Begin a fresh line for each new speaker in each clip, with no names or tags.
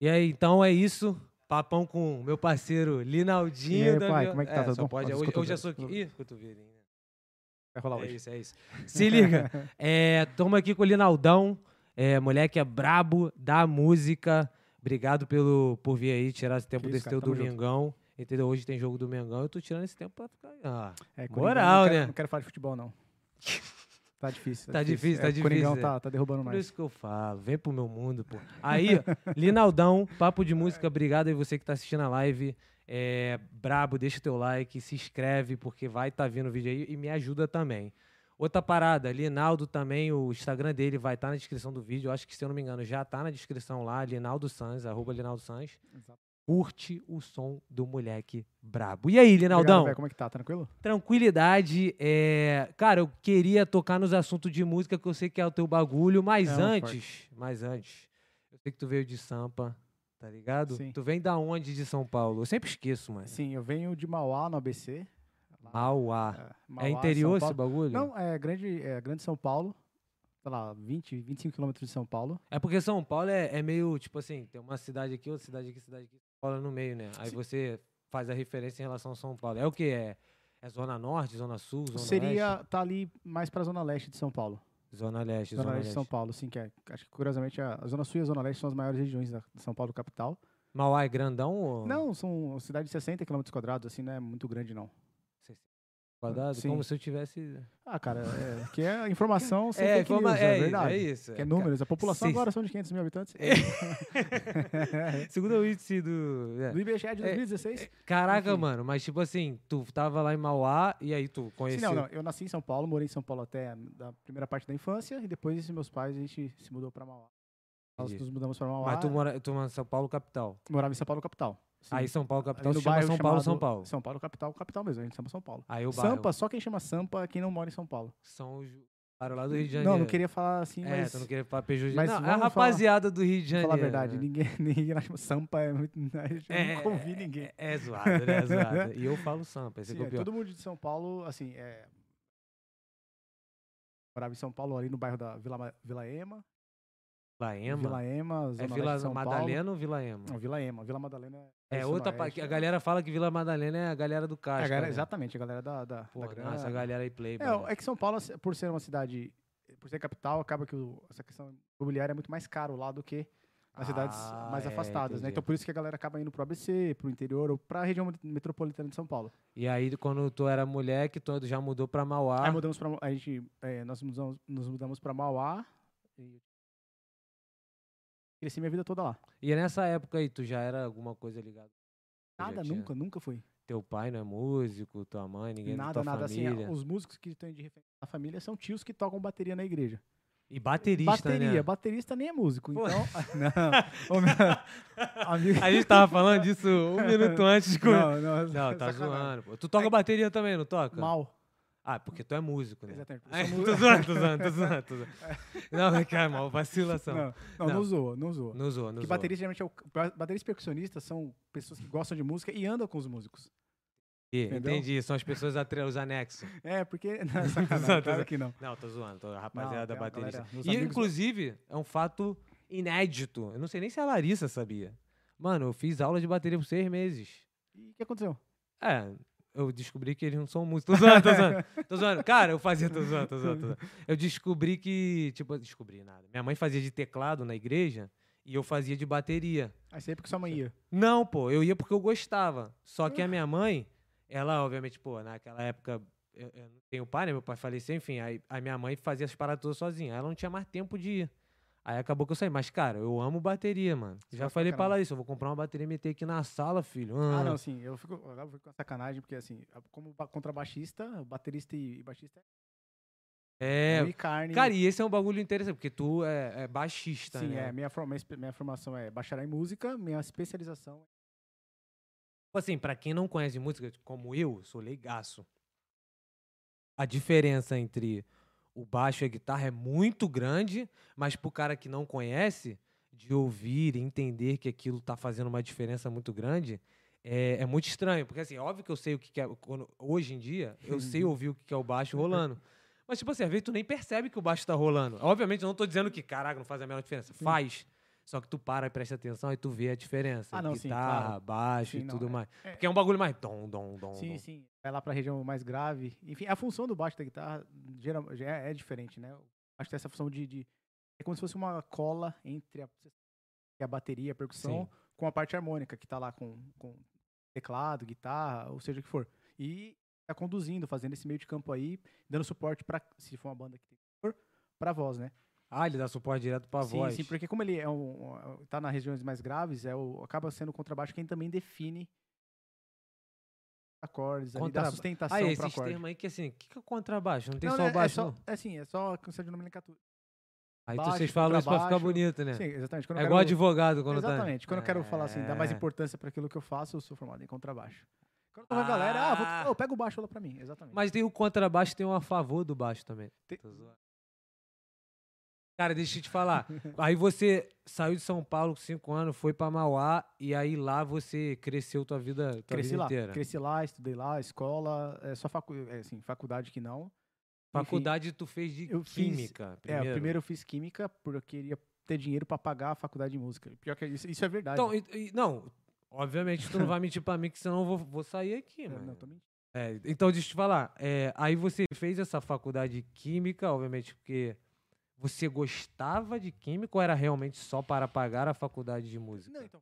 E aí, então é isso. Papão com meu parceiro Linaldinho.
E aí,
da
pai,
Vio-
como é que tá?
É,
Tudo
só
bom?
pode.
Olha os
Hoje, hoje eu sou.
cotovelos.
Ih, cotovelinho. né?
Vai rolar
É
hoje.
isso, é isso. Se liga. É, tamo aqui com o Linaldão. É, moleque é brabo da música. Obrigado pelo, por vir aí, tirar esse tempo
isso,
desse
cara,
teu
tamo junto.
domingão. Entendeu? Hoje tem jogo do Mengão. Eu tô tirando esse tempo pra ficar. Ah,
É, Coringão,
Moral,
não quero,
né?
Não quero falar de futebol, não. Tá difícil.
Tá difícil, tá
É, O Coringão
difícil,
tá, tá derrubando
por
mais.
isso que eu falo. Vem pro meu mundo, pô. Aí, Linaldão, Papo de Música, obrigado aí você que tá assistindo a live. É, brabo, deixa o teu like, se inscreve, porque vai tá vindo o vídeo aí e me ajuda também. Outra parada, Linaldo também, o Instagram dele vai estar na descrição do vídeo. Eu acho que, se eu não me engano, já tá na descrição lá, Linaldo Sanz, arroba Linaldo Sanz.
Exato.
Curte o som do moleque brabo. E aí, Linaldão?
Obrigado, velho. Como é que tá? Tranquilo?
Tranquilidade. É... Cara, eu queria tocar nos assuntos de música, que eu sei que é o teu bagulho, mas
É, vamos
antes, mas antes, eu sei que tu veio de Sampa, tá ligado?
Sim.
Tu vem da onde de São Paulo? Eu sempre esqueço, mano.
Sim, eu venho de Mauá, no ABC.
Mauá.
Mauá,
é interior
São
esse
Paulo.
bagulho?
Não, é grande, é grande São Paulo. Sei lá, 20, 25 quilômetros de São Paulo.
É porque São Paulo é, é meio, tipo assim, tem uma cidade aqui, outra cidade aqui, cidade aqui, São Paulo é no meio, né? Aí
Sim.
você faz a referência em relação a São Paulo. É o que? É, é Zona Norte, Zona Sul, Zona
Seria,
Leste?
tá ali mais pra Zona Leste de São Paulo.
Zona Leste,
Zona,
Zona,
Leste de São Paulo, sim, que é, acho que curiosamente a, a Zona Sul e a Zona Leste são as maiores regiões da, de São Paulo capital.
Mauá é grandão ou...
Não, são cidades de 60 quilômetros quadrados, assim, não é muito grande não.
Quadrado,
Sim.
como se eu tivesse...
Ah, cara, é, que é informação sem
É,
fake news,
informa-
é,
é, isso,
verdade.
é isso.
Que é números, a população
sim.
agora são de 500 mil habitantes.
Ca- Segundo o índice do. é.
Do IBGE de 2016.
Caraca,
Enfim.
mano, mas tipo assim, tu tava lá em Mauá e aí tu
Sim,
conheceu.
não, não, eu nasci em São Paulo, morei em São Paulo até a da primeira parte da infância e depois meus pais a gente se mudou pra Mauá. Nós
Entendi.
nos mudamos pra Mauá.
Mas tu mora, tu mora em São Paulo, capital.
morava em São Paulo capital. Sim.
Aí São Paulo,
Ali
capital,
no
se chama
bairro
São Paulo, São
chamado
Paulo.
São Paulo capital, capital mesmo, a gente chama São Paulo.
Aí o bairro.
Sampa, só quem chama Sampa é quem não mora em São Paulo.
São os bairros lá do Rio de Janeiro.
Não, não queria falar assim,
É,
mas
tu não queria falar Pejuízo.
mas
Não, é a
vamos falar-
rapaziada do Rio de
vou
Janeiro.
falar a verdade,
né?
ninguém, ninguém lá chama Sampa, é muito, eu
É,
nunca ouvi ninguém.
É, é zoado, né? É zoado. E eu falo Sampa, esse
Sim,
que é o
é,
pior.
todo mundo de São Paulo, assim, é... morava em São Paulo, ali no bairro da Vila, Ma- Vila Ema.
Vila é Ema.
Vila Ema, Zona
É
Leste de
Vila
São
Madalena ou Vila
Paulo.
Ema?
Não, Vila Ema, Vila Madalena é...
É
Zona
outra parte.
Oeste,
A
é.
galera fala que Vila Madalena é a galera do
A
Caixa.
galera- Exatamente, a galera da, da,
Pô,
da
nossa,
grana.
essa galera aí né? play,
É,
mano.
é que São Paulo, assim, por ser uma cidade, por ser capital, acaba que o- essa questão imobiliária é muito mais caro lá do que nas cidades
Ah,
mais
é,
afastadas, né?
entendi.
Então por isso que a galera acaba indo pro ABC, pro interior ou pra região met- metropolitana de São Paulo.
E aí, quando tu era moleque, tu já mudou pra Mauá.
Aí mudamos pra, a gente, é, nós mudamos, nos mudamos pra Mauá e cresci minha vida toda lá.
E é nessa época aí, tu já era alguma coisa ligada? Tu já
Nada,
tinha-
nunca, nunca fui.
Teu pai não é músico, tua mãe, ninguém da
nada,
tua
nada
família.
assim. ah, Os músicos que estão de referência na família são tios que tocam bateria na igreja.
E baterista,
Bateria,
né?
baterista nem é músico,
Pô.
então. não. Ô, meu- amigo-
A gente tava falando disso um minuto antes de começar.
Não, não, é
Não, tá
sacanagem.
zoando. pô. Tu toca
É-
bateria também, não toca?
Mal.
Ah, porque tu é músico, né?
Exatamente.
Ai,
Somos-
tô zoando, tô zoando, tô zoando, tô zoando. Não, cara, mal, vacilação. Não,
É. Não, não, não
tá Não.
zoa, não zoa.
não zoa, não
Porque
zoa.
baterista geralmente é o. Baterista e percussionistas são pessoas que gostam de música e andam com os músicos.
Ih,
entendeu?
Entendi, são as pessoas atre... os anexos.
É, porque. Não,
Exato,
sacanagem, claro
exato.
que não.
Não, tô zoando, tô, a rapaziada
tem uma
baterista.
galera, meus
e,
amigos-
inclusive, é um fato inédito. Eu não sei nem se a Larissa sabia. Mano, eu fiz aula de bateria por seis meses.
E o que aconteceu?
É, eu descobri que eles não são músicos. Tô zoando, tô zoando. Tô zoando. Cara, eu fazia, tô zoando, tô zoando, tô zoando. Eu descobri que, tipo, eu descobri nada. Minha mãe fazia de teclado na igreja e eu fazia de bateria.
Aí sempre que sua mãe ia.
Não, pô, eu ia porque eu gostava. Só que a
Uhum.
minha mãe, ela, obviamente, pô, naquela época eu, eu não tenho pai, né? Meu pai faleceu, enfim. Aí a minha mãe fazia as paradas todas sozinha. Aí Ela não tinha mais tempo de ir. Aí acabou que eu saí. Mas, cara, eu amo bateria, mano. Já
gosta pra
falei pra
caramba.
ela isso. Eu vou comprar uma bateria e meter aqui na sala, filho.
é Ah,
Ah,
não, sim, eu fico, agora eu fico com a sacanagem, porque assim, como ba- contrabaixista, baterista e e baixista é,
É.
e carne.
Cara, e esse é um bagulho interessante, porque tu é, é baixista,
Sim,
né?
é. Minha, forma- minha espe- minha formação é bacharel em música, minha especialização
Tipo assim, pra quem não conhece de música, como eu, sou leigaço. A diferença entre o baixo e a guitarra é muito grande, mas pro cara que não conhece, de ouvir e entender que aquilo tá fazendo uma diferença muito grande, é, é muito estranho. Porque assim, é óbvio que eu sei o que, que é. quando- hoje em dia, eu sei ouvir o que, que é o baixo rolando. Mas, tipo assim, às vezes tu nem percebe que o baixo tá rolando. Obviamente, eu não tô dizendo que, caraca, não faz a menor diferença. Faz. Só que tu para e presta atenção e tu vê a diferença.
Ah, não, sim,
Guitarra,
claro.
baixo
Sim,
e
não,
tudo
é-
mais.
é-
Porque é um bagulho mais dom, dom, dom.
Sim,
dom.
sim. Vai lá pra região mais grave. Enfim, a função do baixo da guitarra geral, já é, é diferente, né? O baixo tem essa função de, de- É como se fosse uma cola entre a, a bateria, a percussão,
Sim.
com a parte harmônica, que tá lá com, com teclado, guitarra, ou seja o que for. E tá conduzindo, fazendo esse meio de campo aí, dando suporte pra. se for uma banda que tem cor, pra voz, né?
Ah, ele dá suporte direto pra
sim,
voz.
sim, porque como ele é um, um- tá nas regiões mais graves, é o, acaba sendo o contrabaixo quem também define acordes, ali, dá
Contraba-
sustentação
Ah, é,
para
esses
acorde.
termos aí que assim, o que, que é o contrabaixo? Não tem
Não,
só
né,
o baixo,
é
não.
só, é assim, é só questão de nomenclatura.
Aí tu-
baixo,
vocês falam isso pra ficar
contrabaixo.
bonito, né?
Sim, exatamente. Quando
é
eu
igual
quero,
advogado quando tá.
Exatamente. Quando eu quero falar assim, dar mais
É.
importância para aquilo que eu faço, eu sou formado em contrabaixo. Quando eu tô com a galera, ah, vou,
Ah.
to- oh, pega o baixo lá pra mim. Exatamente.
Mas tem o contrabaixo tem um a favor do baixo também.
Tem-
Tô zoando. Cara, deixa eu te falar. aí você saiu de São Paulo com 5 anos, foi pra Mauá, e aí lá você cresceu tua vida, tua
cresci
vida
lá,
inteira.
cresci lá, estudei lá, escola, é só facu é, assim, faculdade que não. Enfim,
Faculdade tu fez de
eu fiz-
química. primeiro.
É, o primeiro eu fiz química porque eu queria ter dinheiro pra pagar a faculdade de música. Pior que isso, isso é verdade.
Então, e- e- não, obviamente tu não vai mentir pra mim, que senão eu vou, vou sair aqui,
É,
mano.
não, tô mentindo.
É, então, deixa eu te falar. é, aí você fez essa faculdade de química, obviamente, porque você gostava de química ou era realmente só para pagar a faculdade de música?
Não, então.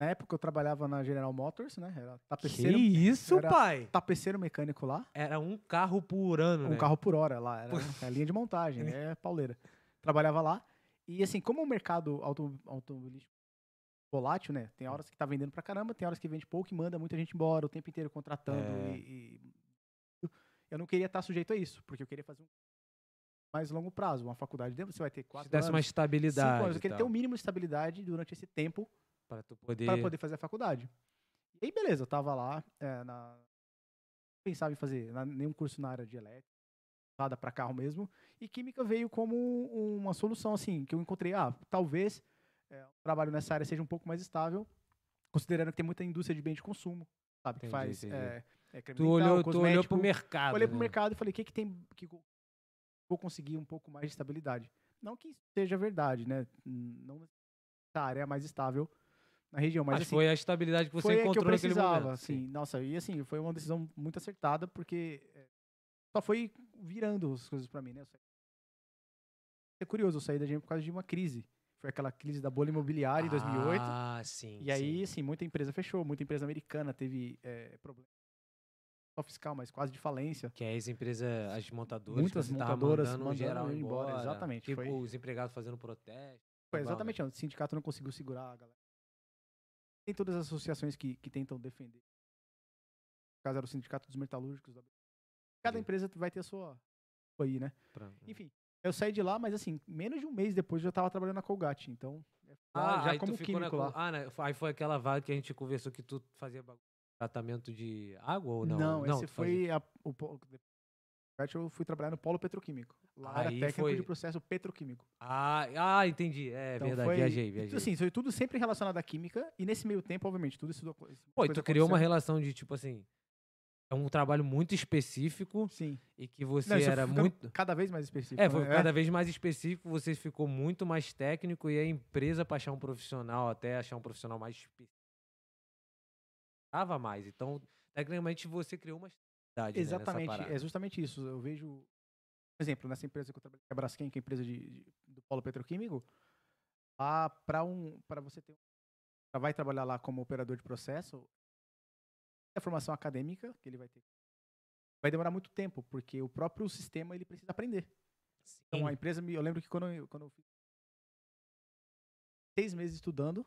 Na época eu trabalhava na General Motors, né? Era
que
tapeceiro,
isso,
era-
pai?
tapeceiro mecânico lá.
Era um carro por ano,
Um
né?
carro por hora lá. Era a linha de montagem, é pauleira. Trabalhava lá. E assim, como o mercado auto- automobilístico é volátil, né? Tem horas que tá vendendo pra caramba, tem horas que vende pouco e manda muita gente embora o tempo inteiro contratando.
É.
E, e eu não queria estar sujeito a isso, porque eu queria fazer um mais longo prazo. Uma faculdade, né? você vai ter
Se
quatro
desse uma
anos, cinco
estabilidade.
anos. Eu
e
queria ter
tal,
o mínimo de estabilidade durante esse tempo
pra tu poder...
para poder fazer a faculdade. E aí, beleza, eu tava lá, é, na... não pensava em fazer na- nenhum curso na área de elétrica, nada para carro mesmo, e química veio como um- uma solução, assim, que eu encontrei, ah, talvez é, o trabalho nessa área seja um pouco mais estável, considerando que tem muita indústria de bem de consumo, sabe, que
Entendi,
faz
entendi.
é, é, creme
Tu
dental,
olhou, tu olhou
cosmético.
pro mercado,
Olhei pro
né?
mercado e falei, o que que tem que eu vou conseguir um pouco mais de estabilidade? Não que isso seja verdade, né? Não essa área é a mais estável na região, mas,
Mas,
assim,
foi a estabilidade que você
foi a que eu
encontrou naquele
precisava,
momento.
assim, nossa, e assim, foi uma decisão muito acertada, porque é, só foi virando as coisas pra mim, né? Eu saí- É curioso, eu saí da GM por causa de uma crise. Foi aquela crise da bolha imobiliária em 2008,
Ah, sim,
e aí,
sim.
assim, muita empresa fechou, muita empresa americana teve é, problema só fiscal, mas quase de falência.
Que aí as empresas, as montadoras,
Muitas
que você tava
montadoras
mandando,
mandando
geral
ir embora,
embora.
exatamente,
Tipo,
foi-
os empregados fazendo protesto.
Foi
Global,
exatamente, o sindicato não conseguiu segurar a galera. Tem todas as associações que, que tentam defender. No caso era o sindicato dos metalúrgicos. da-
Entendi.
Cada
Hum.
empresa vai ter a sua sua aí, né?
pra-
Enfim, eu saí de lá, mas assim, menos de um mês depois eu já tava trabalhando na Colgate, então é, lá
Ah,
já
aí tu
como
ficou na
químico
co-
lá.
Ah, né, f- aí foi aquela vaga que a gente conversou que tu fazia bagulho. Tratamento de água ou Ah, não?
esse
tu fazia-
foi a, o po- Colgate eu fui trabalhar no polo petroquímico. Lá era
Aí
técnico
foi-
de processo petroquímico.
Ah, ah, entendi. É
Então
verdade,
foi-
viajei,
Então,
viajei.
Assim, foi tudo sempre relacionado à química e nesse meio tempo, obviamente, tudo estudou.
Pô, e tu criou uma relação de, tipo assim, é um trabalho muito específico
Sim.
e que você
Não, isso
era
fica
muito...
Cada vez mais específico.
É, foi
né?
cada vez mais específico, você ficou muito mais técnico e a empresa pra achar um profissional, até achar um profissional mais específico, tava mais. Então, tecnicamente, você criou uma estabilidade, né, nessa
Exatamente,
parada.
é justamente isso. Eu vejo, por exemplo, nessa empresa que eu trabalhei, que é a Braskem, que é a empresa de, de- do polo petroquímico, lá para um, para você ter, já vai trabalhar lá como operador de processo, é a formação acadêmica que ele vai ter vai demorar muito tempo, porque o próprio sistema ele precisa aprender. Então a
Sim.
empresa, me- eu lembro que quando eu, quando eu fiz seis meses estudando,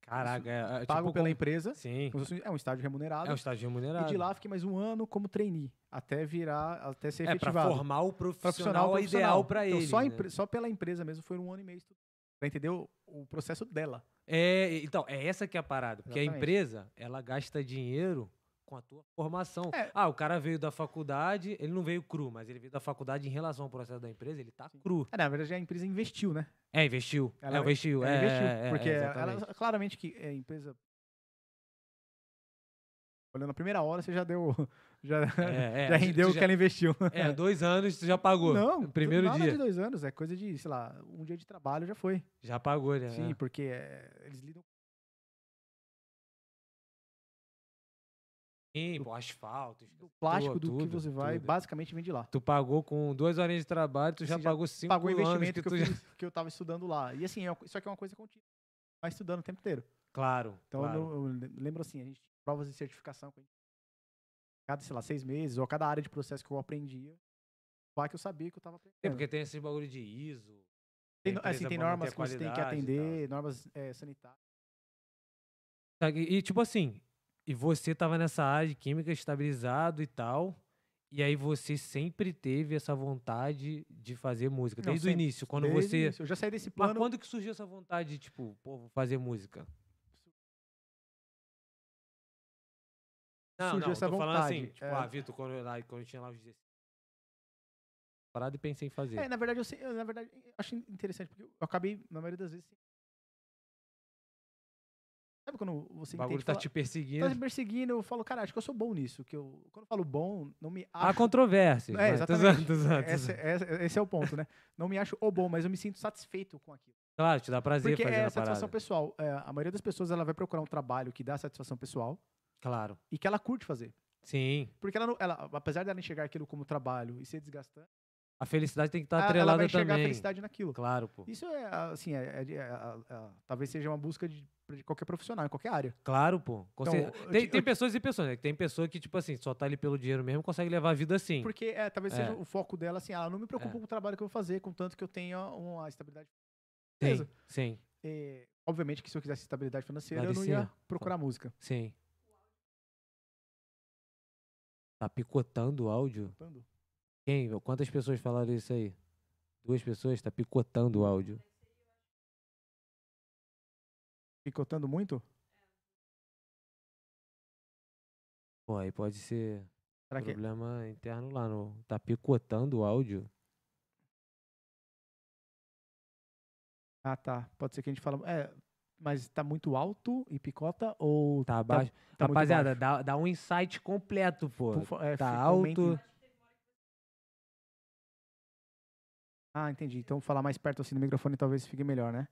Caraca, é, é,
pago
tipo
pela
como-
empresa,
Sim,
como se fosse- é um estágio remunerado.
é um estágio remunerado.
E de lá fiquei mais um ano como trainee, até virar, até ser
é pra
efetivado.
formar o
Pra
profissional, é ideal pra
então,
ele.
Só, a
né?
empre- só pela empresa mesmo foi um ano e meio estudando. Pra entender o, o processo dela.
É, então, é essa que é a parada. Porque a
Exatamente.
empresa, ela gasta dinheiro com a tua formação.
É.
Ah, o cara veio da faculdade, ele não veio cru, mas ele veio da faculdade em relação ao processo da empresa, ele tá cru.
Ah, na verdade, a empresa investiu, né?
É, investiu.
Ela-
é, investiu.
Ela
é,
investiu.
é, é,
porque
é,
ela-
exatamente.
claramente que é, a empresa. Olhando a primeira hora, você já deu. Já,
É, é,
já
a gente
rendeu o que
já-
ela investiu.
É, dois anos tu já pagou.
Não,
Primeiro
nada
dia.
de dois anos, é coisa de, sei lá, um dia de trabalho já foi.
Já pagou, né?
Sim, porque é, eles lidam
Sim, pô, asfalto.
com o plástico do que
tudo,
você vai,
tudo.
basicamente vende lá.
Tu pagou com duas horinhas de trabalho, tu já
Assim, já
pagou cinco
Pagou o
um anos
investimento
que
que,
tu
eu
já...
fiz, que eu tava estudando lá. E assim, é, uma- isso aqui é uma coisa contínua. Vai estudando o tempo inteiro.
Claro,
Então
claro.
eu, não- eu lem- lembro assim, a gente tinha provas de certificação com a gente. cada, sei lá, seis meses, ou a cada área de processo que eu aprendia, lá que eu sabia que eu tava aprendendo.
É, porque tem esse bagulho de ISO.
tem,
a
no- assim,
empresa
tem
pra manter
normas
a
que você tem que
qualidade e tal.
atender, normas eh, sanitárias.
Tá, E, e, tipo assim, e você tava nessa área de química estabilizado e tal, e aí você sempre teve essa vontade de fazer música,
Não,
desde o
sempre,
início, quando
Desde
você...
o início. Eu já saí desse
Mas
plano.
quando que surgiu essa vontade de, tipo, pô, vou fazer música? Não,
Surgiu
não,
essa
tô falando assim,
vontade,
tipo,
é.
ah, Vitor, quando eu, lá- quando eu tinha lá os 16 parado e pensei em fazer.
É, na verdade, eu, sei- eu, na verdade, eu acho interessante, porque eu acabei, na maioria das vezes. sem- Sabe quando você
o bagulho
entende,
tá
fala,
te perseguindo.
tá me perseguindo, eu falo, cara, acho que eu sou bom nisso. Que eu, quando eu falo bom, não me
Há
acho.
controvérsias.
É,
Ah, mas tô
exatamente.
zoando, tô zoando, tô
Essa-
zoando.
essa- esse é o ponto, né? Não me acho o bom, mas eu me sinto satisfeito com aquilo.
Claro, te dá prazer
Porque
fazer
é
a
satisfação
parada.
pessoal. É, a maioria das pessoas ela vai procurar um trabalho que dá satisfação pessoal
Claro.
e que ela curte fazer.
Sim.
Porque ela, não- ela apesar dela enxergar aquilo como trabalho e ser desgastante,
A felicidade tem que estar
Ah, ela- ela
Tá atrelada
vai enxergar a
também.
felicidade naquilo.
Claro, pô.
Isso é, assim, é, é- é- é- é- talvez seja uma busca de, de qualquer profissional, em qualquer área.
Claro, pô. Com
Então,
cer-
eu
tem,
te- eu
tem
te-
pessoas e pessoas, né? Tem pessoa que, tipo assim, só tá ali pelo dinheiro mesmo, consegue levar a vida assim.
Porque é, talvez
É.
seja o foco dela, assim, ah, eu não me preocupo
É.
com o trabalho que eu vou fazer, contanto que eu tenha uma estabilidade.
Sim, sim,
É, obviamente que se eu quisesse estabilidade financeira, eu não
Parecia.
ia procurar música.
sim. Tá picotando o áudio?
Entendo.
Quem? Quantas pessoas falaram isso aí? Duas pessoas? Tá picotando o áudio.
Picotando muito?
Pô, aí pode ser
Será que é?
problema interno lá no. Tá picotando o áudio?
Ah, tá. Pode ser que a gente fala. É, mas tá muito alto e picota ou.
Tá abaixo.
tá muito
Rapaziada,
baixo?
dá, dá um insight completo, pô.
Por fa- é,
tá
fi- comentem.
alto.
Ah, entendi. Então falar mais perto assim no microfone talvez fique melhor, né?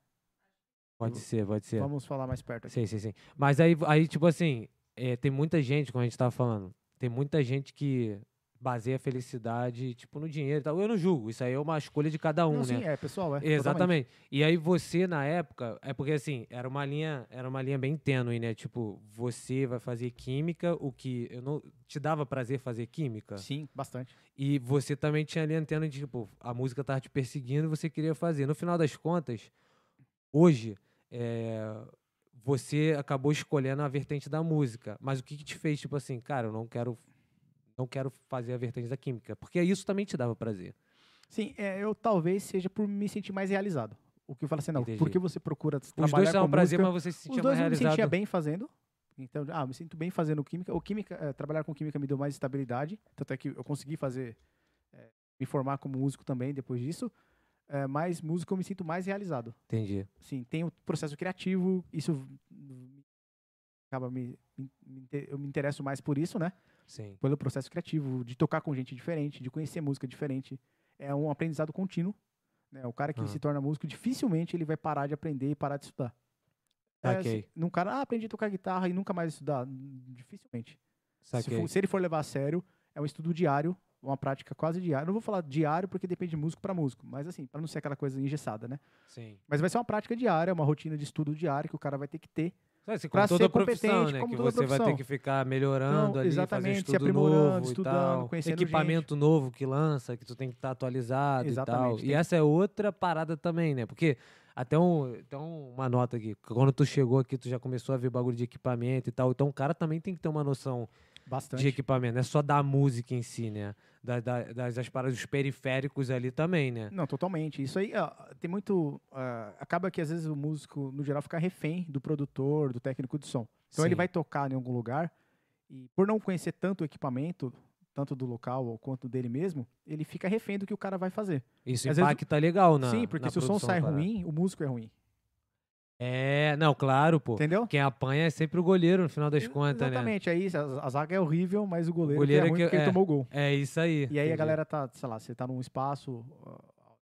Pode ser, pode ser.
Vamos falar mais perto aqui.
Sim, sim, sim. Mas aí, aí tipo assim, é, tem muita gente, como a gente tava falando, tem muita gente que baseia a felicidade, tipo, no dinheiro e tal. Eu não julgo, isso aí é uma escolha de cada um,
Não,
né?
sim, é, pessoal, é.
Exatamente. E aí você, na época, é porque assim, era uma linha, era uma linha bem tênue, né? Tipo, você vai fazer química, o que eu não te dava prazer fazer química.
totalmente. Sim, bastante.
E você também tinha ali a antena de, tipo, a música tava te perseguindo e você queria fazer. No final das contas, hoje, é, você acabou escolhendo a vertente da música. Mas o que, que te fez, tipo assim, cara, eu não quero, não quero fazer a vertente da química? Porque isso também te dava prazer.
Sim, é, eu talvez seja por me sentir mais realizado. O que eu falo assim, não,
Entendi.
por que você procura trabalhar
Os dois
com
davam prazer,
música?
mas você se sentia
Os dois
mais
eu me
realizado.
sentia bem fazendo. Então, ah, eu me sinto bem fazendo química. O química, eh, trabalhar com química me deu mais estabilidade, tanto é que eu consegui fazer eh, me formar como músico também depois disso. Eh, mas músico eu me sinto mais realizado.
Entendi.
Sim, tem o processo criativo, isso v- acaba me, me- me inte- eu me interesso mais por isso, né?
Sim.
Pelo processo criativo, de tocar com gente diferente, de conhecer música diferente. É um aprendizado contínuo. Né? O cara que
Aham.
se torna músico, dificilmente ele vai parar de aprender e parar de estudar. É,
Saquei.
se- num cara, ah, aprendi a tocar guitarra e nunca mais estudar. Hum, Dificilmente. Se,
Saquei.
for- se ele for levar a sério, é um estudo diário, uma prática quase diária. Não vou falar diário porque depende de músico para músico, mas assim, para não ser aquela coisa engessada, né?
Sim.
Mas vai ser uma prática diária, uma rotina de estudo diário que o cara vai ter que ter.
Assim,
pra
como toda
ser
profissão,
competente,
né?
como
Que
toda
você vai ter
profissão.
que ficar melhorando
Não,
ali, fazer
exatamente, se
estudo
aprimorando,
novo
estudando,
e tal.
conhecendo
Equipamento novo que lança, que tu tem que estar atualizado
Exatamente,
e tal.
tem
E
que-
essa é outra parada também, né? Porque até, um, até uma nota aqui, que quando tu chegou aqui, tu já começou a ver bagulho de equipamento e tal. Então o cara também tem que ter uma noção
Bastante.
de equipamento, não é só da música em si, né? Da- da- das, das paradas, dos periféricos ali também, né?
Não, totalmente. Isso aí ó, tem muito. ah, acaba que às vezes o músico, no geral, fica refém do produtor, do técnico de som. Então ele
Sim.
vai tocar em algum lugar e, por não conhecer tanto o equipamento, tanto do local ou quanto dele mesmo, ele fica refém do que o cara vai fazer.
Isso
às vezes-
impacta legal na
Sim, porque
na
se o som
produção da
sai
parada.
ruim, o músico é ruim.
É, não, claro, pô.
Entendeu?
Quem apanha é sempre o goleiro, no final das contas, né?
Exatamente, aí a, a zaga é horrível, mas o goleiro,
goleiro
é
é
ruim
que-
porque ele
é.
tomou o gol.
É isso aí.
E aí a
entendi.
galera tá, sei lá, você tá num espaço ah,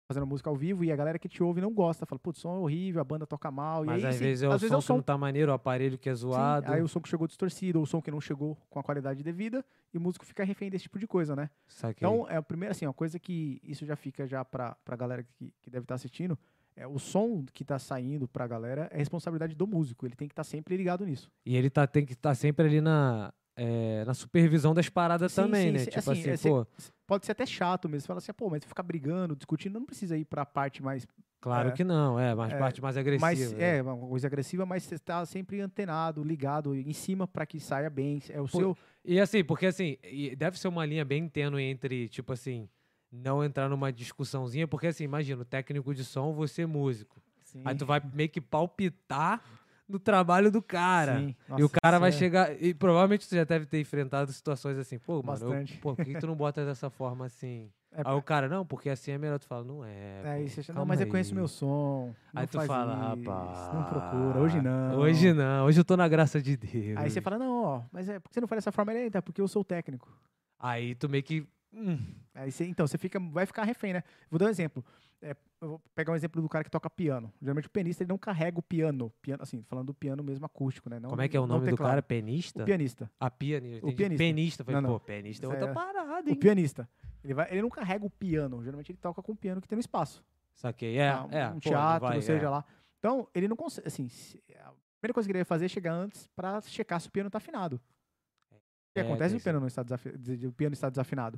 fazendo música ao vivo e a galera que te ouve não gosta, fala, putz, o som é horrível, a banda toca mal.
Mas
e aí,
às
sim,
vezes é o
às
som
vezes é o
que
som
não tá maneiro, o aparelho que é
Sim,
zoado.
aí o som que chegou distorcido, ou o som que não chegou com a qualidade devida, e o músico fica refém desse tipo de coisa, né?
Saquei.
Então, é a primeira, assim, uma coisa que isso já fica já pra, pra galera que, que deve estar assistindo, é o som que tá saindo pra galera é responsabilidade do músico, ele tem que estar sempre ligado nisso.
E ele tá, tem que estar sempre ali na, é, na supervisão das paradas
Sim,
também,
sim,
né?
sim,
Tipo
assim,
assim,
é, cê-
pô,
Pode ser até chato mesmo, você fala assim, pô, mas ficar brigando, discutindo, não precisa ir pra parte mais,
claro
é,
que não, é, mas
é,
parte mais
mais
agressiva. né?
é, uma coisa agressiva, mas você tá sempre antenado, ligado, em cima pra que saia bem, é o
Pô,
seu...
E assim, porque assim, e deve ser uma linha bem tênue entre, tipo assim, não entrar numa discussãozinha, porque assim, imagina, o técnico de som, você é músico. Aí tu vai meio que palpitar no trabalho do cara.
Sim,
e o
nossa,
cara vai
isso é-
chegar. E provavelmente tu já deve ter enfrentado situações assim, pô, mano, eu-
Bastante.
pô, por que, que tu não bota dessa forma assim?
é-
Aí o cara, não, porque assim é melhor. Tu fala, não é.
É,
pô,
aí você acha, não,
calma
mas eu conheço
aí."
meu som.
Aí
não
tu
faz
fala,
isso,
rapaz.
Não procura, hoje não.
Hoje não, hoje eu tô na graça de Deus.
Aí você fala, não, ó, mas é porque você não faz dessa forma, ele é porque eu sou o técnico.
Aí tu meio
"É
que. hum,
Aí você, então, você fica, vai ficar refém, né? Vou dar um exemplo. É, eu vou pegar um exemplo do cara que toca piano. Geralmente o pianista ele não carrega o piano. piano assim, falando do piano mesmo acústico, né? Não-
como é que é o
não
nome do
teclado.
cara? Penista?
O pianista.
A pianista. entendi.
pianista.
Penista. Falei,
Não, não.
pô, penista é
Isso aí
outra
é-
parada,
O
hein?
pianista. Ele, vai, ele não carrega o piano. Geralmente ele toca com o piano que tem no espaço.
Saquei, é.
Ah, um
é, pô,
um
não
teatro,
vai,
ou seja
é.
lá. Então, ele não consegue, assim, se- a primeira coisa que ele vai fazer é chegar antes pra checar se o piano tá afinado. O
É,
que acontece
tem
se o piano não está desafi- de- de- o piano está desafinado?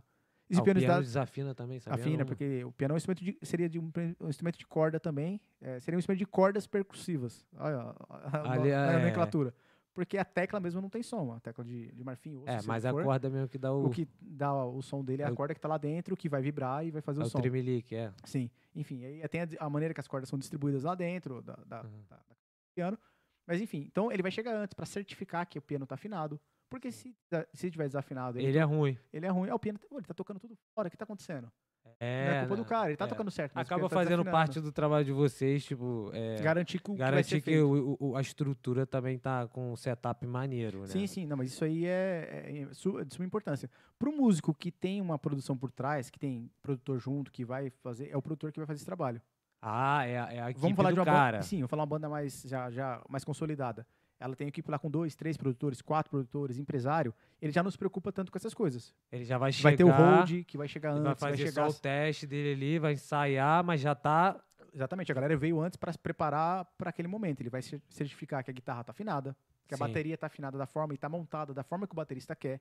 E se
Ah, o
o piano,
piano
está
desafina também, sabe? Eu
afina,
não-
porque o piano é um instrumento de, seria de um, pre- um instrumento de corda também, é, seria um instrumento de cordas percussivas. Olha a, a, a,
Ali,
a
é.
nomenclatura. Porque a tecla mesmo não tem som, a tecla de, de marfim ou
É,
se
mas a
for,
corda mesmo que dá o,
o que dá o som dele é
é
a
o-
corda que tá lá dentro, que vai vibrar e vai fazer
é
o
o
som.
tremelique, é.
Sim, enfim, aí tem a, di- a maneira que as cordas são distribuídas lá dentro da, da,
Uhum.
da- da- do piano. Mas enfim, então ele vai chegar antes para certificar que o piano tá afinado. Porque se, da- se tiver desafinado, ele,
Ele é ruim.
ele é ruim. É o piano, tá- pô, ele tá tocando tudo fora, o que tá acontecendo?
É.
não é culpa do
né?
cara, ele tá
é.
tocando certo. mas o
Acaba
piano tá
fazendo
desafinando.
parte do trabalho de vocês, tipo, é,
Garantir que o que vai ser
garantir que
feito.
o- o- a estrutura também tá com um setup maneiro, né?
Sim, sim, não, mas isso aí é, é su- de suma importância. Para o músico que tem uma produção por trás, que tem produtor junto, que vai fazer, é o produtor que vai fazer esse trabalho.
Ah, é, a- é a equipe
Vamos falar
do
de uma
cara.
banda. Sim, vou falar uma banda mais já, já mais consolidada. Ela tem equipe lá com dois, três produtores, quatro produtores, empresário. Ele já não se preocupa tanto com essas coisas.
Ele já vai chegar.
vai ter o hold que vai chegar
ele
antes,
vai
vai,
fazer
chegar.
só o teste dele ali, vai ensaiar, mas já tá.
Exatamente, a galera veio antes para se preparar para aquele momento. Ele vai cer- certificar que a guitarra tá afinada, que
Sim.
a bateria tá afinada da forma e tá montada da forma que o baterista quer.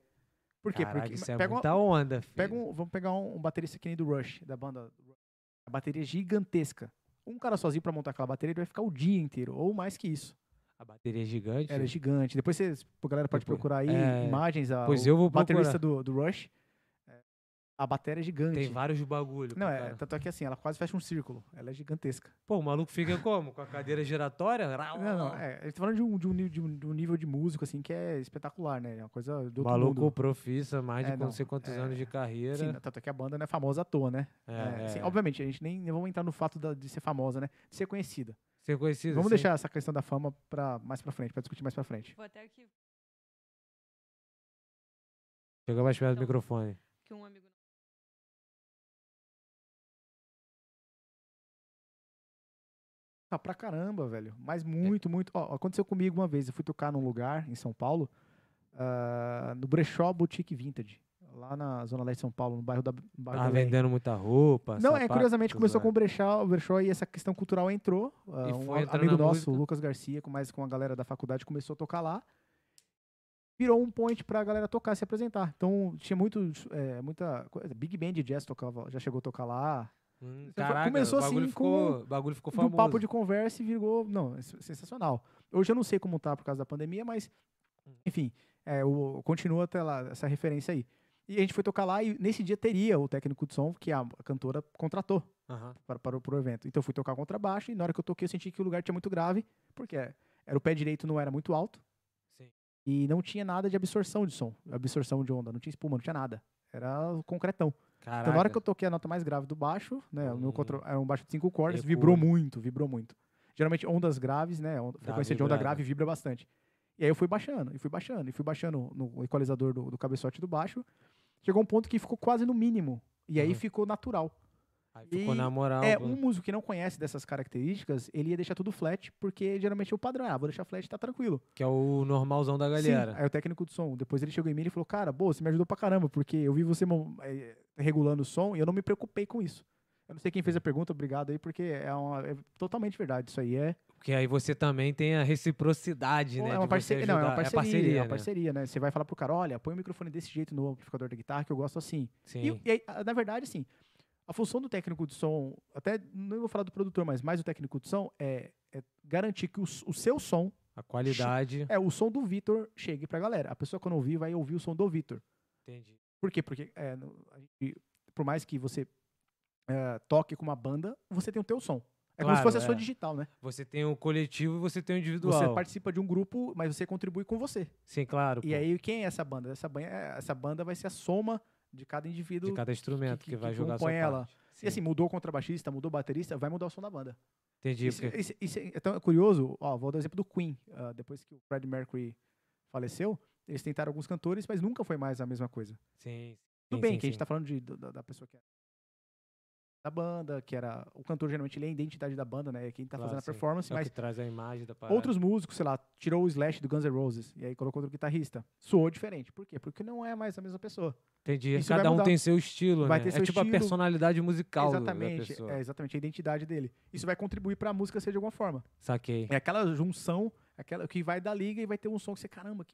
Por quê?
Caralho,
Porque
isso é
pega uma-
muita onda, filho.
Pega um, vamos pegar um, um baterista que nem do Rush, da banda. A bateria é gigantesca. Um cara sozinho pra montar aquela bateria, ele vai ficar o dia inteiro, ou mais que isso.
A bateria é gigante.
Era gigante. Depois vocês, a galera pode
Depois-
procurar aí
é,
imagens. A,
pois
o
eu vou
baterista do, do Rush. é, A bateria é gigante.
Tem vários bagulho.
Não,
pro
é,
cara.
tanto é que assim, ela quase fecha um círculo. Ela é gigantesca.
Pô, o maluco fica como? Com a cadeira giratória?
Não, não, é. A gente tá falando de um, de um nível, de um- de um nível de músico, assim, que é espetacular, né? É uma coisa do outro
Maluco né?
mundo.
profissa, mais de
É,
não
não,
sei quantos
é,
anos de carreira.
Sim, tanto é que a banda não é famosa à toa, né?
é,
É, assim,
é.
obviamente, a gente nem, nem vamos entrar no fato da- de ser famosa, né? De ser conhecida.
Ser conhecido.
vamos
sim.
deixar essa questão da fama pra, mais pra frente, pra discutir mais pra frente.
Vou até aqui
Chega mais perto do
Então.
microfone.
que um amigo.
Ah, pra caramba, velho. Mas muito, muito. Ó, aconteceu comigo uma vez. Eu fui tocar num lugar em São Paulo, ah, no Brechó Boutique Vintage, lá na Zona Leste de São Paulo, no bairro da. no bairro
Tá
da Lei.
vendendo muita roupa.
Não, é,
sapato,
curiosamente
tô
começou com o
zoando.
Brechó, o Brechó e essa questão cultural entrou. ah,
né? E
um
foi
a-
entrando
amigo
na
nosso, o
música.
Lucas Garcia, com mais com a galera da faculdade, começou a tocar lá. Virou um point pra galera tocar, se apresentar. Então tinha muito, eh, muita coisa. Big Band Jazz tocava, já chegou a tocar lá.
Hum,
Então,
Caraca,
começou
o bagulho
assim
ficou, o bagulho ficou
de um
famoso.
papo de conversa e virou. Não, é sensacional. Hoje eu não sei como tá por causa da pandemia, mas, enfim, é, o, continua até lá, essa referência aí. E a gente foi tocar lá e nesse dia teria o técnico de som que a cantora contratou
Aham.
para, para, o- pro evento. Então eu fui tocar contrabaixo e na hora que eu toquei eu senti que o lugar tinha muito grave, porque é, era o pé direito não era muito alto
Sim.
e não tinha nada de absorção de som, absorção de onda, não tinha espuma, não tinha nada. Era o concretão.
Caraca.
Então, na hora que eu toquei a nota mais grave do baixo, né? O meu
Hum.
contra... era um baixo de cinco cordas,
Recuou,
vibrou
né?
muito, vibrou muito. geralmente ondas graves, né? on- Frequência de onda
vibrada.
grave vibra bastante. E aí eu fui baixando, e fui baixando, e fui baixando no equalizador do, do cabeçote do baixo. Chegou um ponto que ficou quase no mínimo. E aí
Uhum.
ficou natural.
Aí ficou
E
na moral.
É,
pô.
um músico que não conhece dessas características, ele ia deixar tudo flat, porque geralmente é o padrão. Ah, vou deixar flat, tá tranquilo.
Que é o normalzão da
Sim, é.
galera.
aí o técnico do som, depois ele chegou em mim e ele falou, cara, boa, você me ajudou pra caramba, porque eu vi você mo- eh, regulando o som e eu não me preocupei com isso. Eu não sei quem fez a pergunta, obrigado aí, porque é, uma- é totalmente verdade. Isso aí é,
Porque aí você também tem a reciprocidade, né?
é,
de
uma
você
parceria, não, é uma
ajudar.
parceria. É uma parceria,
né?
né? Você vai falar pro cara, olha, põe o microfone desse jeito no amplificador da guitarra que eu gosto assim.
Sim.
E, e aí, a- na verdade, assim, a função do técnico de som, até não vou falar do produtor, mas mais do técnico de som, é, é garantir que o s- o seu som
A qualidade.
é o som do Vitor chegue pra galera. A pessoa quando ouvir vai ouvir o som do Vitor.
Entendi.
Por quê? Porque é, no- a gente- por mais que você é, toque com uma banda, você tem o teu som. É como
Claro,
se fosse a sua
é.
digital, né?
Você tem o coletivo e você tem o individual.
Você participa de um grupo, mas você contribui com você.
Sim, claro.
E
pô,
aí, quem é essa banda? Essa, ban- é, essa banda vai ser a soma de cada indivíduo.
de cada instrumento que,
que-
vai
que
jogar a sua
compõe ela.
parte. Sim,
E assim, mudou o contrabaixista, mudou o baterista, vai mudar o som da banda.
entendi.
Isso,
porque-
isso- isso é tão curioso, ó, vou dar o exemplo do Queen. Ah, depois que o Freddie Mercury faleceu, eles tentaram alguns cantores, mas nunca foi mais a mesma coisa.
Sim.
Tudo
sim,
bem
sim,
que a gente
sim.
tá falando de, do- da, da pessoa que era da banda, que era. O cantor geralmente ele é a identidade da banda, né? É quem tá
Claro,
fazendo a
sim.
performance,
É o
mas
que tá é. traz a imagem da parada.
outros músicos, sei lá, tirou o Slash do Guns N' Roses e aí colocou outro guitarrista. Soou diferente. Por quê? Porque não é mais a mesma pessoa.
Entendi.
isso vai
Cada um
mudar.
tem seu estilo,
Vai
né?
ter
é
seu
tipo a
estilo.
personalidade musical do- da
exatamente.
pessoa.
É exatamente a identidade dele. Isso vai contribuir pra música ser de alguma forma.
Saquei.
É aquela junção, aquela que vai da liga e vai ter um som que você, caramba, que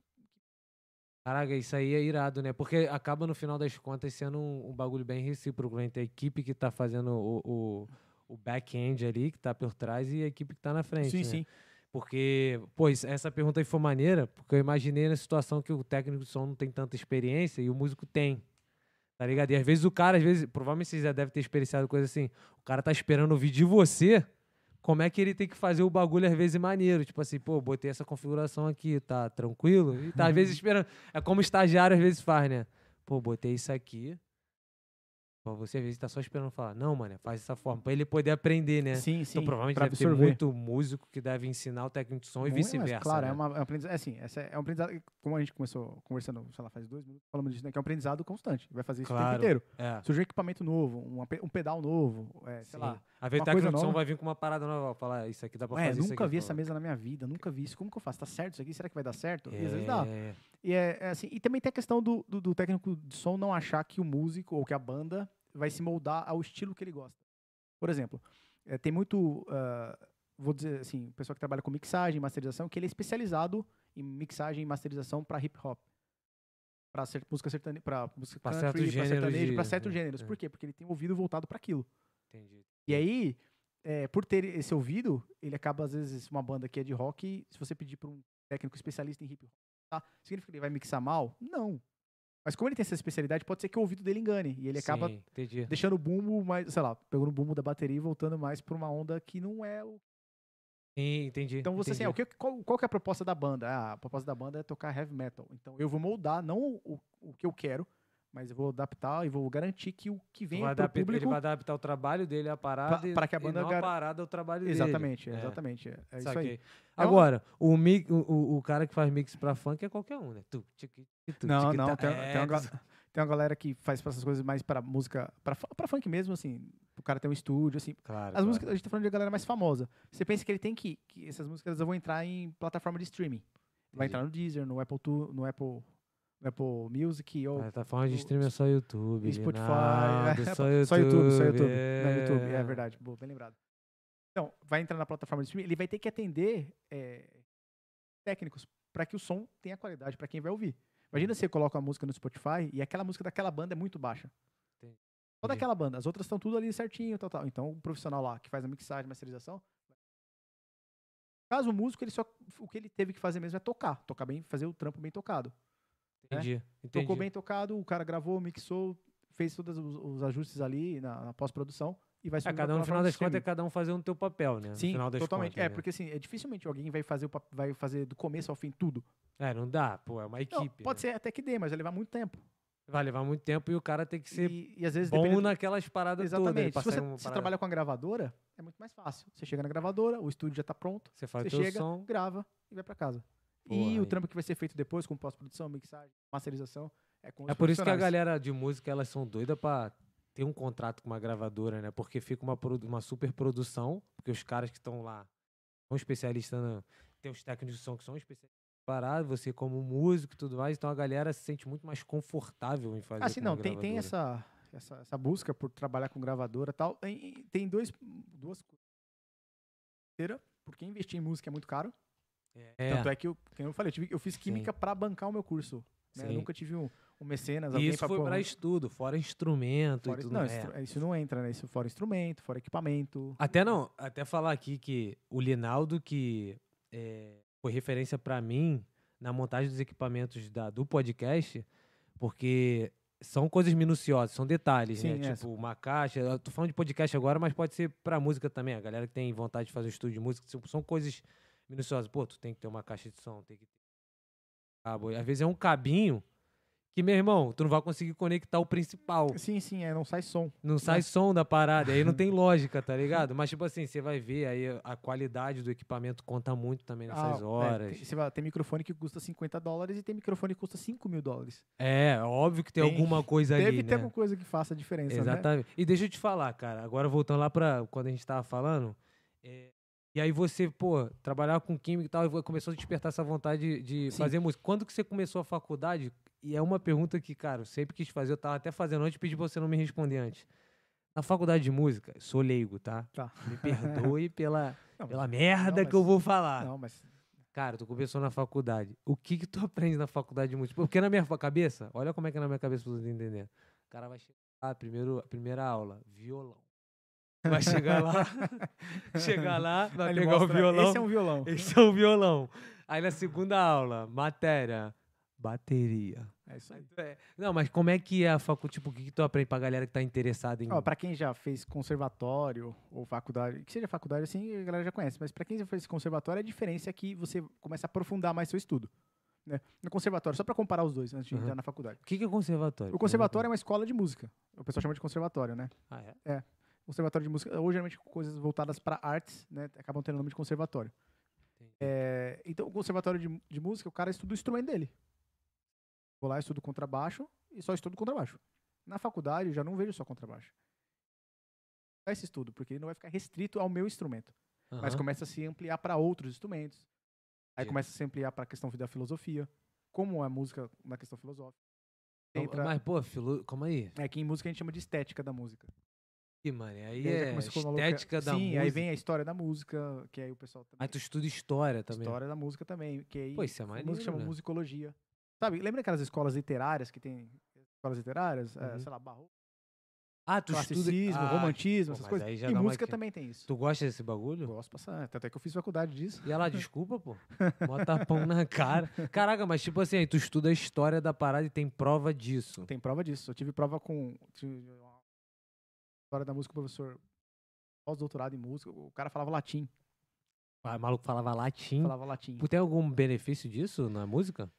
Caraca, isso aí é irado, né? Porque acaba, no final das contas, sendo um, um bagulho bem recíproco entre a equipe que tá fazendo o, o, o back-end ali, que tá por trás, e a equipe que tá na frente. né?
Sim, sim.
Porque, pô, isso- essa pergunta aí foi maneira, porque eu imaginei na situação que o técnico de som não tem tanta experiência e o músico tem. Tá ligado? E às vezes o cara, às vezes, provavelmente você já deve ter experienciado coisa assim, o cara tá esperando ouvir de você. Como é que ele tem que fazer o bagulho às vezes maneiro? Tipo assim, pô, botei essa configuração aqui, tá tranquilo? E tá às vezes esperando. É como o estagiário às vezes faz, né? Pô, botei isso aqui. Pô, você às vezes tá só esperando falar, não, mano, faz dessa forma, pra ele poder aprender, né?
Sim, sim.
Então, provavelmente
pra
deve ter
absorver.
muito músico que deve ensinar o técnico de som e
Muito, mas
vice-versa.
Claro,
né?
é, uma, é um aprendizado. É assim, essa é um aprendizado. Como a gente começou conversando, sei lá, faz dois minutos, falamos disso, né? Que é um aprendizado constante. Vai fazer isso o
Claro.
tempo inteiro.
É,
Surgiu um equipamento novo, um, ape- um pedal novo, é, sei
sim.
lá.
Às vezes o
uma
técnico
coisa
de som
nova.
vai vir com uma parada nova, falar "Ah, isso aqui dá pra
Ué,
fazer isso
nunca
aqui,
vi
pô."
essa mesa na minha vida, nunca vi isso. Como que eu faço? Tá certo isso aqui? Será que vai dar certo? E às vezes dá.
É,
E, é, é assim, e também tem a questão do, do, do técnico de som não achar que o músico ou que a banda vai se moldar ao estilo que ele gosta. Por exemplo, é, tem muito, ah, vou dizer assim, o pessoal que trabalha com mixagem, masterização, que ele é especializado em mixagem e masterização para hip hop. Para música sertaneja, para música
Pra certos
country, para
gêneros
sertanejo,
de-
para certos
é,
gêneros.
é.
Por quê? Porque ele tem o ouvido voltado para aquilo.
entendi.
E aí, é, por ter esse ouvido, ele acaba, às vezes, uma banda que é de rock, se você pedir para um técnico especialista em hip hop, tá? significa que ele vai mixar mal? Não. Mas como ele tem essa especialidade, pode ser que o ouvido dele engane. E ele acaba
Sim, entendi.
deixando o bumbo mais, sei lá, pegando o bumbo da bateria e voltando mais pra uma onda que não é o.
Sim, entendi.
Então você assim, ah, o
entendi.
que, qual, qual que é a proposta da banda? Ah, a proposta da banda é tocar heavy metal. Então eu vou moldar, não o, o que eu quero, mas eu vou adaptar e vou garantir que o que vem
vai
pro
adaptar-
público.
Ele vai adaptar o trabalho dele à parada e-
pra que a
e
banda
não
gar-
a parada ao trabalho dele.
Exatamente,
É.
exatamente. É, é isso aí.
Saquei.
É uma-
Agora, o, mi- o- o, o cara que faz mix pra funk é qualquer um, né? Tu, tchiqui, tu,
Não,
tchiqui,
não,
tá-
tem,
é,
tem uma,
tu-
ga- tem uma galera que faz pra essas coisas mais pra música, pra, fu- pra funk mesmo, assim. O cara tem um estúdio, assim.
Claro,
As
claro.
músicas, a gente tá falando de galera mais famosa. Você pensa que ele tem que, que essas músicas elas vão entrar em plataforma de streaming.
Entendi.
Vai entrar no Deezer, no Apple, Tu- no Apple, no Apple Music ou
Plataforma de
do
streaming é só YouTube.
e Spotify.
Linaldo,
é,
só YouTube.
só YouTube, só YouTube. Não,
é.
YouTube, é verdade. Boa, bem lembrado. Então, vai entrar na plataforma de streaming, ele vai ter que atender é, técnicos para que o som tenha qualidade para quem vai ouvir. Imagina você coloca uma música no Spotify e aquela música daquela banda é muito baixa.
Entendi.
Só daquela banda. As outras estão tudo ali certinho, tal, tal. Então, o profissional lá que faz a mixagem, masterização. Caso o músico, ele só. O que ele teve que fazer mesmo é tocar. Tocar bem, fazer o trampo bem tocado.
Entendi, entendi.
Tocou bem tocado, o cara gravou, mixou, fez todos os, os ajustes ali na, na pós-produção e vai
É,
subir pra
cada um, no final
plataforma de
das contas, é
streaming.
cada um fazendo o teu papel, né? No
Sim,
final das
totalmente.
contas,
é,
né?
porque assim, é dificilmente alguém vai fazer, o pap- vai fazer do começo ao fim tudo.
É, não dá, pô, é uma
Não,
equipe.
pode
né?
ser até que dê, mas vai é levar muito tempo.
Vai levar muito tempo e o cara tem que ser
E, e às vezes
bom
dependendo-
naquelas paradas todas. ele
Exatamente. Se
né? passar
você,
em uma
se
parada-
trabalha com a gravadora, é muito mais fácil. Você chega na gravadora, o estúdio já tá pronto,
Você faz o
você
teu
chega,
som.
grava e vai pra casa. e
Porra,
o
aí.
trampo que vai ser feito depois, com pós-produção, mixagem, masterização, é com os
É por isso que a
profissionais.
galera de música, elas são doidas pra ter um contrato com uma gravadora, né? Porque fica uma, produ- uma super produção, porque os caras que estão lá são especialistas, na- tem os técnicos de som que são especialistas parado, você como músico e tudo mais, então a galera se sente muito mais confortável em fazer
Ah, sim,
com uma
não, tem, tem
gravadora.
essa, essa, essa busca por trabalhar com gravadora e tal. Tem, tem dois, duas coisas. Primeira, porque investir em música é muito caro.
É,
Tanto é que, eu, que eu falei, eu, tive- eu fiz química pra bancar o meu curso. né? Eu
Sim.
nunca tive um, um mecenas,
e
alguém
isso
pra
foi
pôr
pra né?
um-
estudo, fora instrumento
fora-
e tudo
não,
mais.
instru- isso não entra, né? Isso fora instrumento, fora equipamento.
Até não, até falar aqui que o Linaldo, que eh, foi referência pra mim na montagem dos equipamentos da- do podcast, porque são coisas minuciosas, são detalhes,
Sim,
né?
é,
Tipo, uma caixa. Eu tô falando de podcast agora, mas pode ser pra música também. A galera que tem vontade de fazer um estúdio de música, são- são coisas minuciosas. Pô, tu tem que ter uma caixa de som, tem que ter um cabo. Às vezes é um cabinho que, meu irmão, tu não vai conseguir conectar o principal.
Sim, sim, é, não sai som.
Não sai som da parada, aí não tem lógica, tá ligado? Mas, tipo assim, você vai ver aí a qualidade do equipamento conta muito também nessas
Ah, É,
horas.
tem, você vai- tem microfone que custa 50 dólares e tem microfone que custa 5 mil dólares.
É, óbvio que tem,
Tem-
alguma coisa
Deve
ali,
ter
né?
alguma coisa que faça a diferença, né?
Exatamente. E deixa eu te falar, cara, agora voltando lá pra quando a gente tava falando, é, e aí você, pô, trabalhava com química e tal, e vo- começou a despertar essa vontade de de
Sim.
fazer música. Quando que você começou a faculdade? E é uma pergunta que, cara, eu sempre quis fazer, eu tava até fazendo antes, pedi pra você não me responder antes. Na faculdade de música, sou leigo, tá?
Tá.
Me perdoe pela...
Não, mas-
Pela merda
não,
que eu
mas-
vou falar.
Não, mas
Cara, tu começou na faculdade. O que que tu aprende na faculdade de música? Porque na minha fa- cabeça, olha como é que é na minha cabeça pra você entender. O cara vai chegar lá, primeiro, primeira aula, violão. Vai chegar lá, chegar lá, vai
Aí ele
pegar o
mostra,
violão.
Esse é um violão.
Esse é o violão. Aí na segunda aula, matéria, bateria.
É isso aí.
É, Não, mas como é que é a faculdade? Tipo, o que que tu aprende pra galera que tá interessada em...
Ó, pra quem já fez conservatório ou faculdade, que seja faculdade assim, a galera já conhece, mas pra quem já fez conservatório, a diferença é que você começa a aprofundar mais seu estudo. Né? No conservatório, só pra comparar os dois antes de
Uhum.
entrar na faculdade.
O que que é conservatório?
O conservatório é uma escola de música. O pessoal chama de conservatório, né?
Ah, é?
Conservatório de música, ou geralmente coisas voltadas pra artes, né? Acabam tendo o nome de conservatório.
Entendi.
É, então, o conservatório de, de música, o cara estuda o instrumento dele. Vou lá, estudo contrabaixo e só estudo contrabaixo. Na faculdade, eu já não vejo só contrabaixo. Dá esse estudo, porque ele não vai ficar restrito ao meu instrumento. Mas é
Aham.
começa a se ampliar para outros instrumentos. Aí
Entendi.
começa a se ampliar para a questão da filosofia, como é a música na questão filosófica. Tem
Então,
pra-
Mas, pô, filo... como aí?
É que em música a gente chama de estética da música.
Ih, mano, aí
E aí já
é
começa com o maluco-
estética da
Sim,
música.
aí vem a história da música, que aí o pessoal também.
Aí tu estuda história também.
História da música também. Que aí
Pô, isso é
a
maneiro,
música chama
né?
musicologia. Sabe, lembra aquelas escolas literárias que tem. Escolas literárias? eh,
Uhum.
sei lá, barroco,
Ah, tu
classicismo,
estuda... Ah,
romantismo,
pô,
essas
mas
coisas.
aí já
E
dá uma
música
que-
também tem isso.
Tu gosta desse
Eu
bagulho?
gosto bastante. Até que eu fiz faculdade disso.
E ela, desculpa, pô. Bota pão na cara. Caraca, mas tipo assim, aí tu estuda a história da parada e tem prova disso.
Tem prova disso. Eu tive prova com. tive uma História da música, o professor pós-doutorado em música, o cara falava latim.
Ah, o maluco falava latim.
Falava latim.
Pô, Tem algum benefício disso na música?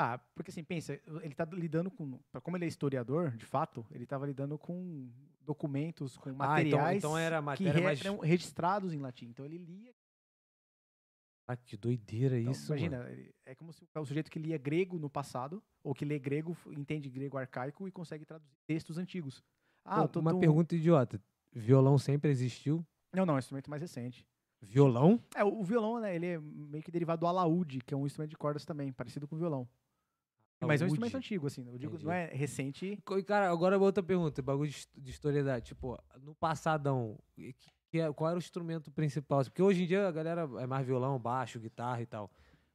Ah, porque assim, pensa, ele tá lidando com. pra- Como ele é historiador, de fato, ele tava lidando com documentos, com materiais.
então era matéria
que
mais-
eram registrados em latim. Então ele lia.
Ah, que doideira
Então,
isso, mano.
imagina, ele- é como se o sujeito que lia grego no passado, ou que lê grego, f- entende grego arcaico e consegue traduzir textos antigos. Ah,
Pô,
eu tô,
uma
tô-
pergunta idiota. Violão sempre existiu?
Não, não, é um instrumento mais recente.
Violão?
É, o o violão, né, ele é meio que derivado do alaúde, que é um instrumento de cordas também, parecido com o violão. Mas é um instrumento
Alaúde.
antigo, assim. Eu digo,
Entendi.
não é recente.
Co- e, Cara, agora é outra pergunta, bagulho de, his- de historiedade. Tipo, no passadão, e que- que é- qual era o instrumento principal? Porque hoje em dia a galera é mais violão, baixo, guitarra e tal.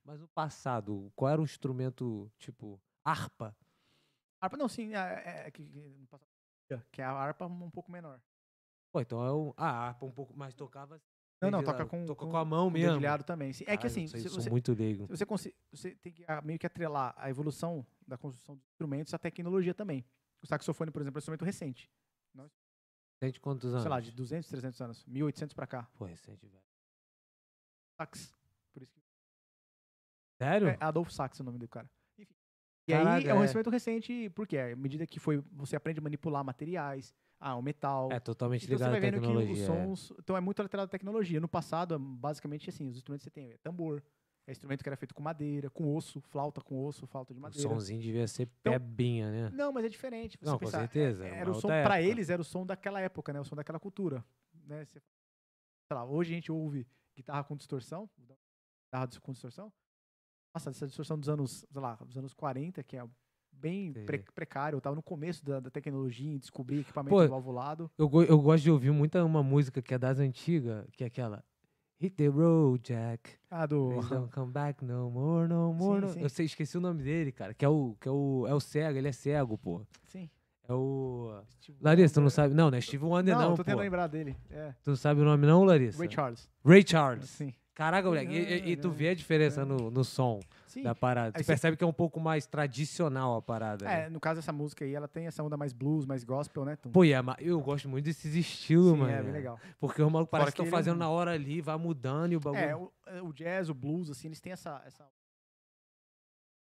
Mas no passado, qual era o instrumento, tipo, harpa?
Harpa não, sim, é, é- é que, que não passa- que é a harpa um pouco menor.
Pô, então é um. Ah, a harpa um pouco mais tocava.
Não, não,
sei lá,
toca com,
toca com a mão
com
mesmo.
dedilhado também. sim. É que
Caralho,
assim,
isso aí
se
eu sou
você,
muito leigo.
se você, consi- você tem que ah, meio que atrelar a evolução da construção dos instrumentos à tecnologia também. O saxofone, por exemplo, é um instrumento recente.
Sente quantos anos?
Sei lá, de 200, 300 anos, 1800 pra cá.
Pô, recente, velho.
Sax. Por isso que
Sério?
é Adolfo Sax é o nome do cara. Enfim, E aí
Caraca,
é um
é.
conhecimento recente, porque à medida que foi, você aprende a manipular materiais, ah, o metal.
É totalmente
Então você
ligado
vai
à
vendo que os
tecnologia. é.
sons. Então é muito alterado à tecnologia. No passado, é basicamente assim, os instrumentos que você tem é tambor, é instrumento que era feito com madeira, com osso, flauta com osso, flauta de
O
madeira.
somzinho devia ser
Então-
pebinha, né?
Não, mas é diferente. Você
Não, com
pensar,
certeza,
é-
é
Era
uma
o som,
outra
pra
época.
eles, era o som daquela época, né? O som daquela cultura. Né? Você- sei lá, hoje a gente ouve guitarra com distorção, guitarra dis- com distorção. Nossa, essa distorção dos anos, sei lá, dos anos 40, que é bem pre
Entendi.
precário, eu tava no começo da, da tecnologia em descobrir equipamento
Pô,
valvulado.
Eu, go- eu gosto de ouvir muita uma música que é das antigas, que é aquela. Hit the road, Jack.
Ah, do.
Please don't come back no more, no more.
Sim,
no-
sim.
Eu sei, esqueci o nome dele, cara. Que é o, que é o, é o cego, ele é cego, pô.
Sim.
É o.
Steve
Larissa, tu não
Wonder.
sabe. Não, não é Steve Wonder, não,
Não, tô
pô.
tentando lembrar dele. É.
Tu não sabe o nome, não, Larissa?
Ray Charles.
Ray Charles.
Sim.
Caraca, moleque. E, e- e tu vê a diferença no, no som
Sim.
da parada.
Aí
Tu
cê-
percebe que é um pouco mais tradicional a parada. né?
É, no caso, essa música aí, ela tem essa onda mais blues, mais gospel, né? Tum.
Pô, e é ma- eu gosto muito desses estilos,
Sim,
mano.
é, bem legal.
Porque os malucos
Fora
parece que estão
que ele é
fazendo
um-
na hora ali, vai mudando e o bagulho.
É, o, é, o jazz, o blues, assim, eles têm essa, essa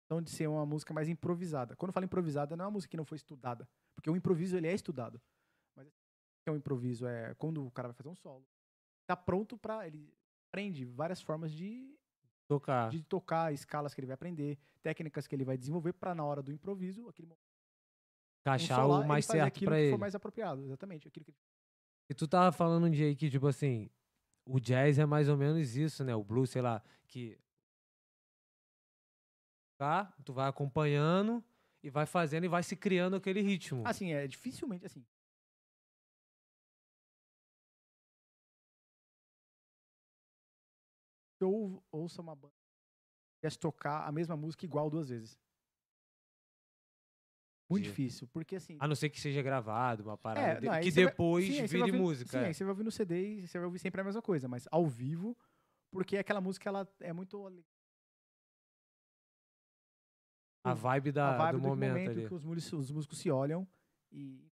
questão de ser uma música mais improvisada. Quando eu falo improvisada, não é uma música que não foi estudada. Porque o improviso, ele é estudado. Mas o que é um improviso? É quando o cara vai fazer um solo. Tá pronto pra... Ele aprende várias formas de,
tocar.
de um tocar, escalas que ele vai aprender, técnicas que ele vai desenvolver pra na hora do improviso, aquele momento
Achar
solar,
o mais
ele faz
certo
aquilo
pra
que
ele.
for mais apropriado. Exatamente. Aquilo que ele
E tu tava falando um dia aí que, tipo assim, o jazz é mais ou menos isso, né? O blues, sei lá, que. Tá? Tu vai acompanhando e vai fazendo e vai se criando aquele ritmo.
Assim, é dificilmente assim. Ou ouça uma banda que quer tocar a mesma música igual duas vezes. Muito
Entendi.
difícil, porque assim.
A não ser que seja gravado, uma parada.
É,
de-
não, aí
que
você vai-
depois
sim, aí você vai
vire
ouvir-
música.
Sim,
é.
aí você vai ouvir no CD e você vai ouvir sempre a mesma coisa, mas ao vivo, porque aquela música ela é muito ale-
a vibe, da,
a vibe
do, momento, ali.
que os músicos, os músicos se olham e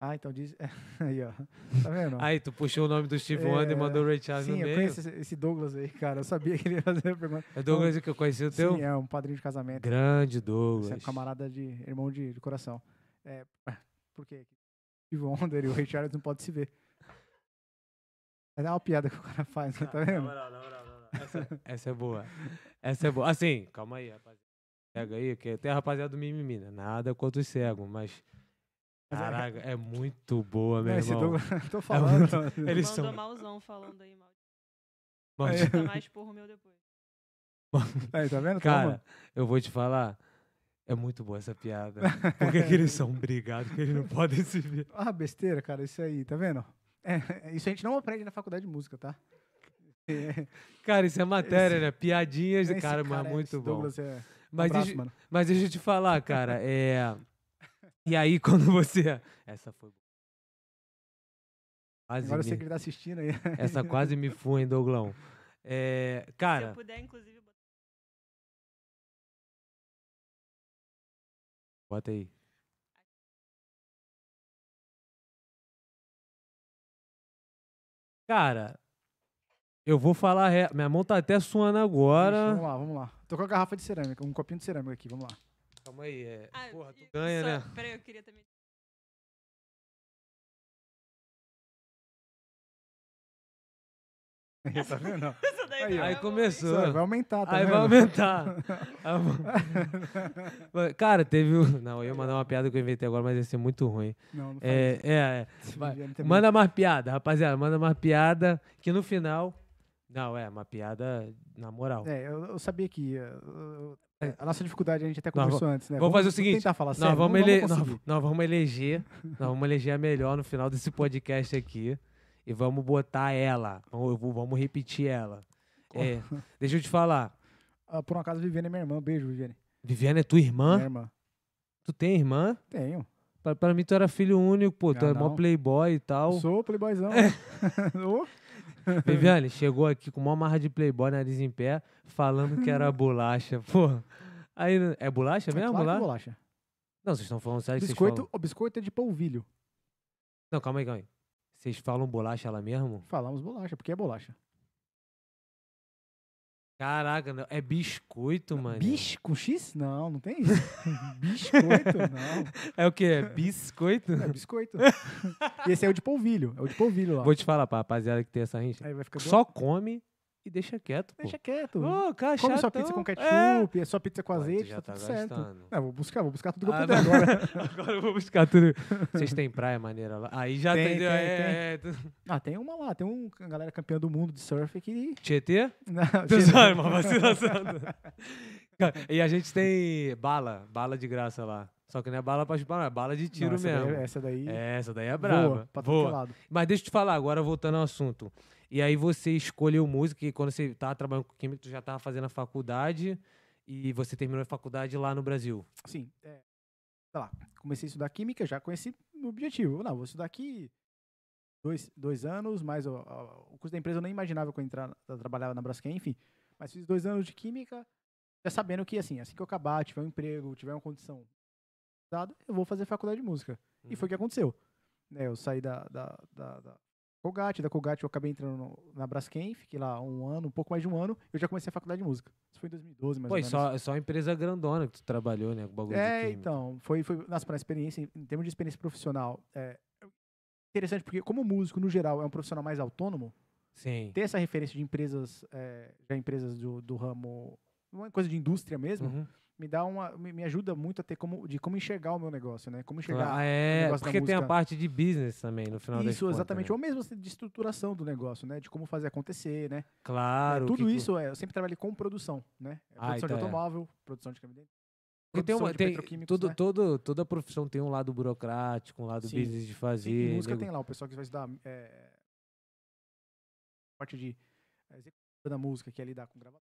Ah, então diz. Aí, ó. Tá vendo?
Aí, tu puxou o nome do Steve Wonder e
É,
mandou o Ray Charles
Sim,
no
eu
meio.
conheço esse- esse Douglas aí, cara. Eu sabia que ele ia fazer a pergunta.
É Douglas que eu conheci o teu?
Sim, é um padrinho de casamento.
Grande
Você é
Douglas.
um camarada de irmão de, de coração. É, porque Steve Wonder e o Richard não podem se ver. É uma piada que o cara faz,
Ah,
né? tá vendo?
Essa, essa é boa. Essa é boa. Assim, calma aí, rapaziada. Pega aí, que tem a rapaziada do mimimi, né? Nada contra os cegos, mas.
Mas é-
Caraca, é muito boa, meu
Não, esse
irmão.
Douglas,
Tá
tô falando.
Eles
Mandou
são-
malzão falando aí mal.
Mas-
Tá mais porro meu depois.
Aí, tá vendo?
Cara, eu vou te falar. É muito boa essa piada. Por que, que eles são brigados? Que eles não podem se ver.
Toma. Ah, besteira, cara, isso aí, tá vendo? É, isso a gente não aprende na faculdade de música, tá? É,
Cara, isso é matéria, né? Piadinhas,
esse
de cara, mas
é-
muito
esse
bom.
Douglas é.
Mas
abraço,
deixa,
mano.
Mas deixa eu te falar, cara, é. E aí, quando você. Essa foi. Quase
Agora eu
me-
sei que ele tá assistindo aí.
Essa quase me foi, hein, Douglão. É, cara,
Se eu puder, inclusive, botar-
bota aí. Cara, eu vou falar. re- Minha mão tá até suando
Ixi,
agora.
Vamos lá, vamos lá. Tô com a garrafa de cerâmica, um copinho de cerâmica aqui, vamos lá.
Calma aí. é-
Ah,
Porra, tu
e-
ganha, né?
só- Peraí, eu queria também.
tá vendo?
Essa daí
Aí, ó.
também é
Aí
boa, hein?
começou.
Isso, vai aumentar, tá
Aí vai
vendo?
aumentar. Aí vai- Ah, Mas, Cara, teve. um- Não, eu ia mandar uma piada que eu inventei agora, mas ia ser muito ruim.
Não, não faz
É, é,
isso.
vai.
Viviane
é.
também.
Manda mais piada, rapaziada. Manda mais piada. Que no final. Não, é, uma piada na moral.
É, eu, eu sabia que ia- eu-
É.
a nossa dificuldade a gente até
Nós
conversou antes, né?
vamos fazer o seguinte,
tentar falar
Nós,
sério,
vamos ele- nós-
conseguir.
nós vamos eleger. Nós vamos eleger a melhor no final desse podcast aqui. E vamos botar ela. Vamos, eu vou- vamos repetir ela.
Como?
É, deixa eu te falar.
Ah, por um acaso, Viviane é minha irmã. Beijo, Viviane.
Viviane é tua irmã?
Minha irmã.
Tu tem irmã?
Tenho.
Pra, pra mim, tu era filho único, pô. Tu
Ah,
era mó
não.
playboy e tal.
Sou playboyzão.
É.
né? Ô,
Viviane, chegou aqui com uma marra de playboy, nariz em pé, falando que era bolacha, pô. Aí, é bolacha
é
mesmo?
claro que
lá?
bolacha.
Não, vocês estão falando sério que vocês
Biscoito,
falam...
o biscoito é de polvilho.
Não, calma aí, calma aí. Vocês falam bolacha lá mesmo?
Falamos bolacha, porque é bolacha.
Caraca, não, é biscoito, mano.
Bicho com X? Não, não tem isso. biscoito? Não.
É o quê? É biscoito?
É biscoito. E esse é o de polvilho. É o de polvilho lá.
Vou te falar pra rapaziada que tem essa rincha.
Aí vai ficar
Só come e deixa quieto, pô.
É, Deixa quieto.
Ô, cara,
Come sua
chatão.
pizza com
É.
ketchup, é. sua pizza com
Pô, tu
azeite,
já tá
tá, tudo certo.
gastando.
É, vou buscar, vou buscar tudo que eu
Ah,
puder
não.
agora.
Agora eu vou buscar tudo. Vocês têm praia maneira lá? Aí já
Tem,
tem,
tem,
é, é, é.
Ah, tem uma lá, tem um a galera campeã do mundo de surf que. né,
Tietê?
Não,
Tô
gente,
zoando, uma vacilação. Cara, E a gente tem bala, bala de graça lá. Só que não é bala pra chupar, não, é bala de tiro
não, essa daí-
mesmo.
essa daí.
É, Essa daí é
Boa,
braba.
pra todo
Boa.
lado.
Mas deixa eu te falar, agora voltando ao assunto. E aí você escolheu música e quando você tava trabalhando com química, tu já tava fazendo a faculdade e você terminou a faculdade lá no Brasil.
Sim, é, sei lá, comecei a estudar química já com esse objetivo. Não, vou estudar aqui dois, dois anos, mais o, a- o curso da empresa eu nem imaginava que eu entrar, eu trabalhava na Braskem, enfim. Mas fiz dois anos de química, já sabendo que assim, assim que eu acabar, tiver um emprego, tiver uma condição dada, eu vou fazer faculdade de música. E foi o que aconteceu. Né, eu saí da, da, da, da Colgate, da Colgate eu acabei entrando no- na Braskem, fiquei lá um ano, um pouco mais de um ano, eu já comecei a faculdade de música. Isso foi em 2012, mais
Pô,
ou
e
menos.
só, só a empresa grandona que tu trabalhou, né? Com bagulho de
É,
química.
então, foi, foi nossa, pra experiência, em termos de experiência profissional, é interessante porque como músico, no geral, é um profissional mais autônomo,
Sim.
ter essa referência de empresas, é, já empresas do, do ramo, uma coisa de indústria mesmo,
Uhum.
me dá uma, me, me ajuda muito a ter como, de como enxergar o meu negócio, né? Como enxergar
Ah,
o
é,
negócio da
porque tem a
música.
parte de business também, no final das
isso,
contas,
exatamente,
né?
ou mesmo assim, de estruturação do negócio, né? De como fazer acontecer, né? É,
Claro. o que
tudo
que-
isso, é, eu sempre trabalhei com produção, né? É
Ah,
produção
então é.
de automóvel, produção de caminhonete,
Porque tem
produção
uma,
de
tem,
petroquímicos,
todo,
né?
todo, toda profissão tem um lado burocrático, um lado
Sim,
business de
Sim,
fazer.
em música
nego-
tem lá, o pessoal que vai estudar é, parte de é, executiva da música, que é lidar com gravação,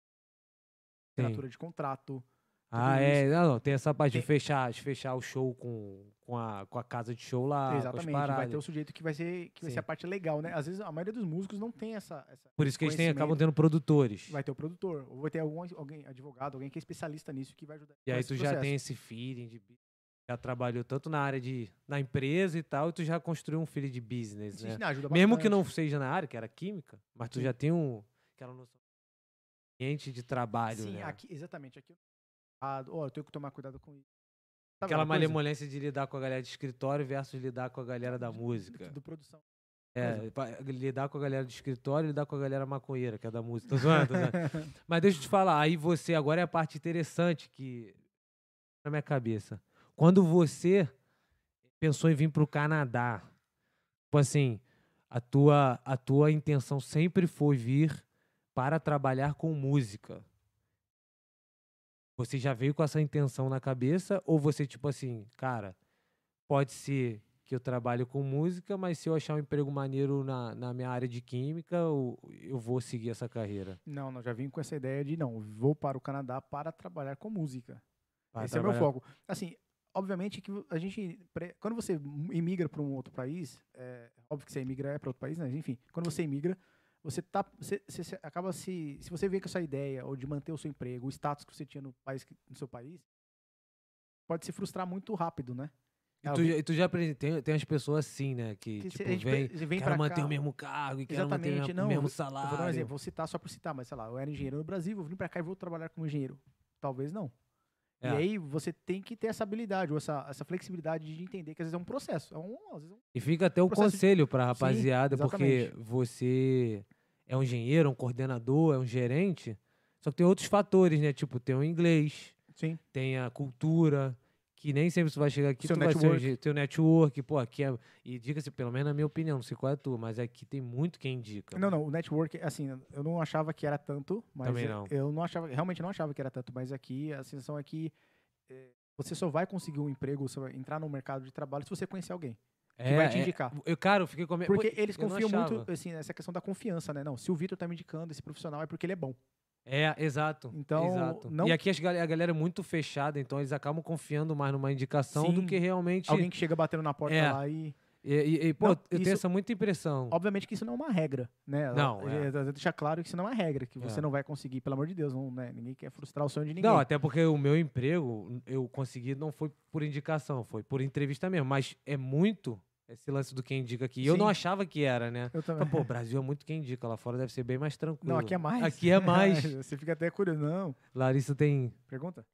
Sim.
assinatura de contrato.
Ah,
tudo
é. Não, não, tem essa parte de
Tem-
fechar, de fechar o show com, com, a, com a casa de show lá, com
exatamente.
as paradas.
Vai ter o sujeito que vai ser, que vai
Ah, Sim.
ser a parte legal, né? Às vezes a maioria dos músicos não tem essa. essa-
Por isso que eles têm, acabam
conhecimento.
tendo produtores.
Vai ter o produtor, ou vai ter algum alguém, advogado, alguém que é especialista nisso que vai ajudar.
e
com
aí
esse
tu já
processo.
tem esse feeling de business, já trabalhou tanto na área de na empresa e tal, e tu já construiu um feeling de business,
Isso
né?
te ajuda
Mesmo que
bastante.
não seja na área, que era química, mas tu
Sim.
já tem um aquela noção de ambiente de trabalho,
Sim,
né?
aqui, tá exatamente. Aqui. Ah, ó, eu tenho que tomar cuidado com isso. Sabe
Aquela
coisa?
malemolência de lidar com a galera de escritório versus lidar com a galera da música.
Do produção.
É, pa- lidar com a galera de escritório e lidar com a galera maconheira, que é da música. Tô zoando, tô zoando. Mas deixa eu te falar, aí você, agora é a parte interessante que. tá na minha cabeça. Quando você pensou em vir pro Canadá, tipo assim, a tua, a tua intenção sempre foi vir para trabalhar com música. Você já veio com essa intenção na cabeça? Ou você, tipo assim, cara, pode ser que eu trabalhe com música, mas se eu achar um emprego maneiro na, na minha área de química, eu, eu vou seguir essa carreira?
Não, não, já vim com essa ideia de não, vou para o Canadá para trabalhar com música.
Vai
Esse é meu
trabalhar-
foco. Assim, obviamente que a gente. pre- Quando você imigra para um outro país, é, óbvio que você imigra é para outro país, né? Enfim, quando você imigra, você tá. Você, você- você acaba se. Se você vê com essa ideia, ou de manter o seu emprego, o status que você tinha no, país, que- no seu país, pode se frustrar muito rápido, né?
E
Ah,
tu,
vem-
já- e tu já aprende, tem, tem as pessoas assim, né? Que,
que
tipo,
a gente
vem,
pre- vem
quero
pra
manter
cá.
o mesmo cargo, e quero manter
Exatamente,
o
não, eu
mesmo
vou- Eu
salário.
vou dar um exemplo, vou citar só por citar, mas sei lá, eu era engenheiro no Brasil, vou vir pra cá e vou trabalhar como engenheiro. Talvez não.
É.
E aí você tem que ter essa habilidade, ou essa, essa flexibilidade de entender que às vezes é um processo. É um, às vezes é um-
E fica até o
processo de-
conselho pra rapaziada, porque
exatamente.
você é um engenheiro, um coordenador, é um gerente, só que tem outros fatores, né? Tipo, tem o inglês,
Sim.
tem a cultura, que nem sempre você vai chegar aqui,
Seu
tu vai ser um
network.
engen- teu network, pô, aqui é... E diga-se, pelo menos na minha opinião, não sei qual é a tua, mas aqui tem muito quem indica.
Não, não, o network, assim, eu não achava que era tanto, mas
Também
eu-
não.
eu não achava, realmente não achava que era tanto, mas aqui a sensação é que eh, você só vai conseguir um emprego, você vai entrar no mercado de trabalho se você conhecer alguém que
É,
vai te
é-
indicar.
Eu, cara, eu fiquei com a minha- pô,
Porque eles
eu não
confiam muito,
achava.
assim, nessa questão da confiança, né? Não, se o Vitor tá me indicando esse profissional é porque ele é bom.
É, exato.
Então,
exato.
não-
E aqui as gal- a galera é muito fechada, então eles acabam confiando mais numa indicação do
Sim.
que realmente.
Alguém que chega batendo na porta
É.
lá e.
E E, e- e, pô,
Não,
eu
isso-
tenho essa muita impressão.
Obviamente que isso não é uma regra, né? Ela-
Não,
ela
é.
ela deixa claro que isso não é uma regra, que você
É.
não vai conseguir, pelo amor de Deus, não, né? Ninguém quer frustrar o sonho de ninguém.
Não, até porque o meu emprego, eu consegui, não foi por indicação, foi por entrevista mesmo. Mas é muito esse lance do quem indica aqui. E Eu não
Sim.
achava que era, né?
Eu também.
Mas, pô, o Brasil é muito quem indica, lá fora deve ser bem mais tranquilo.
Não, aqui é mais.
Aqui é mais.
você fica até curioso. Não,
Larissa tem.
pergunta.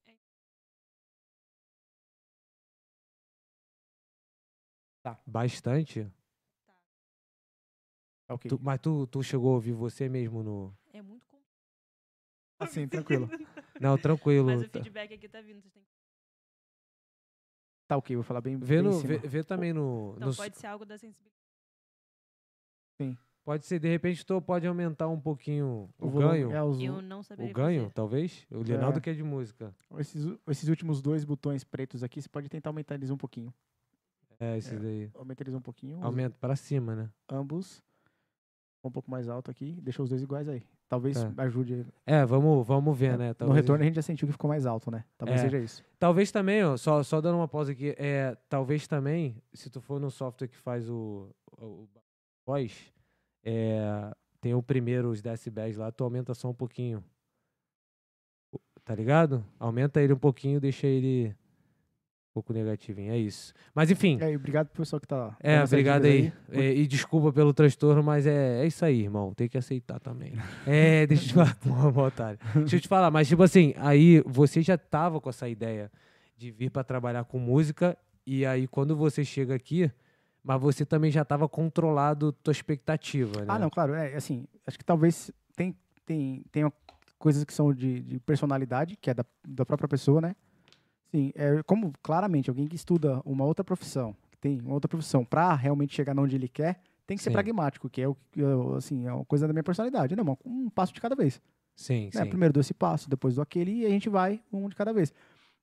Bastante.
Tá ok.
Tu- mas tu, tu chegou a ouvir você mesmo no.
É muito complexo.
Assim, tranquilo.
Não, tranquilo.
Mas o
tá-
feedback aqui tá vindo. Vocês têm que...
Tá ok, vou falar bem.
Vê,
bem
no,
em cima.
vê, vê também no.
Então
no s-
pode ser algo da sensibilidade.
pode ser, de repente, tu pode aumentar um pouquinho o,
volume-
ganho.
É, os,
Eu não saberia
o ganho,
fazer.
talvez. O Leonardo que é de música.
esses, esses últimos dois botões pretos aqui, você pode tentar aumentar eles um pouquinho.
É, esse
É.
daí.
Aumenta eles um pouquinho. os-
Aumenta pra cima, né?
Ambos. Um pouco mais alto aqui. Deixa os dois iguais aí. Talvez
Tá.
ajude.
É, vamos, vamos ver, né?
no
Talvez,
retorno a gente já sentiu que ficou mais alto, né? Talvez
É.
seja isso.
talvez também, ó, só, só dando uma pausa aqui, é, talvez também, se tu for num software que faz o, o, o voz, é, tem o primeiro, os decibéis lá, tu aumenta só um pouquinho. O- Tá ligado? Aumenta ele um pouquinho, deixa ele um pouco negativinho, é isso. Mas enfim,
E aí, obrigado pro pessoal que tá lá.
é, obrigado aí. É, e desculpa pelo transtorno, mas é, é isso aí, irmão. Tem que aceitar também. É, deixa eu te falar, porra, mó otário. Deixa eu te falar, mas tipo assim, aí você já tava com essa ideia de vir pra trabalhar com música, e aí quando você chega aqui, mas você também já tava controlado tua expectativa, né?
Ah, não, claro. É, assim, acho que talvez tem, tem, tenha coisas que são de, de personalidade, que é da, da própria pessoa, né? Sim, é como claramente alguém que estuda uma outra profissão, que tem uma outra profissão, pra realmente chegar onde ele quer, tem que ser
Sim.
pragmático, que é o que eu, assim, é uma coisa da minha personalidade, né? irmão? Um passo de cada vez.
Sim,
né?
sim.
Primeiro dou esse passo, depois do aquele, e a gente vai um de cada vez.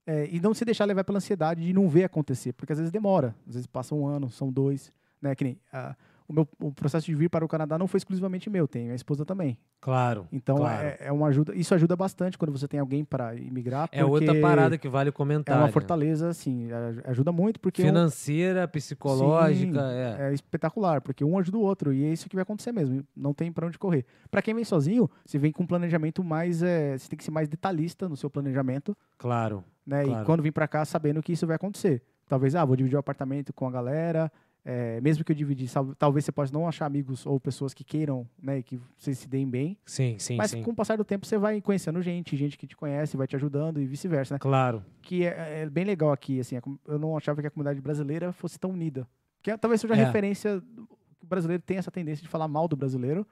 É, e não se deixar levar pela ansiedade de não ver acontecer, porque às vezes demora, às vezes passa um ano, são dois, né? Que nem, ah, o meu o processo de vir para o Canadá não foi exclusivamente meu, tem minha esposa também.
Claro.
Então
Claro.
é, é uma ajuda, isso ajuda bastante quando você tem alguém para imigrar,
É outra
porque
parada que vale
é
comentar.
uma
né?
fortaleza, assim, a- ajuda muito porque um
Financeira, psicológica, é.
é espetacular, porque um ajuda o outro e é isso que vai acontecer mesmo, não tem para onde correr. Para quem vem sozinho, você vem com um planejamento mais, é, você tem que ser mais detalhista no seu planejamento
Claro.
né? E
Claro.
quando vim pra cá sabendo que isso vai acontecer. Talvez, ah, vou dividir o apartamento com a galera. é, mesmo que eu dividir, sal- talvez você possa não achar amigos ou pessoas que queiram, né? e Que vocês se deem bem.
Sim, sim,
mas
sim.
com o passar do tempo você vai conhecendo gente, gente que te conhece, vai te ajudando e vice-versa, né?
Claro.
Que é, é bem legal aqui, assim. a com- Eu não achava que a comunidade brasileira fosse tão unida. Que talvez seja a
É.
referência do- que o brasileiro tem essa tendência de falar mal do brasileiro.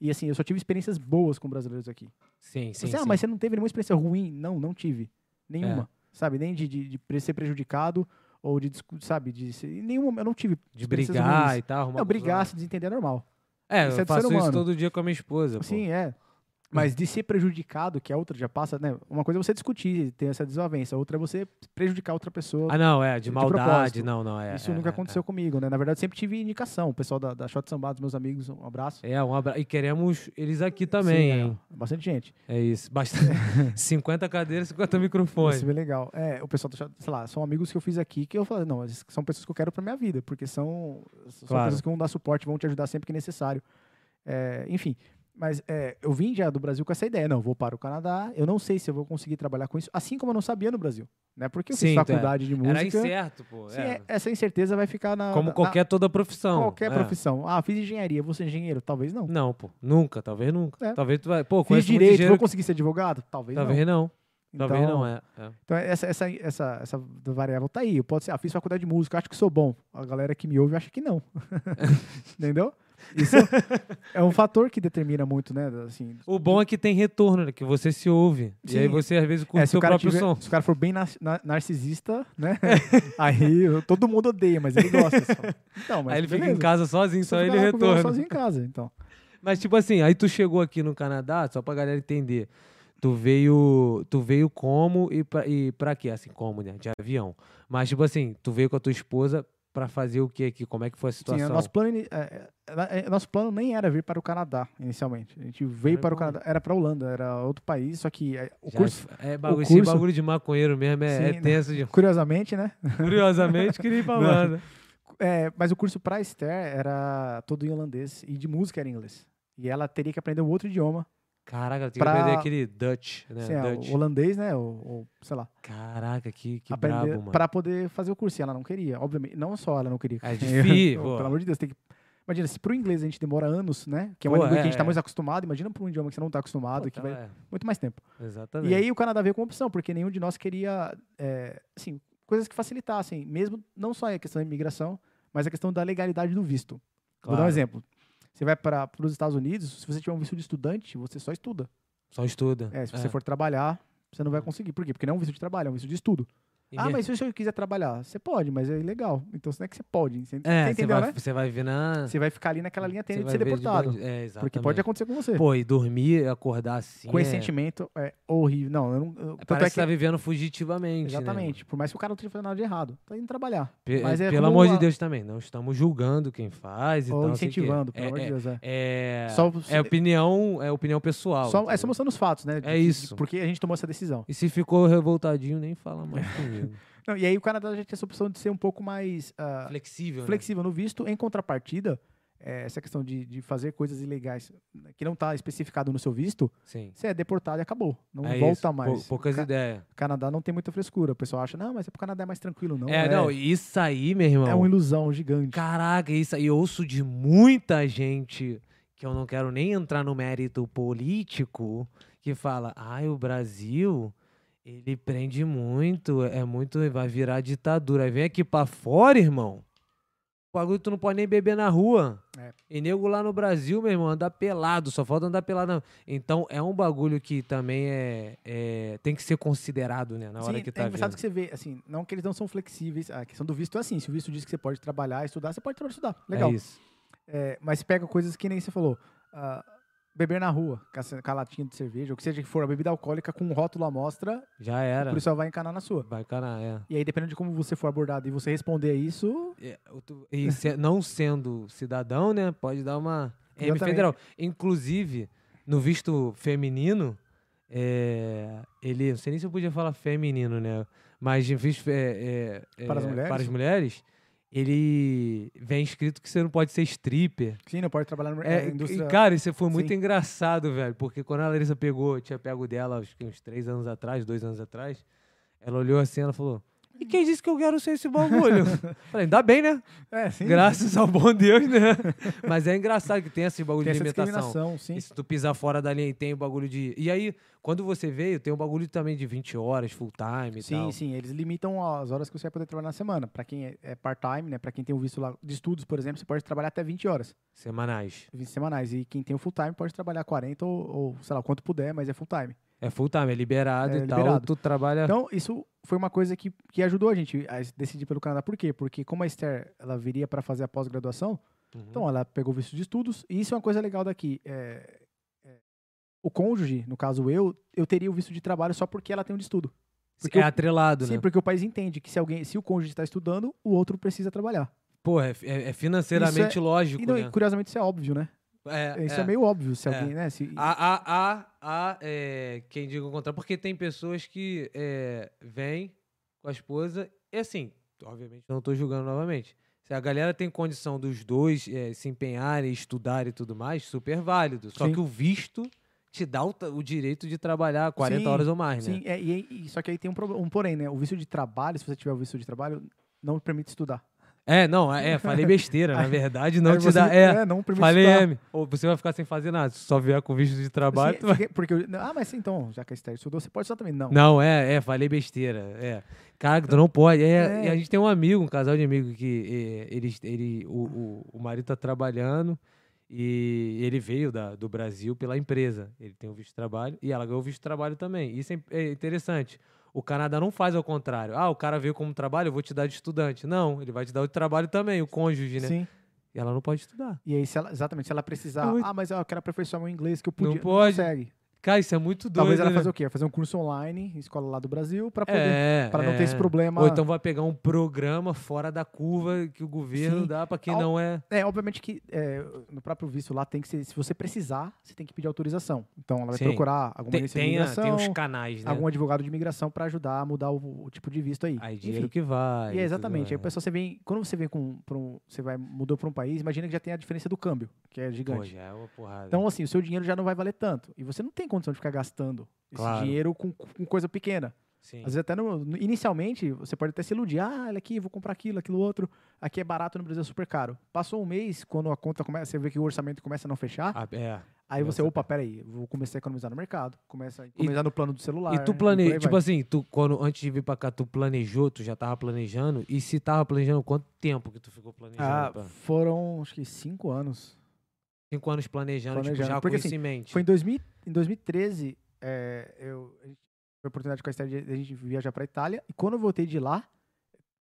E assim, eu só tive experiências boas com brasileiros aqui.
Sim, sim.
Você, ah,
sim. É.
mas você não teve nenhuma experiência ruim? Não, não tive. Nenhuma. Sabe? Nem de, de, de pre- ser prejudicado ou de, discu- sabe? De ser, em nenhuma, eu não tive.
De
experiências
brigar
ruins.
e tal. arrumar
Não, brigar,
confusão.
se desentender é normal.
É,
Isso é
eu
do ser
faço isso
humano.
todo dia com a minha esposa. pô.
Sim, é. Mas de ser prejudicado, que a outra já passa, né? Uma coisa é você discutir, ter essa desavença. Outra é você prejudicar outra pessoa.
Ah, não, é, de,
De
maldade,
propósito.
não, não, é.
Isso
é,
nunca
é,
aconteceu comigo, né? Na verdade, sempre tive indicação. O pessoal da, da Shot Samba, dos meus amigos, um abraço.
É, É, um abra... e queremos eles aqui também,
Sim, é,
hein?
Bastante gente.
É, isso. Bastante. 50 cadeiras, 50 microfones.
Isso é bem legal. É, o pessoal, tá achando- sei lá, são amigos que eu fiz aqui que eu falo, não, esses são pessoas que eu quero pra minha vida, porque são, são
Claro.
pessoas que vão dar suporte, vão te ajudar sempre que necessário. É, enfim, mas é, eu vim já do Brasil com essa ideia, não, vou para o Canadá, eu não sei se eu vou conseguir trabalhar com isso, assim como eu não sabia no Brasil, né? Porque eu fiz
Sim, tá.
faculdade de música.
Era incerto, pô.
Sim,
é.
é- essa incerteza vai ficar na
Como
na-
qualquer toda
na,
profissão.
qualquer
é.
profissão. Ah, fiz engenharia, vou ser engenheiro, talvez não.
Não, pô. Nunca, talvez nunca.
É.
Talvez tu vai. Pô,
Fiz
conheço muito
direito,
engenheiro
vou
que-
conseguir ser advogado? Talvez,
Talvez
não.
não. Talvez
Então,
não, é. é.
Então, essa, essa, essa, essa variável tá aí. Eu posso ser, ah, fiz faculdade de música, acho que sou bom. A galera que me ouve acha que não. Entendeu? Isso é um fator que determina muito, né? Assim,
O bom é que tem retorno, né? Que você se ouve. E
Sim.
aí você, às vezes, curte
é,
o
se, o
seu
cara
próprio
tiver-
som.
se o cara for bem nar- na- narcisista, né? aí eu- todo mundo odeia, mas ele gosta. Só. Então, mas
Aí ele fica em
beleza.
casa sozinho, só
Você
ele
fica lá com o violão
retorna.
sozinho em casa, então.
Mas tipo assim, aí tu chegou aqui no Canadá, só pra galera entender. Tu veio, tu veio como e pra, e pra quê? Assim, como, né? De avião. Mas tipo assim, tu veio com a tua esposa pra fazer o quê aqui? Como é que foi a
Sim,
situação?
o nosso plano, ini- é, é, é, nosso plano nem era vir para o Canadá inicialmente. A gente veio
Era
para o
pra onde?
Canadá, era para a Holanda, era outro país, só que é, o
Já
curso,
é bagulho,
curso-
esse bagulho de maconheiro mesmo é, é
Sim,
tenso. De,
curiosamente, né?
curiosamente, queria ir pra
Não.
Holanda.
é, mas o curso pra Esther era todo em holandês e de música era em inglês. E ela teria que aprender um outro idioma.
Caraca, tem que
Pra-
aprender aquele Dutch, né?
assim, é,
Dutch.
o holandês, né? Ou, ou, sei lá.
Caraca, que, que
aprender
brabo, mano.
pra poder fazer o curso. E ela não queria, obviamente. Não só ela não queria.
É
Eu-
difícil, pô.
Pelo amor de Deus, tem que. Imagina, se pro inglês a gente demora anos, né? Que é uma
Pô,
língua que a
é,
gente tá
é.
mais acostumado, imagina pra um idioma que você não tá acostumado,
Pô,
que
tá,
vai
é,
muito mais tempo.
Exatamente.
E aí o Canadá veio com opção, porque nenhum de nós queria, é, assim, coisas que facilitassem, mesmo não só a questão da imigração, mas a questão da legalidade do visto. Vou dar um
Claro.
exemplo. Você vai para os Estados Unidos, se você tiver um visto de estudante, você só estuda.
Só estuda.
É, se você for trabalhar, você não vai conseguir. Por quê? Porque não é um visto de trabalho, é um visto de estudo.
E é.
Ah,
me-
mas se o senhor quiser trabalhar, você pode, mas é ilegal. Então, não é que você pode. Você,
É,
você
você
entendeu,
vai,
né?
você vai vir na.
Você vai ficar ali naquela linha tênue de
vai
ser
ver
deportado.
bandi- É, exatamente.
porque pode acontecer com você.
Pô, e dormir, acordar assim.
com esse
é...
sentimento é horrível. Não, eu não. eu- tanto
Parece
é
que tá vivendo fugitivamente. né, mano?
Exatamente. Por mais que o cara não tenha feito nada de errado. Tá indo trabalhar.
Pe-
Mas é
pelo
como
amor de
a-
Deus também. Não estamos julgando quem faz e
ou
tal. não sei o quê.
incentivando,
É-
pelo amor de
é-
Deus. É,
É,
Só-
é opinião, é opinião pessoal.
só, é
entendeu?
só mostrando os fatos, né? de-
É
de-
isso.
De, porque a gente tomou essa decisão.
E se ficou revoltadinho, nem fala mais comigo.
Não, e aí o Canadá já tinha essa opção de ser um pouco mais ah,
Flexível, né?
flexível no visto. Em contrapartida, eh, essa questão de, de fazer coisas ilegais né, que não tá especificado no seu visto,
Sim.
você é deportado e acabou. Não
É
volta
isso. Pou-
mais.
poucas
o Ca-
ideias.
Canadá não tem muita frescura. O pessoal acha, não, mas é pro Canadá é mais tranquilo, não.
é, não, isso aí, meu irmão.
é uma ilusão gigante.
Caraca, isso aí eu ouço de muita gente que eu não quero nem entrar no mérito político, que fala: "Ai, o Brasil, ele prende muito, é muito, vai virar ditadura". Aí Vem aqui pra fora, irmão. O bagulho tu não pode nem beber na rua.
É.
E nego lá no Brasil, meu irmão, andar pelado, só falta andar pelado. na- Então é um bagulho que também é, é- tem que ser considerado, né, na hora
Sim,
que
é
tá
engraçado
vendo.
que você vê, assim, não que eles não são flexíveis. A questão do visto é assim, se o visto diz que você pode trabalhar, estudar, você pode trabalhar e estudar. Legal.
É isso.
É, mas pega coisas que nem você falou. ah, beber na rua, com a, com a latinha de cerveja, ou que seja que for, a bebida alcoólica com um rótulo à mostra,
Já
o
era.
policial vai encanar na sua.
Bacana, é.
E aí, dependendo de como você for abordado e você responder a isso,
É, o tu- E se- não sendo cidadão, né? Pode dar uma M
Exatamente.
federal. Inclusive, no visto feminino, é, ele. Não sei nem se eu podia falar feminino, né? Mas em visto fe- é, é,
Para as
é,
mulheres?
para as mulheres, ele vem escrito que você não pode ser stripper.
sim, não pode trabalhar na
É,
é, indústria.
e, cara, isso foi muito
Sim.
engraçado, velho. Porque quando a Larissa pegou, eu tinha pego dela acho que uns três anos atrás, dois anos atrás, ela olhou assim ela falou. E quem disse que eu quero ser esse bagulho? Falei, ainda bem, né?
É, sim.
Graças ao bom Deus, né? Mas é engraçado que tem esse bagulho
tem
de
essa
limitação.
discriminação, sim.
E se tu pisar fora da linha e tem o bagulho de. E aí, quando você veio, tem um bagulho também de 20 horas, full time e
Sim,
tal.
sim, eles limitam as horas que você vai poder trabalhar na semana. Pra quem é- é part-time, né? Pra quem tem o visto lá de estudos, por exemplo, você pode trabalhar até 20 horas.
Semanais.
20 semanais. E quem tem o full time pode trabalhar 40 ou, ou, sei lá, o quanto puder, mas é full time.
É full time, é liberado
É
e tal.
liberado.
Tu trabalha.
Então, isso foi uma coisa que, que ajudou a gente a es- decidir pelo Canadá. Por quê? Porque como a Esther, ela viria para fazer a pós-graduação,
Uhum.
então ela pegou o visto de estudos. E isso é uma coisa legal daqui. É, é, o cônjuge, no caso eu, eu teria o visto de trabalho só porque ela tem o de estudo. porque
é
o-
atrelado,
Sim,
né?
porque o país entende que se alguém, se o cônjuge está estudando, o outro precisa trabalhar.
Pô, é, é- é financeiramente
Isso
lógico,
E, não, e
né?
curiosamente isso é óbvio, né?
É,
Isso é, meio óbvio, se
É.
alguém, né? Se,
Há, há, há, há é, quem diga o contrário, porque tem pessoas que é, vêm com a esposa e assim, obviamente eu não tô julgando novamente. Se a galera tem condição dos dois é, se empenharem, estudar e tudo mais, super válido. Só
Sim.
que o visto te dá o, ta- o direito de trabalhar 40
Sim,
horas ou mais, né?
Sim, é, e, aí- e- só que aí tem um, proble- um porém, né? O visto de trabalho, se você tiver o visto de trabalho, não permite estudar.
É, não, é, é, falei besteira, na verdade não
Aí
te
você-
dá. É,
não permite
falei
estudar.
M. Ou você vai ficar sem fazer nada, se só vier com visto de trabalho,
Assim,
tu vai
fica- porque eu- ah, mas então, já que a Esther estudou, você pode estudar também. Não.
Não, é, é, falei besteira. É. Caraca, tu não pode. É,
É.
E a gente tem um amigo, um casal de amigo que é, eles, ele, o, o, o marido tá trabalhando e ele veio da, do Brasil pela empresa. Ele tem o visto de trabalho e ela ganhou o visto de trabalho também. Isso é, im- é interessante. O Canadá não faz ao contrário. Ah, o cara veio como trabalho, eu vou te dar de estudante. Não, ele vai te dar o trabalho também, o cônjuge, né?
Sim.
E ela não pode estudar.
E aí, se ela, exatamente, se ela precisar,
Não, eu-
ah, mas eu quero aperfeiçoar meu inglês que eu
Não
podia.
pode.
consegue.
Cara, isso é muito doido.
Talvez ela
né?
fazer o quê? Fazer um curso online em escola lá do Brasil pra poder.
É,
pra não ter esse
é.
problema.
Ou então vai pegar um programa fora da curva que o governo
Sim.
dá pra quem
Al-
não é.
É, obviamente que é, no próprio visto lá tem que ser. Se você precisar, você tem que pedir autorização. Então ela vai
Sim.
procurar alguma
Tem,
agência
tem,
de
a-
imigração,
tem os canais, né?
algum advogado de imigração pra ajudar a mudar o, o tipo de visto aí.
Aí dinheiro
Enfim,
que vai.
E é
tudo
exatamente. Aí o
mais.
pessoal, você vem. Quando você vem com. pra um- você vai, mudou pra um país, imagina que já tem a diferença do câmbio, que é
Pô,
gigante.
já é uma porrada.
Então, assim, o seu dinheiro já não vai valer tanto. E você não tem condição de ficar gastando esse
Claro.
dinheiro com, com coisa pequena.
Sim.
Às vezes até no- no- inicialmente você pode até se iludir, ah, olha aqui, vou comprar aquilo, aquilo outro. Aqui é barato, no Brasil é super caro. Passou um mês, quando a conta começa, você vê que o orçamento começa a não fechar,
Ah, é.
aí você,
nossa.
opa, peraí, vou começar a economizar no mercado, começa a economizar no plano do celular.
E tu
planeja
planejou, tipo assim, tu, quando, antes de vir pra cá, tu planejou, tu já tava planejando? E se tava planejando, quanto tempo que tu ficou planejando?
ah,
pá?
foram acho que cinco anos.
Cinco anos planejando, tipo,
Planejando.
já
Porque,
com isso
assim,
em mente.
Foi em, 2000, em 2013, é, eu a gente teve a oportunidade com a Esther de a gente viajar para Itália. E quando eu voltei de lá,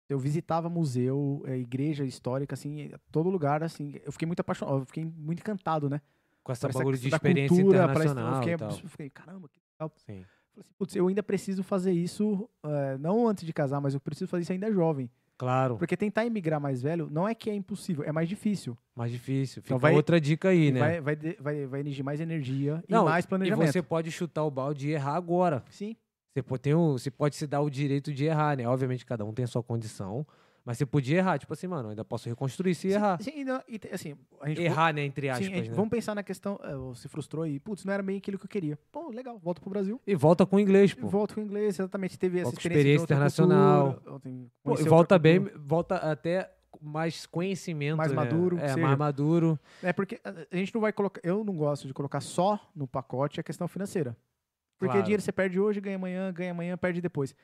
eu visitava museu, é, igreja histórica, assim, eh, todo lugar, assim. Eu fiquei muito apaixonado, eu fiquei muito encantado, né?
com essa
Por
bagulho
questão
de
da
experiência
cultura, pra essa- é
internacional
eu
e
fiquei,
tal.
abs- eu fiquei, caramba, que legal.
Sim.
Falei assim, putz, eu ainda preciso fazer isso, eh, não antes de casar, mas eu preciso fazer isso ainda jovem.
Claro,
Porque tentar emigrar mais velho não é que é impossível, é mais difícil.
mais difícil. Fica
Então vai-
outra dica aí, né?
Vai, vai, de- vai, vai exigir mais energia
Não,
e mais
E
planejamento.
você pode chutar o balde e errar agora.
Sim.
Você pode, tem um, você pode se dar o direito de errar, né? Obviamente cada um tem a sua condição, mas você podia errar, tipo assim, mano, ainda posso reconstruir se
Sim,
errar.
sim, e não- e te- assim, a gente,
Errar, né, entre
vo- sim,
aspas,
a gente-
né?
Vamos pensar na questão, é, ou se frustrou e, putz, não era bem aquilo que eu queria. Pô, legal, volto pro Brasil.
E volta com o inglês, pô.
Volto com o inglês, exatamente, teve essa
Volta Tipo, com
experiência, de
experiência
outra
internacional.
cultura, ontem
Pô,
conheci
e
outra
volta bem,
cultura.
volta até mais conhecimento,
Mais
né?
maduro, que
É,
seja.
mais maduro.
É porque a a gente não vai colocar, eu não gosto de colocar só no pacote a questão financeira. Porque
Claro.
dinheiro você perde hoje, ganha amanhã, ganha amanhã, perde depois.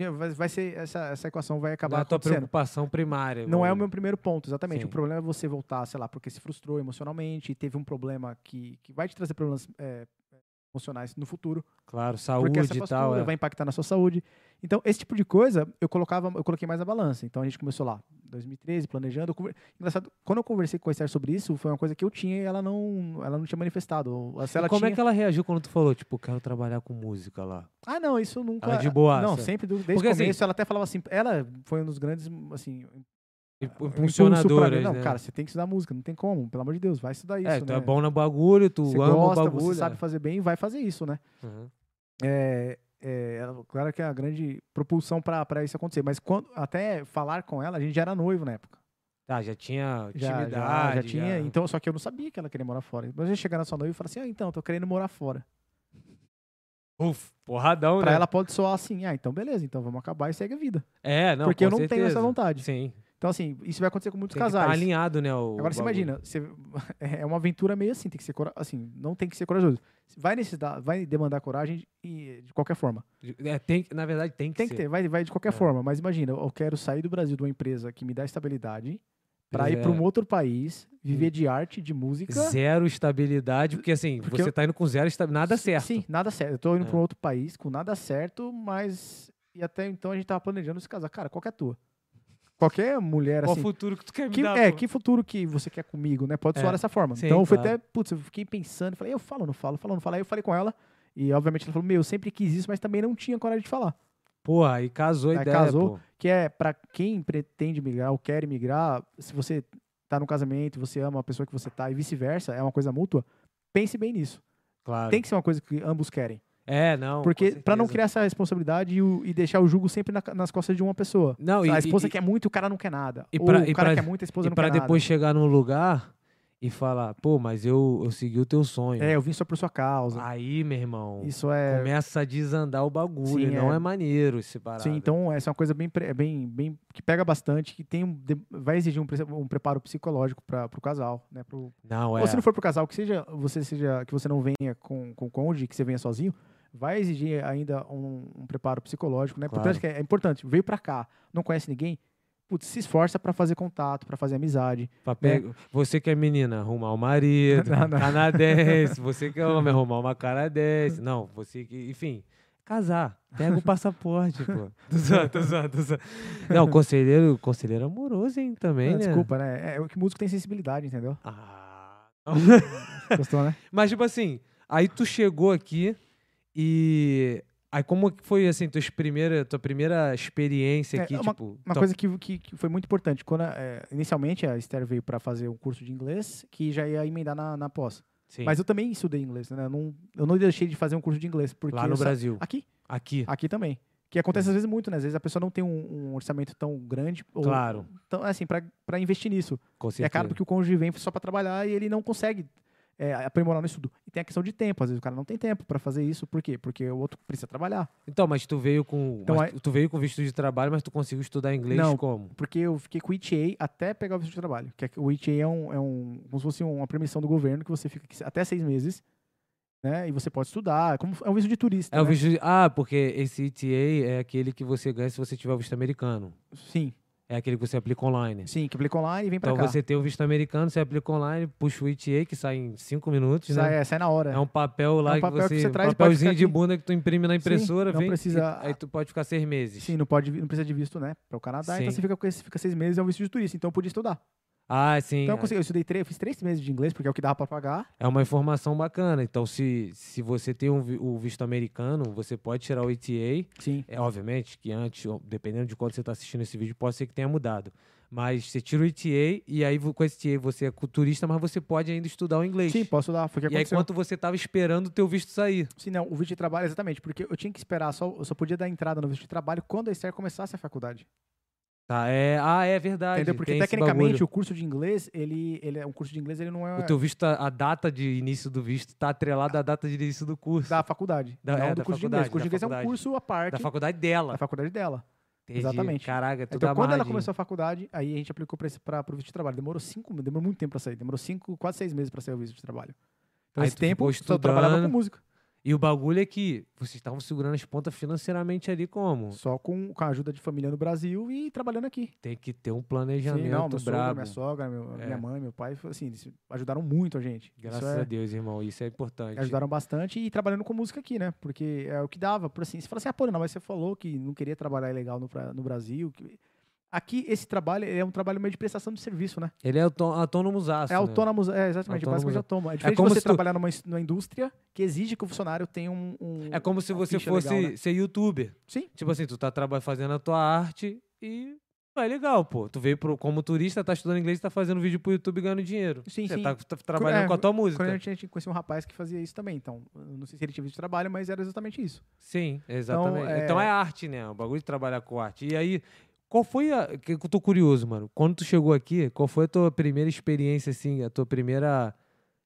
É, Vai, vai ser, essa, essa equação vai
Não
acabar
é a tua
acontecendo.
preocupação primária.
Não é o
vamos-
meu primeiro ponto, exatamente.
Sim.
O problema é você voltar, sei lá, porque se frustrou emocionalmente e teve um problema que, que vai te trazer problemas é, emocionais no futuro.
Claro,
porque
saúde
essa
e tal.
postura
é.
vai impactar na sua saúde. Então, esse tipo de coisa eu colocava, eu coloquei mais na balança. Então a gente começou lá, 2013, planejando. Eu conver- Engraçado, quando eu conversei com a Esther sobre isso, foi uma coisa que eu tinha e ela não, ela não tinha manifestado. Ou
E
Se ela
como
tinha,
é que ela reagiu quando tu falou, tipo, quero trabalhar com música lá?
Ah, não, isso nunca.
Ela de boaça.
Não, sempre do- desde
Porque,
o
assim,
começo ela até falava assim, ela foi um dos grandes assim, um
Impulsionadoras,
funcionadores. Não,
Tipo, né?
cara, você tem que estudar música, não tem como, pelo amor de Deus, vai estudar isso.
é, tu
né?
é bom no bagulho, tu
você
ama
gosta,
o bagulho.
você sabe
é.
fazer bem e vai fazer isso, né?
Uhum.
É, é, ela- claro que é a grande propulsão pra pra isso acontecer, mas quando até falar com ela, a gente já era noivo na época.
Tá, já tinha
Já, já-
intimidade.
já, tinha, então, só que eu não sabia que ela queria morar fora. Mas a gente chegar na sua noiva e falar assim: "Ah, então, tô querendo morar fora".
Uf, porradão,
Pra
né?
ela pode soar assim: "Ah, então beleza, então vamos acabar e segue a vida".
É, não,
porque eu
com
não tenho essa
certeza.
vontade.
Sim.
Então, assim, isso vai acontecer com muitos
Tem que tá
casais.
alinhado, né? o
Agora, você
bagulho.
imagina, você, é uma aventura meio assim, tem que ser cora- assim, não tem que ser corajoso. Vai necessitar, vai demandar coragem e, de qualquer forma.
É, tem, que- na verdade, tem que
Tem
ser.
que ter, vai, vai de qualquer
É.
forma. Mas imagina, eu quero sair do Brasil de uma empresa que me dá estabilidade para
Pois
ir para
é. Hum.
um outro país, viver de arte, de música.
Zero estabilidade, porque assim,
Porque
você tá indo com zero estabilidade. Nada
Sim,
certo.
Sim, nada certo. Eu tô indo
É.
para um outro país com nada certo, mas e até então a gente tava planejando se casar. Cara, qual que é a tua? Qualquer mulher
Qual o
assim,
futuro que tu quer me
Que,
dar?
é,
pô?
que futuro que você quer comigo, né? Pode
É,
soar dessa forma.
sim,
então foi
claro.
até, putz, eu fiquei pensando, falei, eu falo, não falo, falo, não falo. Aí eu falei com ela, e obviamente ela falou, meu, eu sempre quis isso, mas também não tinha coragem de falar.
Pô, aí casou a
Aí
ideia,
casou.
pô.
Que é, pra quem pretende migrar ou quer migrar, se você tá no casamento, você ama a pessoa que você tá e vice-versa, é uma coisa mútua, pense bem nisso.
Claro.
Tem que ser uma coisa que ambos querem.
É, não.
porque
com
pra não
certeza.
criar essa responsabilidade e, o- e deixar o jugo sempre na ca- nas costas de uma pessoa.
Não, e,
a esposa
e,
quer muito, o cara não quer nada.
e
Ou
pra-
o
e
cara
pra-
quer muito, a esposa
e
não
pra
quer nada.
depois chegar num lugar e falar, pô, mas eu, eu segui o teu sonho.
É, eu vim só por sua causa.
Aí, meu irmão,
Isso é.
começa a desandar o bagulho.
Sim,
não é.
é.
maneiro esse parado.
Sim, então essa é uma coisa bem, pre- bem, bem que pega bastante, que tem um, de- vai exigir um, pre- um preparo psicológico para o casal, né? Pro,
Não, é.
Ou se não for pro casal, que seja você seja que você não venha com, com o cônjuge, que você venha sozinho, vai exigir ainda um, um preparo psicológico, né?
Claro.
Portanto, que é, é importante. Veio para cá, não conhece ninguém, putz, se esforça para fazer contato, para fazer amizade.
Pra pe- Você que é menina, arrumar um marido,
né? Não, não.
canadense. Você que é homem, arrumar uma canadense. Não, você que. Enfim, casar. Pega o passaporte, pô. Tô zoando, tô zoando, tô zoando. Não, conselheiro, conselheiro é amoroso, hein, também,
Ah,
né?
Desculpa, né? É, é o que músico tem sensibilidade, entendeu?
Ah.
Gostou, né?
Mas, tipo assim, Aí tu chegou aqui e. Aí como que foi assim, tuas primeira, tua primeira experiência
É,
aqui,
uma-
tipo.
Uma
tua-
coisa que, que, que foi muito importante. Quando, a- é, inicialmente, a Esther veio para fazer um curso de inglês que já ia emendar na, na pós.
Sim,
Mas é eu também estudei inglês, né? Eu não, eu não deixei de fazer um curso de inglês. Porque
lá no
eu sa-
Brasil. É.
Aqui,
Aqui.
aqui também. Que acontece às vezes muito, né? Às vezes a pessoa não tem um, um orçamento tão grande. Ou,
Claro.
Então, assim, para investir nisso.
Com
E é caro
certeza.
porque o cônjuge vem só para trabalhar e ele não consegue é, aprimorar no estudo. E tem a questão de tempo. Às vezes o cara não tem tempo para fazer isso. Por quê? Porque o outro precisa trabalhar.
Então, mas tu veio com.
Então,
mas tu veio com visto de trabalho, mas tu conseguiu estudar inglês
Não.
como?
Porque eu fiquei com o ETA até pegar o visto de trabalho. Que é que o ETA é, um, é um, como se fosse uma permissão do governo que você fica aqui até seis meses. Né? E você pode estudar. É como- é um visto de turista.
É o
né?
visto de... Ah, porque esse ETA é aquele que você ganha se você tiver o visto americano.
Sim,
É aquele que você aplica online.
sim. Que aplica online e vem para
Então
cá.
você tem o visto americano, você aplica online, puxa o ETA, que sai em cinco minutos,
sai,
né?
é, sai na hora.
É um papel lá
um papel
que
que
você.
você traz e pode
papelzinho
ficar
de
aqui.
bunda que tu imprime na impressora,
não
vem. e-
precisa-
Aí tu pode ficar seis meses.
Sim, não, pode, não precisa de visto, né? Para o Canadá. Então
Sim.
você fica, com esse- fica seis meses, é um visto de turista. Então eu podia estudar.
Ah, sim.
Então eu, consegui, eu estudei três, eu fiz três meses de inglês, porque é o que dava para pagar.
É uma informação bacana. Então, se, se você tem um vi- o visto americano, você pode tirar o ETA.
Sim.
É, obviamente que antes, ou dependendo de quando você está assistindo esse vídeo, pode ser que tenha mudado. Mas você tira o ETA e aí vo- com esse ETA você é culturista, mas você pode ainda estudar o inglês.
Sim, posso dar. Foi o que
e aí,
aconteceu.
quanto você estava esperando o teu visto sair?
Sim, não, o visto de trabalho, exatamente, porque eu tinha que esperar, só, eu só podia dar entrada no visto de trabalho quando a Esther começasse a faculdade.
Tá, é, ah, é verdade.
Entendeu? Porque
tem esse
tecnicamente
bagulho.
o curso de inglês, ele, ele é um curso de inglês, ele não é
o teu visto, tá- a data de início do visto está atrelada à data de início do curso.
da faculdade.
Da-
não
é,
do
da
curso de
faculdade,
inglês. O curso de
da
inglês é um
faculdade.
curso à parte
Da
da faculdade,
faculdade É dela.
dela.
Entendi.
exatamente.
Caraca, tudo
então, quando ela
amarradinho.
começou a faculdade, aí a gente aplicou para o visto de trabalho. Demorou cinco, demorou muito tempo para sair. Demorou cinco, quase seis meses para sair o visto de trabalho. Então,
Aí
esse
tu ficou
tempo, eu só trabalhava com
estudando.
música.
E o bagulho é que vocês estavam segurando as pontas financeiramente ali como?
Só com, com a ajuda de família no Brasil e trabalhando aqui.
Tem que ter um
Sim,
planejamento
não, meu sogro,
brabo.
minha sogra, meu-
É.
minha mãe, meu pai, foi assim, eles ajudaram muito a gente. Isso
Graças
é-
a Deus, irmão. Isso é importante.
ajudaram bastante e trabalhando com música aqui, né? Porque é o que dava, por assim, você fala assim, ah, pô, não, mas você falou que não queria trabalhar ilegal no, pra- no Brasil. que- Aqui, esse trabalho ele é um trabalho meio de prestação de serviço, né?
Ele é autô- autônomo zaço, né?
é autônomo, é, exatamente,
Autônomo.
basicamente autônomo. É diferente
como
de você
se tu-
trabalhar numa, ins- numa indústria que exige que o funcionário tenha um... um-
Né? É como se
uma
você
ficha
fosse
legal, né?
ser youtuber.
Sim.
Tipo assim, tu tá traba- fazendo a tua arte e é legal, pô. Tu veio pro, como turista, tá estudando inglês, tá fazendo vídeo pro YouTube e ganhando dinheiro.
Sim,
Você
sim.
tá, tá trabalhando
é,
com a tua
Quando a
música.
gente, a gente conhecia um rapaz que fazia isso também, então, eu não sei se ele tinha visto trabalho, mas era exatamente isso.
Sim, exatamente. Então é...
é-
arte, né? O bagulho de trabalhar com arte. E aí, qual foi a. que eu tô curioso, mano. Quando tu chegou aqui, qual foi a tua primeira experiência, assim, a tua primeira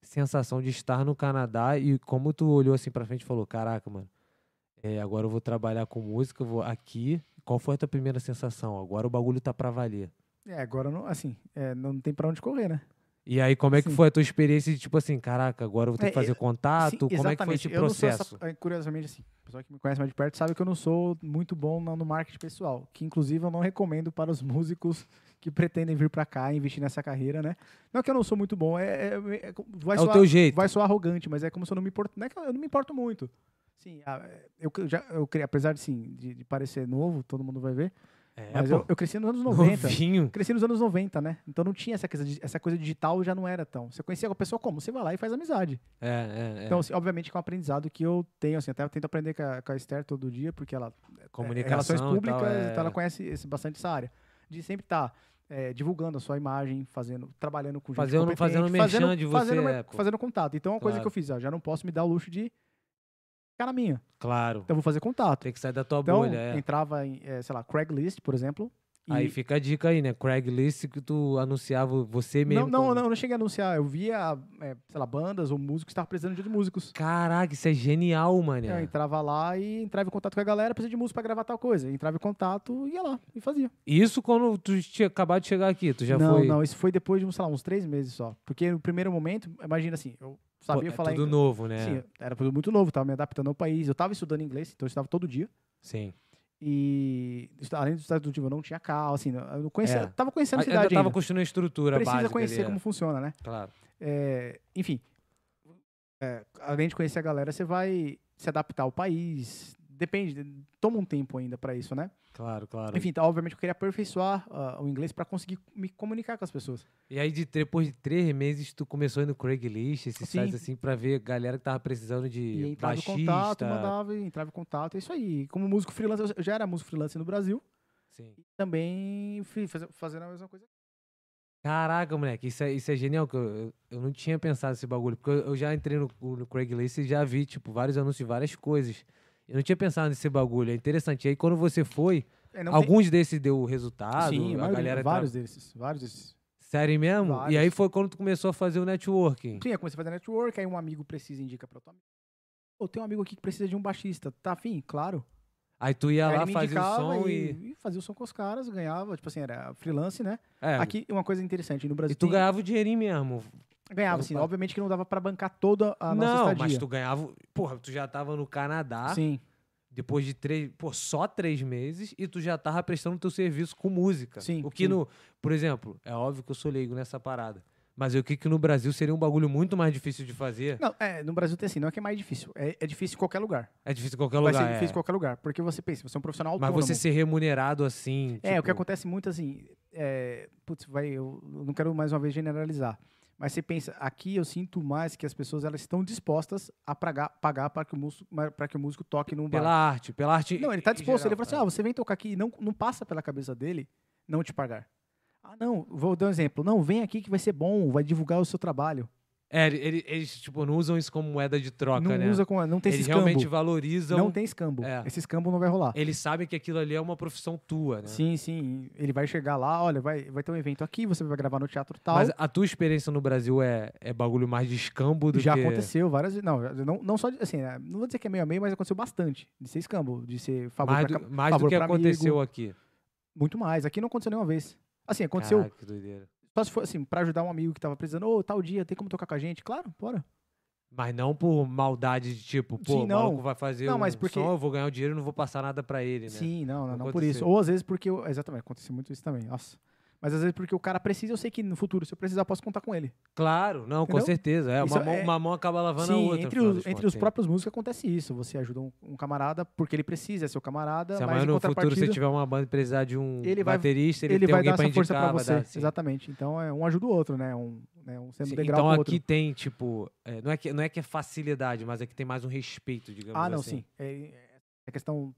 sensação de estar no Canadá e como tu olhou assim pra frente e falou: Caraca, mano, é, agora eu vou trabalhar com música, eu vou aqui. Qual foi a tua primeira sensação? Agora o bagulho tá pra valer.
É, agora, não, assim, é, não tem pra onde correr, né?
E aí, como é que
Sim.
foi a tua experiência de tipo assim, caraca, agora eu vou ter
É,
que fazer
eu-
contato?
Sim,
como é que foi
exatamente.
esse
Eu não sou essa-
processo?
eh, curiosamente, assim, o pessoal que me conhece mais de perto sabe que eu não sou muito bom na- no marketing pessoal, que inclusive eu não recomendo para os músicos que pretendem vir para cá e investir nessa carreira, né? Não é que eu não sou muito bom, é, é- é- vai,
É o
soar,
teu jeito.
vai soar arrogante, mas é como se eu não me importo, não é que eu não me importo muito. Sim, a- eu cre- já eu cre- apesar de sim, de, de parecer novo, todo mundo vai ver,
É,
mas
pô,
eu, eu cresci nos anos 90.
novinho.
Cresci nos anos 90, né? Então não tinha essa coisa, de- essa coisa digital já não era tão. Você conhecia a pessoa como? Você vai lá e faz amizade.
É, é, é.
Então, assim, obviamente que é um aprendizado que eu tenho, assim, até eu tento aprender com a, com a Esther todo dia, porque ela é, é
Comunicação.
relações
e tal,
públicas,
é...
então ela conhece esse- bastante essa área. De sempre estar divulgando a sua imagem, fazendo, trabalhando com gente
Fazendo-
competente,
fazendo merchan de você,
fazendo, mer-
é, pô.
fazendo contato. Então, é uma coisa
Claro.
que eu fiz, ó, já não posso me dar o luxo de ficar na minha.
Claro.
Então, eu vou fazer contato.
Tem que sair da tua
Então,
bolha, é.
entrava em, eh, sei lá, Craigslist, por exemplo. e-
Aí fica a dica aí, né? Craigslist que tu anunciava você mesmo.
não, não,
como-
não, eu não cheguei a anunciar. Eu via, eh, sei lá, bandas ou músicos que estavam precisando de músicos.
Caraca, isso é genial, mané.
Eu entrava lá e entrava em contato com a galera, precisa de música pra gravar tal coisa. Entrava em contato, ia lá e fazia.
Isso quando tu tinha acabado de chegar aqui, tu já
não,
foi.
não, isso foi depois de, um, sei lá, uns três meses só. Porque no primeiro momento, imagina assim, eu
Pô,
sabia
é
falar
tudo
inglês.
novo, né?
Sim, era tudo muito novo, tava me adaptando ao país. Eu tava estudando inglês, então eu estudava todo dia.
Sim.
E estu- além do estado do eu não tinha carro, assim, eu não conhecia,
É.
tava conhecendo a
Aí Ainda
cidade
tava
ainda.
construindo a estrutura
Precisa
básica
conhecer
ali, é.
como funciona, né?
Claro.
É, enfim, é, além de conhecer a galera, você vai se adaptar ao país, depende, toma um tempo ainda pra isso, né?
Claro, claro.
Enfim, tá, obviamente eu queria aperfeiçoar ah, o inglês pra conseguir me comunicar com as pessoas.
E aí, de, depois de três meses, tu começou a ir no Craigslist, esses
Sim.
sites assim, pra ver galera que tava precisando
E
de
entrava em
baixista.
contato, mandava, e entrava em contato, é isso aí. Como músico freelancer, eu já era músico freelancer no Brasil,
Sim.
também fui faze- fazendo a mesma coisa.
Caraca, moleque, isso é, isso é genial. que Eu, eu- eu não tinha pensado nesse bagulho. Porque eu, eu já entrei no, no Craigslist e já vi, tipo, vários anúncios de várias coisas. Eu não tinha pensado nesse bagulho. É interessante. E aí, quando você foi,
É, não
alguns desses deu resultado.
tem... Sim, a
a
maioria,
galera tá
vários desses, vários desses.
Tra... Sério mesmo? E aí
Vários.
foi quando tu começou a fazer o networking.
Sim, eu comecei a fazer network, aí um amigo precisa indica pra outro amigo. Ou tem um amigo aqui que precisa de um baixista, tá afim? Claro.
Aí tu ia
Aí
lá
ele me
fazer o
indicava
som e.
e... fazia o som com os caras, ganhava, tipo assim, era freelance, né?
É,
Aqui, uma coisa interessante, no Brasil
e tu
tem-
ganhava o dinheirinho mesmo.
ganhava, assim,
Opa.
obviamente que não dava pra bancar toda a nossa
não,
estadia.
mas tu ganhava. Porra, tu já tava no Canadá.
Sim,
depois de três, pô, só três meses e tu já tava prestando teu serviço com música.
Sim,
O que
sim.
no, por exemplo, é óbvio que eu sou leigo nessa parada, mas eu que que no Brasil seria um bagulho muito mais difícil de fazer.
Não, é, no Brasil tem assim, não é que é mais difícil. É, é difícil em qualquer lugar.
É difícil em qualquer
Vai
lugar.
ser difícil
é.
em qualquer lugar. Porque você pensa, você é um profissional
Mas
autônomo.
você ser remunerado assim,
É, o que
tipo,
acontece muito assim. É, putz, vai, eu não quero mais uma vez generalizar. Mas você pensa, aqui eu sinto mais que as pessoas elas estão dispostas a pragar- pagar para que o músico, para que o músico toque num
pela
bar.
arte, pela arte.
Não, ele
em
está disposto.
geral, é.
ele fala assim: ah, você vem tocar aqui e não, não passa pela cabeça dele não te pagar. Ah, não, vou dar um exemplo. Não, vem aqui que vai ser bom, vai divulgar o seu trabalho.
É, ele- ele- eles tipo não usam isso como moeda de troca,
não
né?
usa com, não tem
eles
esse escambo.
realmente valorizam.
Não tem escambo.
É.
Esse escambo não vai rolar.
Eles sabem que aquilo ali é uma profissão tua, né?
Sim, sim. Ele vai chegar lá, olha, vai, vai ter um evento aqui, você vai gravar no teatro tal.
Mas a tua experiência no Brasil é, é bagulho mais de escambo do
já
que
aconteceu várias vezes. Não, não, não só de, assim, né, não vou dizer que é meio a meio, mas aconteceu bastante. De ser escambo, de ser favor
mais
pra
do,
ca-
mais do
favor
que
pra amigo.
aconteceu aqui.
Muito mais. Aqui não aconteceu nenhuma vez. Assim, aconteceu
Caraca, que doideira.
só se for assim, pra ajudar um amigo que tava precisando, ô, tal dia, tem como tocar com a gente? Claro, bora.
Mas não por maldade de tipo, pô,
Sim,
o maluco
não.
vai fazer
Não,
um
mas porque-
som, eu vou ganhar o dinheiro e não vou passar nada pra ele, né?
Sim, não, não,
Não
não por isso.
aconteceu.
Ou às vezes porque. eu- exatamente, aconteceu muito isso também. Nossa. Mas às vezes porque o cara precisa, eu sei que no futuro, se eu precisar, eu posso contar com ele.
Claro, não, com
Entendeu?
certeza. É, uma,
Isso
mão,
é-
uma mão acaba lavando a
Sim,
outra. no
entre
final
os,
das
entre
contas,
os
sim.
próprios músicos acontece isso. Você ajuda um, um camarada porque ele precisa, é seu camarada,
Se
mas
amanhã
em
no futuro você
contrapartida,
tiver uma banda e precisar de um
ele vai-
baterista, ele,
ele
tem
vai dar
alguém pra
essa força
indicar,
pra
vai
você.
dar, sim.
Exatamente. Então é um ajuda o outro, né? Um, né? um sendo
Sim,
degrau
Então
pro
aqui
outro.
tem, tipo, é, não, é que, não é que é facilidade, mas é que tem mais um respeito, digamos
Ah, não,
assim.
sim. É, a questão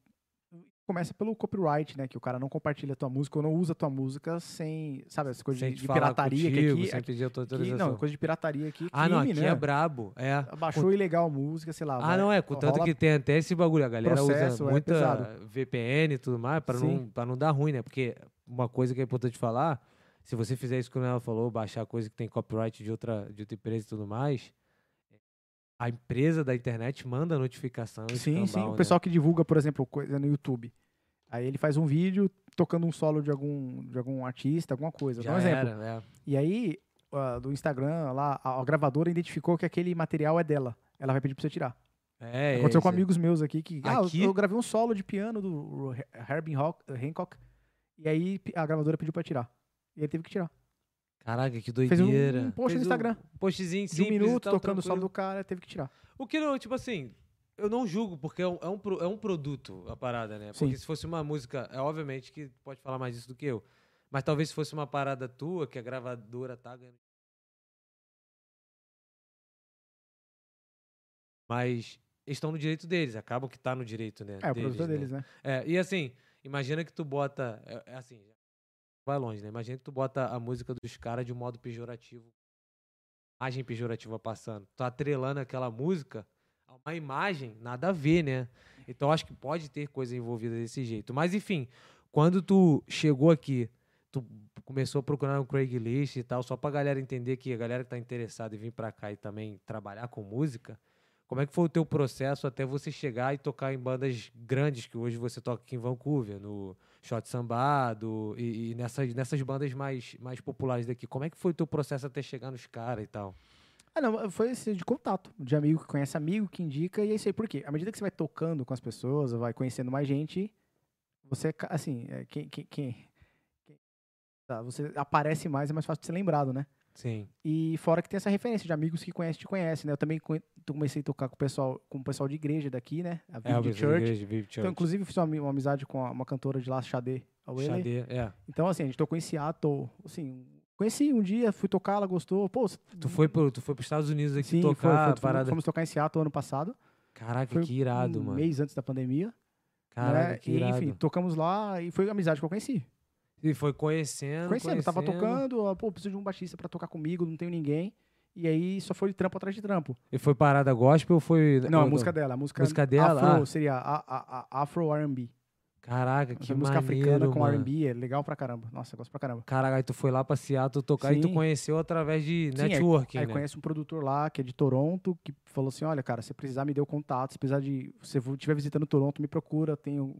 começa pelo copyright, né? Que o cara não compartilha a tua música ou não usa a tua música sem, sabe, essa coisa
Sem
de,
te
de
falar
pirataria
contigo,
que aqui,
sem
aqui-
pedir autorização.
não, coisa de pirataria aqui,
ah, não,
crime,
aqui
né?
é brabo. É.
Baixou ilegal a música, sei lá.
Ah, não é, contanto que tem até esse bagulho. A galera
Processo,
usa
é
muita
pesado.
VPN e tudo mais pra não,
Sim.
pra não dar ruim, né? Porque uma coisa que é importante falar, se você fizer isso que ela falou, baixar coisa que tem copyright de outra, de outra empresa e tudo mais, a empresa da internet manda notificação.
Sim, sim.
escambau,
O
né?
pessoal que divulga, por exemplo, coisa no YouTube. Aí ele faz um vídeo tocando um solo de algum, de algum artista, alguma coisa.
já
Dá um exemplo.
era, né?
E aí, ah, do Instagram lá, a, a gravadora identificou que aquele material é dela. Ela vai pedir pra você tirar.
É, é
Aconteceu com um
isso aí.
amigos meus aqui que. Ah, eu-
Aqui?
eu, gravei um solo de piano do Her- Herbie Hancock- Hancock. E aí pe- a gravadora pediu pra tirar. E ele teve que tirar.
Caraca, que
Fez um,
doideira.
um
Fez
post no
um
Instagram.
postzinho
De um
simples e
minuto,
tal,
tocando o solo
tranquilo.
do cara, teve que tirar.
O que não, tipo assim, eu não julgo, porque é um, é um, pro- é um produto a parada, né? Porque
Sim.
se fosse uma música, é obviamente que pode falar mais disso do que eu. Mas talvez se fosse uma parada tua, que a gravadora tá ganhando. Mas eles estão no direito deles, acabam que tá no direito, né?
É, o produto
né?
deles, né?
É, e assim, imagina que tu bota. É, é assim, vai longe, né? Imagina que tu bota a música dos caras de um modo pejorativo. Imagem pejorativa passando. Tu atrelando aquela música a uma imagem, nada a ver, né? Então acho que pode ter coisa envolvida desse jeito. Mas enfim, quando tu chegou aqui, tu começou a procurar no Craigslist e tal, só pra galera entender que a galera que tá interessada em vir pra cá e também trabalhar com música, como é que foi o teu processo até você chegar e tocar em bandas grandes que hoje você toca aqui em Vancouver, no Shot Sambado e, e nessas, nessas bandas mais, mais populares daqui? Como é que foi o teu processo até chegar nos caras e tal?
Ah, não, foi esse de contato, de amigo que conhece amigo, que indica, e é isso aí. Por quê? À medida que você vai tocando com as pessoas, vai conhecendo mais gente, você, ca- assim, é, quem, quem, quem- quem- tá, você aparece mais, é mais fácil de ser lembrado, né?
Sim.
E fora que tem essa referência de amigos que conhecem te conhecem, né? Eu também conhe- comecei a tocar com o pessoal, com o pessoal de igreja daqui, né? A
É,
Vineyard
Elvis
Church.
Igreja, Vive Church.
Então, inclusive, eu fiz uma, ami- uma amizade com a- uma cantora de lá, Xadê Awele.
Xadê, é.
Então, assim, a gente tocou em Seattle, assim, conheci um dia, fui tocar, ela gostou. Pô, você-
Tu foi, pro, tu foi pros Estados Unidos aqui
Uhum. Sim, foi, foi,
tocar a
fomos-
parada.
fomos tocar em Seattle ano passado.
Caraca,
Foi
que irado,
um
mano.
mês antes da pandemia.
Caraca,
né?
que
e,
irado.
enfim, tocamos lá e foi a amizade que eu conheci.
e foi conhecendo,
Conhecendo,
conhecendo.
tava tocando, ó, pô, preciso de um baixista pra tocar comigo, não tenho ninguém. E aí só foi de trampo atrás de trampo.
E foi parada gospel ou foi...
Não, a
ou-
música dela, a música,
Música dela?
Afro,
Ah.
seria a, a- a- Afro R&B.
Caraca, que
Essa música
maneiro,
africana com
mano.
R&B, é legal pra caramba. Nossa, eu gosto pra caramba.
Caraca, aí tu foi lá pra Seattle tocar e tu
Sim.
conheceu através de
Sim, aí-
networking,
Aí
né?
conhece um produtor lá, que é de Toronto, que falou assim, olha, cara, se precisar, me dê o contato. Se precisar de... Se você estiver visitando Toronto, me procura. Tenho,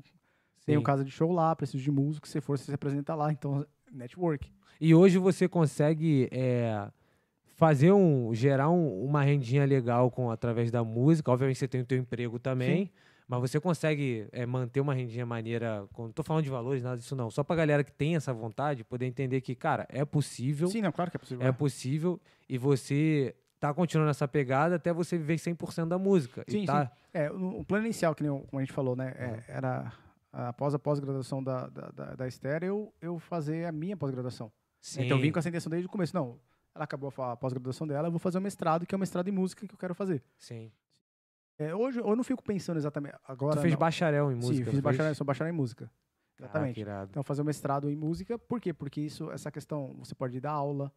tenho
Sim.
casa de show lá, preciso de músico. Se você for, você se apresenta lá. Então, network.
E hoje você consegue é, fazer um, gerar um- uma rendinha legal com através da música. Obviamente você tem o teu emprego também, mas você consegue é, manter uma rendinha maneira. com- Não tô falando de valores, nada disso não. Só pra galera que tem essa vontade poder entender que, cara, é possível,
Sim, não, claro que é possível.
é possível e você tá continuando essa pegada até você viver 100% da música. E
Sim, sim.
tá-
É, o, o plano inicial, que nem o- como a gente falou, né?
Uhum.
é, era após a pós-graduação da, da, da, da Esther, eu, eu fazer a minha pós-graduação.
sim.
Então eu vim com essa intenção desde o começo. Não, ela acabou a fa- a pós-graduação dela, eu vou fazer o mestrado, que é o mestrado em música que eu quero fazer.
sim.
É, hoje eu não fico pensando exatamente agora.
Tu fez
não.
bacharel em música.
Sim, eu fiz
fez?
bacharel, sou bacharel em música.
Caraca,
Exatamente.
Ah, irado.
Então fazer o mestrado em música, por quê? Porque isso, essa questão, você pode dar aula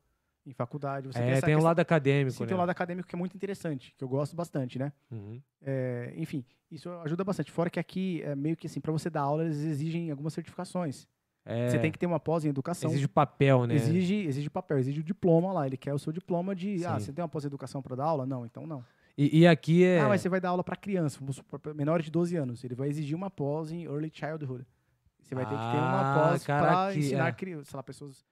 em faculdade, você tem
É,
essa
tem o
questão-
lado acadêmico,
Sim,
né?
tem o lado acadêmico que é muito interessante, que eu gosto bastante, né?
Uhum.
É, enfim, isso ajuda bastante. Fora que aqui, é meio que assim, para você dar aula, eles exigem algumas certificações.
É,
Você tem que ter uma pós em educação.
Exige papel, né?
Exige, exige papel, exige o diploma lá. Ele quer o seu diploma de. Ah,
Sim.
você tem uma pós em educação para dar aula? Não, então não.
E, e aqui é.
Ah, mas você vai dar aula para criança, vamos supor, pra menores de 12 anos. Ele vai exigir uma pós em early childhood. Você vai ter que ter uma
Ah,
pós
cara,
para
que-
ensinar
é.
criança, sei lá, pessoas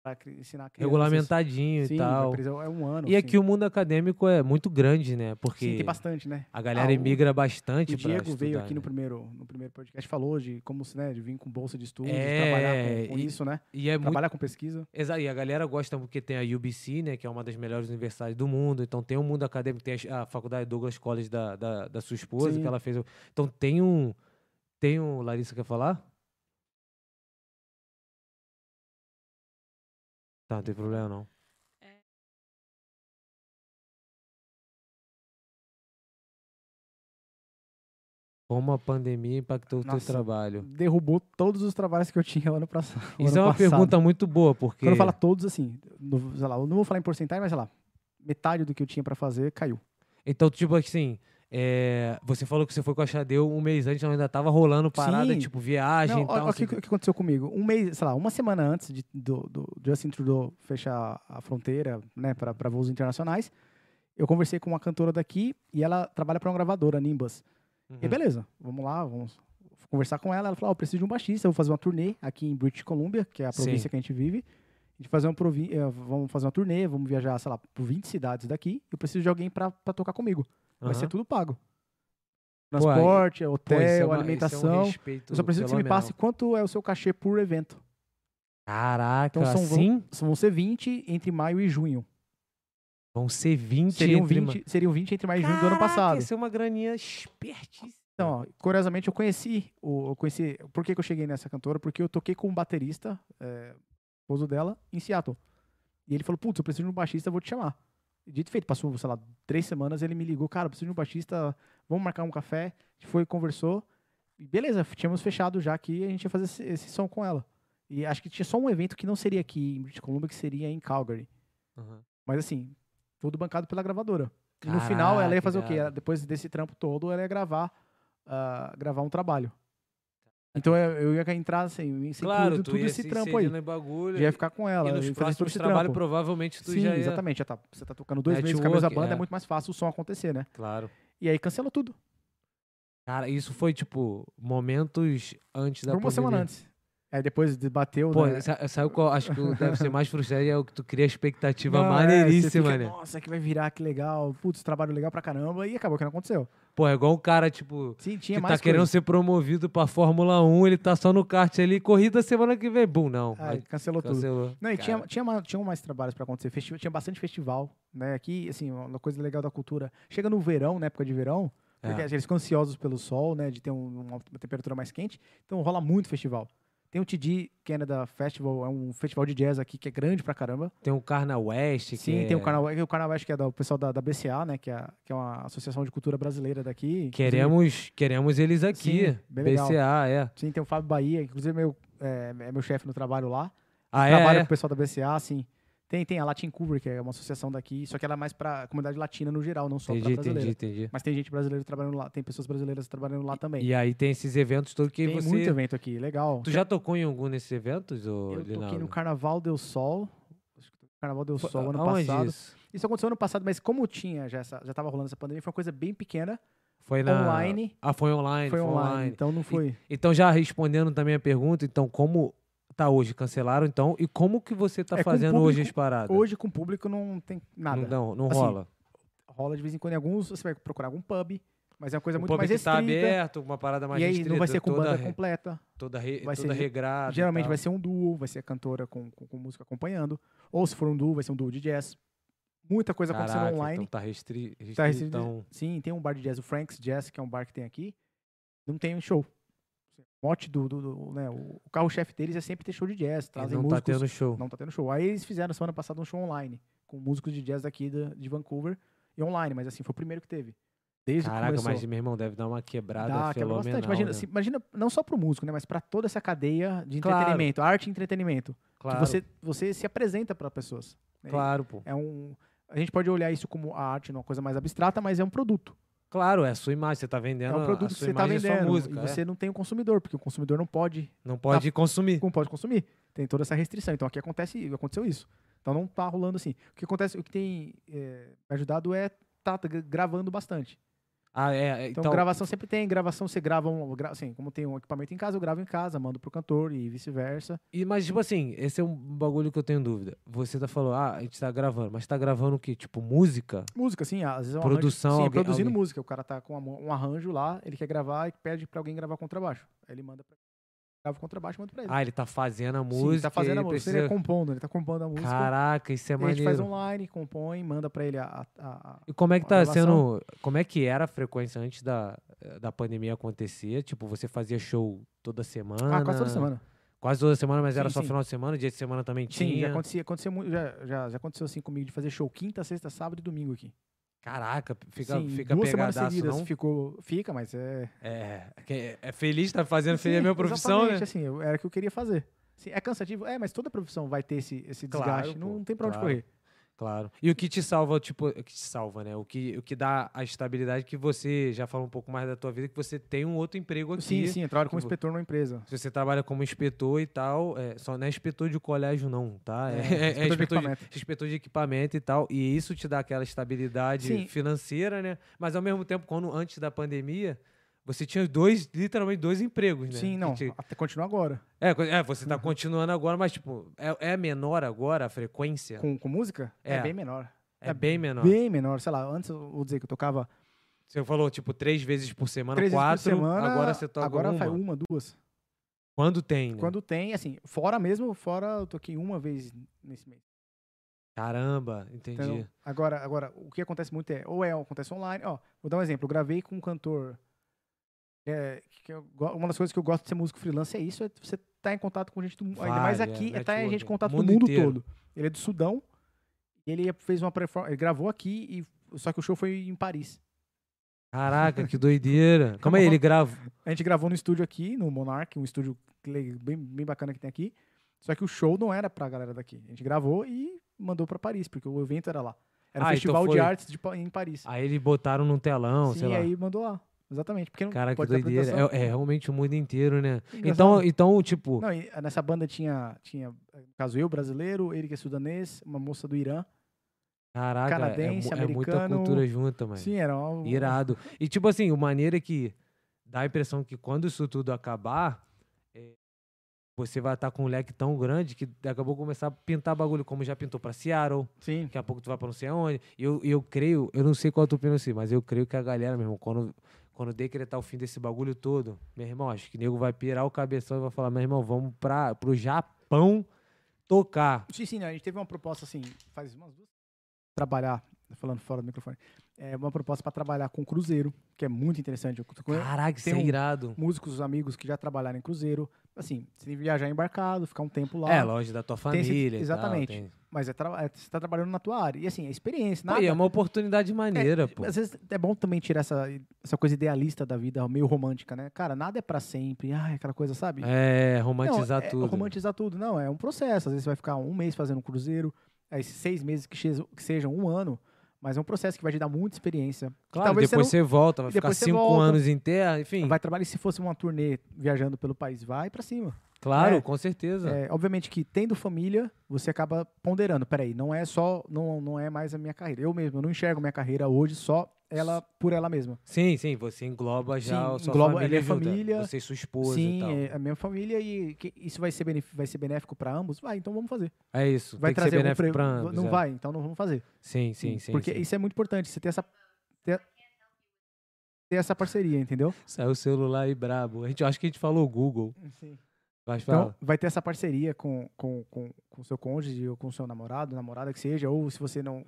para ensinar crianças.
regulamentadinho
Sim,
e
vai
tal.
precisar- é um ano.
E aqui
sim.
o mundo acadêmico é muito grande, né? Porque
Sim, tem bastante, né?
a galera
Ah, o-
emigra bastante
O
pra
Diego veio
estudar,
aqui no
né?
primeiro, no primeiro podcast, falou de como né, de vir com bolsa de estudos,
É,
trabalhar com, com
e-
isso, né?
E é muito.
Trabalhar com pesquisa.
Exa- E a galera gosta porque tem a UBC, né? Que é uma das melhores universidades do mundo. Então tem o mundo acadêmico, tem a a faculdade Douglas College da, da, da sua esposa,
Sim.
que ela fez. o- Então tem um. Tem um. Larissa quer falar? Tá, não tem problema não. Como a pandemia impactou o
Nossa,
teu trabalho?
Derrubou todos os trabalhos que eu tinha ano passado.
Isso
ano
é uma
passado.
pergunta muito boa, porque.
Quando eu falo todos, assim, no, sei lá, eu não vou falar em porcentagem, mas sei lá, metade do que eu tinha pra fazer caiu.
Então, tipo assim, é, você falou que você foi com a Xadeu um mês antes, ela ainda tava rolando parada,
Sim.
tipo, viagem
Não,
e
olha
tal.
olha o que,
assim.
o que aconteceu comigo. Um mês, sei lá, uma semana antes de, do, do Justin Trudeau fechar a fronteira, né, pra, pra voos internacionais, eu conversei com uma cantora daqui e ela trabalha pra uma gravadora, Nimbus. E
Uhum.
beleza, vamos lá, vamos conversar com ela. Ela falou: "Ó, eu preciso de um baixista, eu vou fazer uma turnê aqui em British Columbia, que é a
Sim.
província que a gente vive. A gente fazer uma provi eh, vamos fazer uma turnê, vamos viajar, sei lá, por 20 cidades daqui. Eu preciso de alguém pra pra tocar comigo. Vai ser
Aham.
tudo pago.
aí-
Transporte,
Pô, isso é
hotel,
uma- isso é um
alimentação.
respeito
eu só preciso que você me
fenomenal.
passe quanto é o seu cachê por evento.
Caraca,
Então são- vão-
assim
São- Vão ser 20 entre maio e junho.
vão ser 20
Seriam
entre ma-
20, seriam 20 entre maio e junho do ano
Caraca,
passado.
Isso é uma graninha espertíssima.
Então, ó, curiosamente, eu conheci, o, eu conheci. Por que, que eu cheguei nessa cantora? Porque eu toquei com um baterista, é, esposo dela, em Seattle. E ele falou: Putz, eu preciso de um baixista, eu vou te chamar. E dito e feito, passou, sei lá, três semanas, ele me ligou: Cara, eu preciso de um baixista, vamos marcar um café. A gente foi, conversou. E beleza, f- tínhamos fechado já que a gente ia fazer esse, esse som com ela. E acho que tinha só um evento que não seria aqui em British Columbia, que seria em Calgary.
Aham.
Mas assim, tudo bancado pela gravadora. E no final ela
Caraca,
ia fazer o quê?
irado.
Ela- depois desse trampo todo, ela ia gravar, ah, gravar um trabalho. Então eu, eu ia entrar assim, eu ia ser
Tá. Claro,
incluído em
tu
tudo
ia
esse
se
trampo aí.
inserindo em bagulho.
Já ia ficar com ela,
e
eu
nos
ia fazer todo
próximos
esse
trabalhos,
trampo.
provavelmente tu
Sim,
já ia...
exatamente. Já tá, você tá tocando dois meses com a mesma
Network,
banda, é.
é.
muito mais fácil o som acontecer, né?
Claro.
E aí cancelou tudo.
Cara, isso foi, tipo, momentos antes da
Por uma semana
pandemia.
antes. Aí depois debateu,
Pô,
né?
sa- sabe qual? Acho que o- deve ser mais frustrante é o que tu cria expectativa
Não, é, você
maneiríssima,
fica,
né?
Nossa, que vai virar, que legal. Putz, trabalho legal pra caramba. E acabou que não aconteceu.
Pô, é igual um cara, tipo,
Sim, tinha
que
é mais
tá querendo
coisa.
ser promovido pra Fórmula 1, ele tá só no kart ali, corrida semana que vem, bum, não.
Ah,
Aí
cancelou tudo.
cancelou.
Não,
Cara,
e tinha, tinha, ma- tinham mais trabalhos pra acontecer. Festi- tinha bastante festival, né? Aqui, assim, uma coisa legal da cultura. Chega no verão, na época de verão, porque
É.
eles ficam ansiosos pelo sol, né? De ter um- uma temperatura mais quente. Então rola muito festival. Tem o TD Canada Festival, é um festival de jazz aqui que é grande pra caramba.
Tem um Carna West, que
Sim, tem o
é-
Carnaval, o Carnaval acho que é do pessoal da, da BCA, né? Que é, a- que é uma associação de cultura brasileira daqui.
Queremos, queremos eles aqui.
Sim, bem legal.
BCA, é.
Sim, tem o Fábio Bahia, inclusive meu, é, é meu chefe no trabalho lá.
Ah, é,
trabalha
é?
com o pessoal da BCA, assim. Tem, tem a Latin Cover, que é uma associação daqui, só que ela é mais pra comunidade latina no geral, não só
Entendi,
pra brasileira.
entendi, entendi.
Mas tem gente brasileira trabalhando lá, tem pessoas brasileiras trabalhando lá também.
E aí tem esses eventos todos que
tem
você...
muito evento aqui, legal.
Tu já tocou em algum desses eventos, ô
Eu toquei
Linaldo?
no Carnaval Del Sol. acho que Carnaval Del
Pô,
Sol ano
aonde
passado.
isso?
Isso aconteceu ano passado, mas como tinha, já, essa, já tava rolando essa pandemia, foi uma coisa bem pequena,
Foi na...
online.
Ah, foi online,
foi online, então não foi.
Então, já respondendo também a pergunta, então, como tá hoje? Cancelaram, então? E como que você tá
É, com o
fazendo hoje as
público,
paradas?
Hoje com o público não tem nada.
Não, não, não
Assim,
rola.
Rola de vez em quando em alguns, você vai procurar algum pub, mas é uma coisa
o
muito
pub
mais
que tá
restrita.
aberto, uma parada mais
e aí
restrita,
não vai ser com
toda,
banda
re- então.
completa.
toda, re-
vai
toda
ser ge-
regrada. e
Geralmente
tal.
vai ser um duo, vai ser a cantora com, com, com música acompanhando. Ou se for um duo, vai ser um duo de jazz. Muita coisa
Caraca,
acontecendo online.
Então tá restri...
Tá restrito-
restritão.
Sim, tem um bar de jazz, o Frank's Jazz, que é um bar que tem aqui. Não tem um show. O mote do, do, do- né, o o carro-chefe deles é sempre ter show de jazz,
E
trazem
não tá
músicos.
tendo show.
Não tá tendo show. Aí eles fizeram semana passada um show online, com músicos de jazz daqui da- de Vancouver e online, mas assim, foi o primeiro que teve. Desde que
Caraca,
começou.
mas meu irmão deve dar uma quebrada
Dá,
fenomenal.
quebra bastante. Imagina,
né?
se- imagina não só pro músico, né, mas pra toda essa cadeia de
Claro.
entretenimento, arte e entretenimento.
claro,
Que você, você se apresenta para pessoas. né?
claro, pô.
É um, a gente pode olhar isso como a arte, uma coisa mais abstrata, mas é um produto.
Claro, é a sua imagem, você tá vendendo
É um
a
produto que
sua
você está
imagem e a
vendendo.
sua música.
e
é.
você tá não tem o consumidor, porque o consumidor não pode,
Não pode consumir.
não pode consumir. Tem toda essa restrição. Então aqui acontece, aconteceu isso. Então não tá rolando assim. O que acontece, o que tem eh, ajudado é tá gra- gravando bastante.
Ah, é, é,
Então,
então,
gravação sempre tem, gravação você grava, um, gra- assim, como tem um equipamento em casa, eu gravo em casa, mando pro cantor e vice-versa.
E, mas, tipo assim, esse é um bagulho que eu tenho dúvida. Você tá falando, ah, a gente tá gravando, mas tá gravando o quê? Tipo, música?
Música, sim, às vezes é um arranjo-
Produção,
Sim,
alguém-
produzindo
alguém-
música. O cara tá com uma mão- um arranjo lá, ele quer gravar e pede pra alguém gravar contrabaixo. Aí ele manda pra grava o contrabaixo e manda pra ele.
Ah, ele tá fazendo a
Sim,
música.
tá fazendo
ele
a música,
precisa-
ele é compondo, ele tá compondo a música.
Caraca, isso é
e a gente
maneiro.
faz um online, compõe, manda pra ele a. a- a-
E como é que
a
tá
gravação.
sendo. Como é que era a frequência antes da, da pandemia acontecer? Tipo, você fazia show toda semana?
Ah, quase toda semana.
Quase toda semana, mas era
Sim,
só
sim.
final de semana, dia de semana também tinha.
Sim, já acontecia, acontecia muito, já, já, já aconteceu assim comigo de fazer show quinta, sexta, sábado e domingo aqui.
Caraca, fica,
Sim,
fica
duas semanas
pegadaço,
seguidas
não?
ficou, fica, mas é.
É, que é- é feliz, tá fazendo
Sim,
feliz a minha profissão,
exatamente,
né?
assim, eu- era o que eu queria fazer. Sim, é cansativo, é, mas toda profissão vai ter esse, esse
Claro,
desgaste,
pô,
não tem pra onde
claro.
correr.
Claro. E o que te salva, tipo, o que te salva, né? O que, o que dá a estabilidade que você, já falou um pouco mais da tua vida, que você tem um outro emprego aqui.
Sim, sim, eu trabalho como
que vo-
inspetor numa empresa.
Se você trabalha como inspetor e tal, é, só não é inspetor de colégio, não, tá? É,
É,
é- é
inspetor de equipamento.
inspetor de equipamento e tal. E isso te dá aquela estabilidade
Sim.
financeira, né? Mas ao mesmo tempo, quando antes da pandemia. Você tinha dois, literalmente dois empregos, né?
Sim,
Que
não, Uhum.
te-
até continua agora.
É, co- é, você tá continuando agora, mas, tipo, é, é menor agora a frequência?
Com, com música, é.
É.
bem menor.
É bem menor.
Bem menor, sei lá, antes eu vou dizer que eu tocava
Você falou, tipo, três vezes por semana,
três
quatro.
vezes por semana,
agora você toca
agora
uma.
faz uma, duas.
Quando tem, né?
Quando tem, assim, fora mesmo, fora eu toquei uma vez nesse mês.
Caramba, entendi.
Então, agora, agora, o que acontece muito é, ou é, acontece online, ó, vou dar um exemplo, eu gravei com um cantor, é, que eu go- uma das coisas que eu gosto de ser músico freelance é isso, é você estar em contato com gente do mundo, ainda mais
Vale, é,
aqui, é, tá em gente
networking,
em contato
mundo
do mundo
inteiro.
todo. Ele é do Sudão, e ele fez uma performance, ele gravou aqui, e, só que o show foi em Paris.
Caraca, que doideira. Calma aí, ele grava.
A gente gravou no estúdio aqui, no Monarch, um estúdio le- bem, bem bacana que tem aqui. Só que o show não era pra galera daqui. A gente gravou e mandou pra Paris, porque o evento era lá. Era um
Ah, então
festival de
foi-
artes de Pa- em Paris.
Aí eles botaram num telão,
Sim,
sei
e
lá.
aí mandou lá. Exatamente. Porque não
Cara, que
pode ter
doideira.
apresentação.
É, é realmente o mundo inteiro, né? Então,
Engraçado.
então tipo,
Não, e ah, nessa banda tinha, tinha, no caso eu, brasileiro, ele que é sudanês, uma moça do Irã.
caraca, é mu-
canadense,
é, muita
americano.
cultura junta, mano.
Sim, era uma... um
Irado. E, tipo assim, o maneira é que dá a impressão que quando isso tudo acabar, é, Você vai estar com um leque tão grande que daqui a pouco começar a pintar bagulho, como já pintou pra Seattle,
Sim.
daqui a pouco tu vai pra não sei onde. E eu, e eu creio, eu não sei qual é a tua opinião assim, mas eu creio que a galera, meu irmão, quando, quando decretar o fim desse bagulho todo, meu irmão, acho que o nego vai pirar o cabeção e vai falar, meu irmão, vamos pra, pro Japão tocar.
Sim, sim, a gente teve uma proposta assim, faz umas duas. Trabalhar, falando fora do microfone. É uma proposta para trabalhar com cruzeiro, que é muito interessante. Eu conhe-
Caraca, isso é
tem um-
irado.
músicos, amigos que já trabalharam em cruzeiro. Assim, você tem que viajar embarcado, ficar um tempo lá.
É, longe da tua
Tem esse-
família. e tal,
exatamente.
tem-
Mas é tra- é- você está trabalhando na tua área. E assim, é experiência,
Pô,
nada.
e é uma oportunidade maneira, pô.
Às vezes é bom também tirar essa, essa coisa idealista da vida, meio romântica, né? Cara, nada é para sempre. Ai, aquela coisa, sabe?
É,
Não,
romantizar
é
tudo.
Romantizar tudo. Não, é um processo. Às vezes você vai ficar um mês fazendo um cruzeiro, aí esses seis meses que, che- que sejam um ano, mas é um processo que vai te dar muita experiência. Que
Claro,
talvez
depois
você
você, volta, vai ficar
depois você
cinco
volta.
anos em terra, enfim.
não vai trabalhar. E se fosse uma turnê viajando pelo país, vai pra cima.
claro,
é.
com certeza.
É, obviamente que tendo família, você acaba ponderando. Peraí, não é só, não, não é mais a minha carreira. Eu mesmo, eu não enxergo minha carreira hoje só ela por ela mesma.
Sim, sim, você engloba já
Sim,
a sua
engloba a
família,
minha
junta,
família.
você e sua esposa e
Sim,
tal.
é a minha família e que- isso vai ser, benef- vai ser benéfico pra ambos? Vai, então vamos fazer.
É, isso,
Vai
tem que ser
algum
benéfico
pre-
pra ambos.
Não
é.
vai, então não vamos fazer.
Sim, sim, sim.
Porque
sim.
isso é muito importante, você ter essa ter, ter essa parceria, entendeu?
Saiu o celular aí brabo. A gente, acho que a gente falou Google. Mas
Então,
fala.
vai ter essa parceria com com com com seu cônjuge ou com seu namorado, namorada que seja, ou se você não,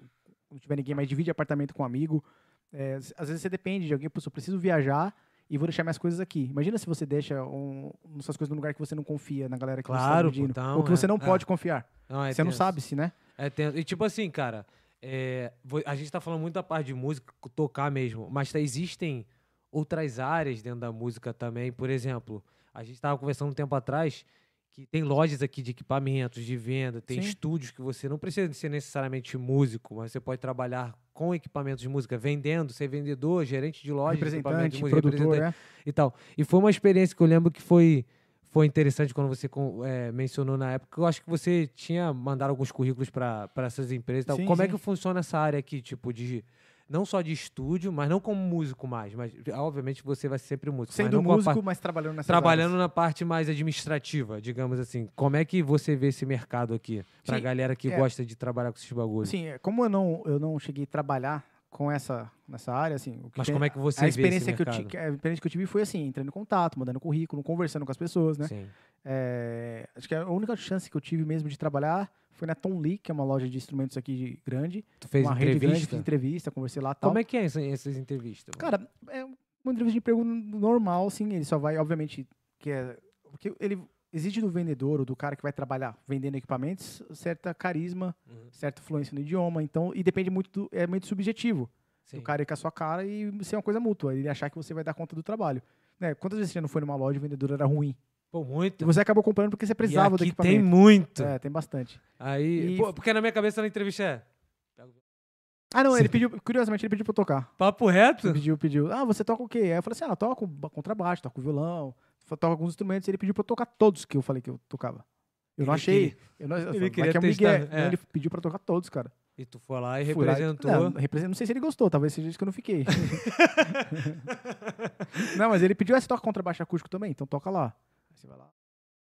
não tiver ninguém, mas divide apartamento com um amigo. É, s- às vezes você depende de alguém, pô, eu preciso viajar e vou deixar minhas coisas aqui. Imagina se você deixa um, suas coisas num lugar que você não confia, na galera que você tá
Claro, pô,
dividindo,
então,
ou que
é,
você não
é.
pode confiar.
é
você não
tenso.
sabe se, né?
É tenso. E tipo assim, cara, é, vo- a gente tá falando muito da parte de música, co- tocar mesmo, mas tá- existem outras áreas dentro da música também. Por exemplo, a gente tava conversando um tempo atrás que tem lojas aqui de equipamentos, de venda, tem
Sim.
estúdios que você não precisa de ser necessariamente músico, mas você pode trabalhar com equipamentos de música, vendendo, ser vendedor, gerente de loja, de equipamentos
Representante,
de música,
produtor,
representante
né?
e tal. E foi uma experiência que eu lembro que foi, foi interessante quando você com- eh, mencionou na época. Eu acho que você tinha mandado alguns currículos para essas empresas e tal.
Sim,
como é
sim.
que funciona essa área aqui, tipo, de. Não só de estúdio, mas não como músico mais. Mas, obviamente, você vai ser sempre músico. mas
Sendo
não com a par-
músico, mas trabalhando nessa
Trabalhando na parte mais administrativa, digamos assim. Como é que você vê esse mercado aqui? Pra
Sim,
galera que
é.
gosta de trabalhar com esses bagulhos.
Sim, é, como eu não, eu não cheguei a trabalhar com essa nessa área, assim, o que
Mas
tem-
como é que você
a
vê esse
experiência que eu
mercado?
ti- que a experiência que eu tive foi assim, entrando em contato, mandando currículo, conversando com as pessoas, né?
Sim.
É, acho que a única chance que eu tive mesmo de trabalhar foi na Tom Lee, que é uma loja de instrumentos aqui de- grande,
Tu fez
uma rede grande,
entrevista?
fiz entrevista, conversei lá, tal.
Como é que é essa- essas entrevistas? mano?
Cara, é uma entrevista de emprego normal, assim, ele só vai, obviamente, que é. Porque ele exige do vendedor ou do cara que vai trabalhar vendendo equipamentos certa carisma,
Uhum.
certa fluência no idioma, então, e depende muito, do, é muito subjetivo.
Sim.
O cara ir com a sua cara e ser uma coisa mútua, ele achar que você vai dar conta do trabalho. Né? Quantas vezes você não foi numa loja e o vendedor era ruim?
Pô,
E
muito.
você acabou comprando porque você
E
precisava do
aqui
equipamento.
tem muito.
É, tem bastante.
Aí,
E-
pô, porque na minha cabeça na entrevista é
Ah, não,
Sim.
ele pediu, curiosamente, ele pediu pra eu tocar.
papo reto?
Ele pediu, pediu, ah, você toca o quê? Aí eu falei assim, ah, eu toco ba- contrabaixo, toco violão, fa- toco alguns instrumentos. Ele pediu pra eu tocar todos que eu falei que eu tocava. Eu não
Ele
achei.
queria-
Eu não, eu
ele
falei, "Vai
queria
que é um
testar,
migué." Não,
é.
Ele pediu pra eu tocar todos, cara.
E tu foi lá e
Fui lá e-
representou.
não, represent- não sei se ele gostou, talvez seja isso que eu não fiquei. não, mas ele pediu, ah, você toca contrabaixo acústico também? Então toca lá. Aí você vai lá,